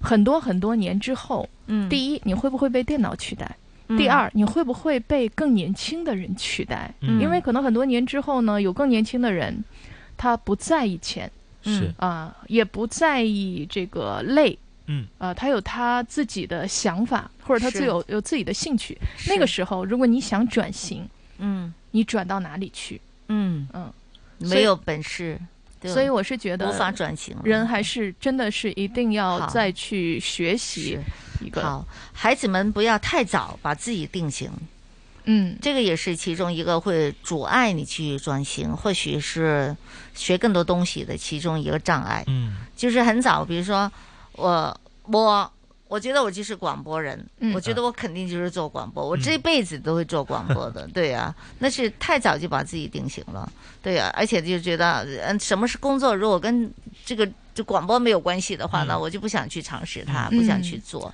S4: 很多很多年之后，
S3: 嗯
S4: 第一，你会不会被电脑取代？
S3: 嗯
S4: 第二，你会不会被更年轻的人取代？
S3: 嗯
S4: 因为可能很多年之后呢，有更年轻的人，他不在意钱，
S3: 是
S4: 嗯啊、也不在意这个累，
S2: 嗯
S4: 呃，他有他自己的想法，或者他
S3: 是
S4: 自有有自己的兴趣。那个时候，如果你想转型，
S3: 嗯
S4: 你转到哪里去？
S3: 嗯
S4: 嗯，所
S3: 没
S4: 以
S3: 有本事，对
S4: 所以我是觉得
S3: 无法转型了。
S4: 人还是真的是一定要
S3: 好
S4: 再去学习一个
S3: 好，孩子们不要太早把自己定型。
S4: 嗯，
S3: 这个也是其中一个会阻碍你去转型，或许是学更多东西的其中一个障碍。
S2: 嗯，
S3: 就是很早，比如说我我我觉得我就是广播人，
S4: 嗯
S3: 我觉得我肯定就是做广播，我这辈子都会做广播的。对呀、那是太早就把自己定型了。对呀、而且就觉得嗯，什么是工作？如果跟这个就广播没有关系的话，那我就不想去尝试它，
S4: 嗯哎
S3: 不想去做，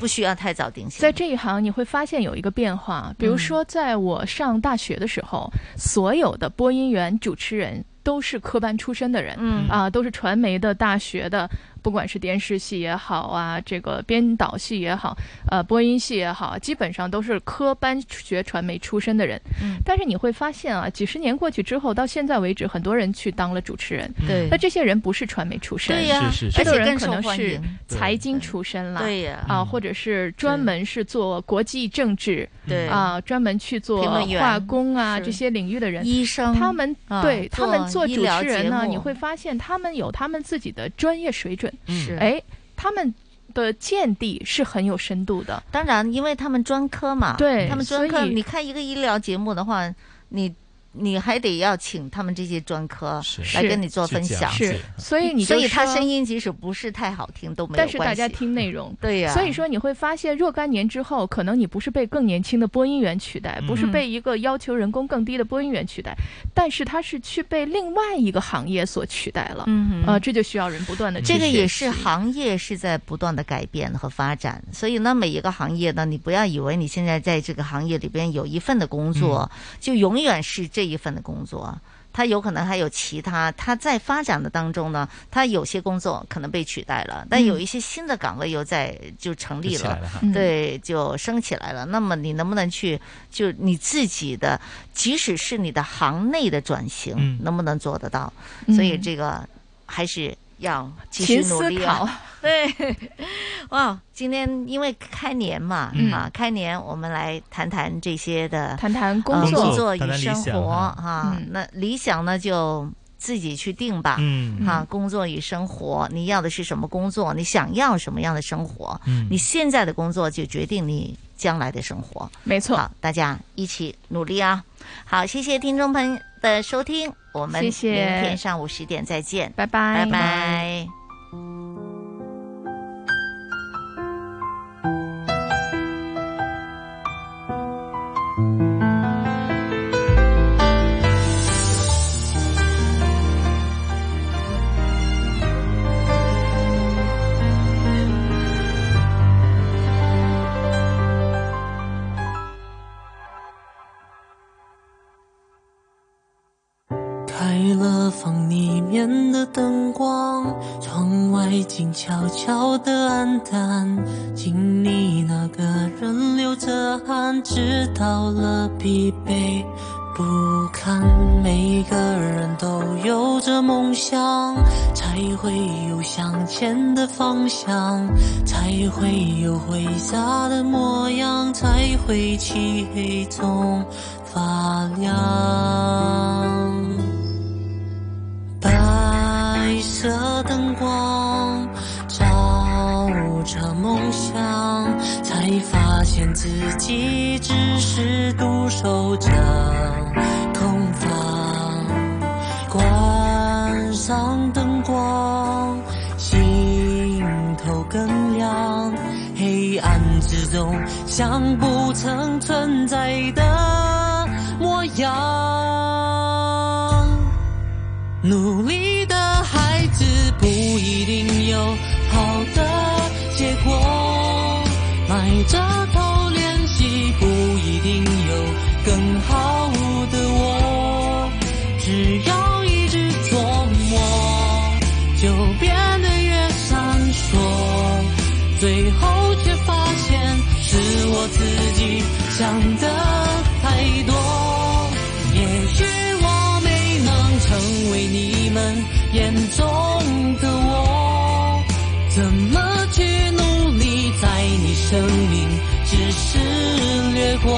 S3: 不需要太早定型。
S4: 在这一行你会发现有一个变化，比如
S3: 嗯
S4: 说在我上大学的时候，所有的播音员、主持人都是科班出身的人，
S3: 嗯
S4: 啊、都是传媒的、大学的，不管是电视系也好啊，这个编导系也好，呃，播音系也好，基本上都是科班学传媒出身的人。
S3: 嗯
S4: 但是你会发现啊，几十年过去之后，到现在为止，很多人去当了主持人，
S3: 嗯对
S4: 那这些人不是传媒出身，
S3: 对呀是是是
S4: 这种
S3: 而且
S4: 人
S3: 更
S4: 可
S3: 受
S4: 能
S3: 欢
S4: 是
S3: 迎
S4: 财经出身啦，
S3: 对呀
S4: 啊，或者是专门是做国际政治，
S3: 对
S4: 啊，专门去做
S3: 评论员
S4: 化工啊
S3: 是
S4: 这些领域的人，
S3: 医生
S4: 他们
S3: 啊
S4: 对他
S3: 做
S4: 们做
S3: 医
S4: 主
S3: 疗
S4: 持人呢
S3: 节，目
S4: 你会发现他们有他们自己的专业水准，
S3: 嗯是
S4: 哎，他们的见地是很有深度的，
S3: 当然，因为他们专科嘛，
S4: 对
S3: 他们专科，
S4: 所以
S3: 你看一个医疗节目的话，你你还得要请他们这些专科来
S4: 是
S3: 跟你做分享，
S4: 是所以你
S3: 所
S4: 就
S3: 以他
S4: 说
S3: 声音即使不是太好听都没有
S4: 但
S3: 关
S4: 是
S3: 系，
S4: 大家听内容，
S3: 对呀
S4: 所以说你会发现，若干年之后，可能你不是被更年轻的播音员取代，不是
S3: 嗯
S4: 被一个要求人工更低的播音员取代，但是他是去被另外一个行业所取代了。
S3: 嗯哼
S4: 呃，这就需要人不断的
S3: 这个也是行业是在不断的改变和发展，所以呢，每一个行业呢，你不要以为你现在在这个行业里边有一份的工作，
S4: 嗯
S3: 就永远是这一份的工作。它有可能还有其他，它在发展的当中呢，它有些工作可能被取代了，但
S4: 嗯
S3: 有一些新的岗位又在就成立
S4: 就起
S3: 了
S4: 来了哈，嗯
S3: 对，就升起来了。那么你能不能去就你自己的，即使是你的行内的转型，
S4: 嗯
S3: 能不能做得到？
S4: 嗯
S3: 所以这个还是要继续
S4: 勤
S3: 努
S4: 思
S3: 力
S4: 考
S3: 啊！ 对，哇，今天因为开年嘛，
S4: 嗯
S3: 啊，开年我们来谈谈这些的，
S4: 谈谈工
S3: 呃
S4: 作嗯
S3: 工
S4: 谈
S3: 作与
S4: 谈理
S3: 生
S4: 想
S3: 活
S4: 哈
S3: 啊。那理想呢就。自己去定吧，
S4: 嗯
S3: 哈、
S4: 嗯
S3: 工作与生活，你要的是什么工作？你想要什么样的生活？
S4: 嗯
S3: 你现在的工作就决定你将来的生活。
S4: 没错，
S3: 好，大家一起努力啊！好，谢谢听众朋友的收听，我们
S4: 谢
S3: 明
S4: 谢
S3: 天上午十点再见，
S4: 拜拜
S3: 拜拜。
S30: 开了房里面的灯光，窗外静悄悄的暗淡，经历那个人流着汗，直到了疲惫。不堪，每个人都有着梦想，才会有向前的方向，才会有挥洒的模样，才会漆黑中发亮。白色灯光照着梦想，才发现自己只是独守着空房。关上灯光，心头更亮。黑暗之中，像不曾存在的模样。努力的孩子不一定有好的结果，埋着头练习不一定有更好的我，只要一直琢磨，就变得越闪烁，最后却发现是我自己想的太多。也许我没能成为你们眼中的我，怎么去努力，在你生命只是掠过，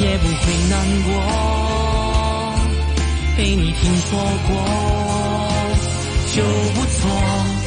S30: 也不会难过，被你听说过就不错。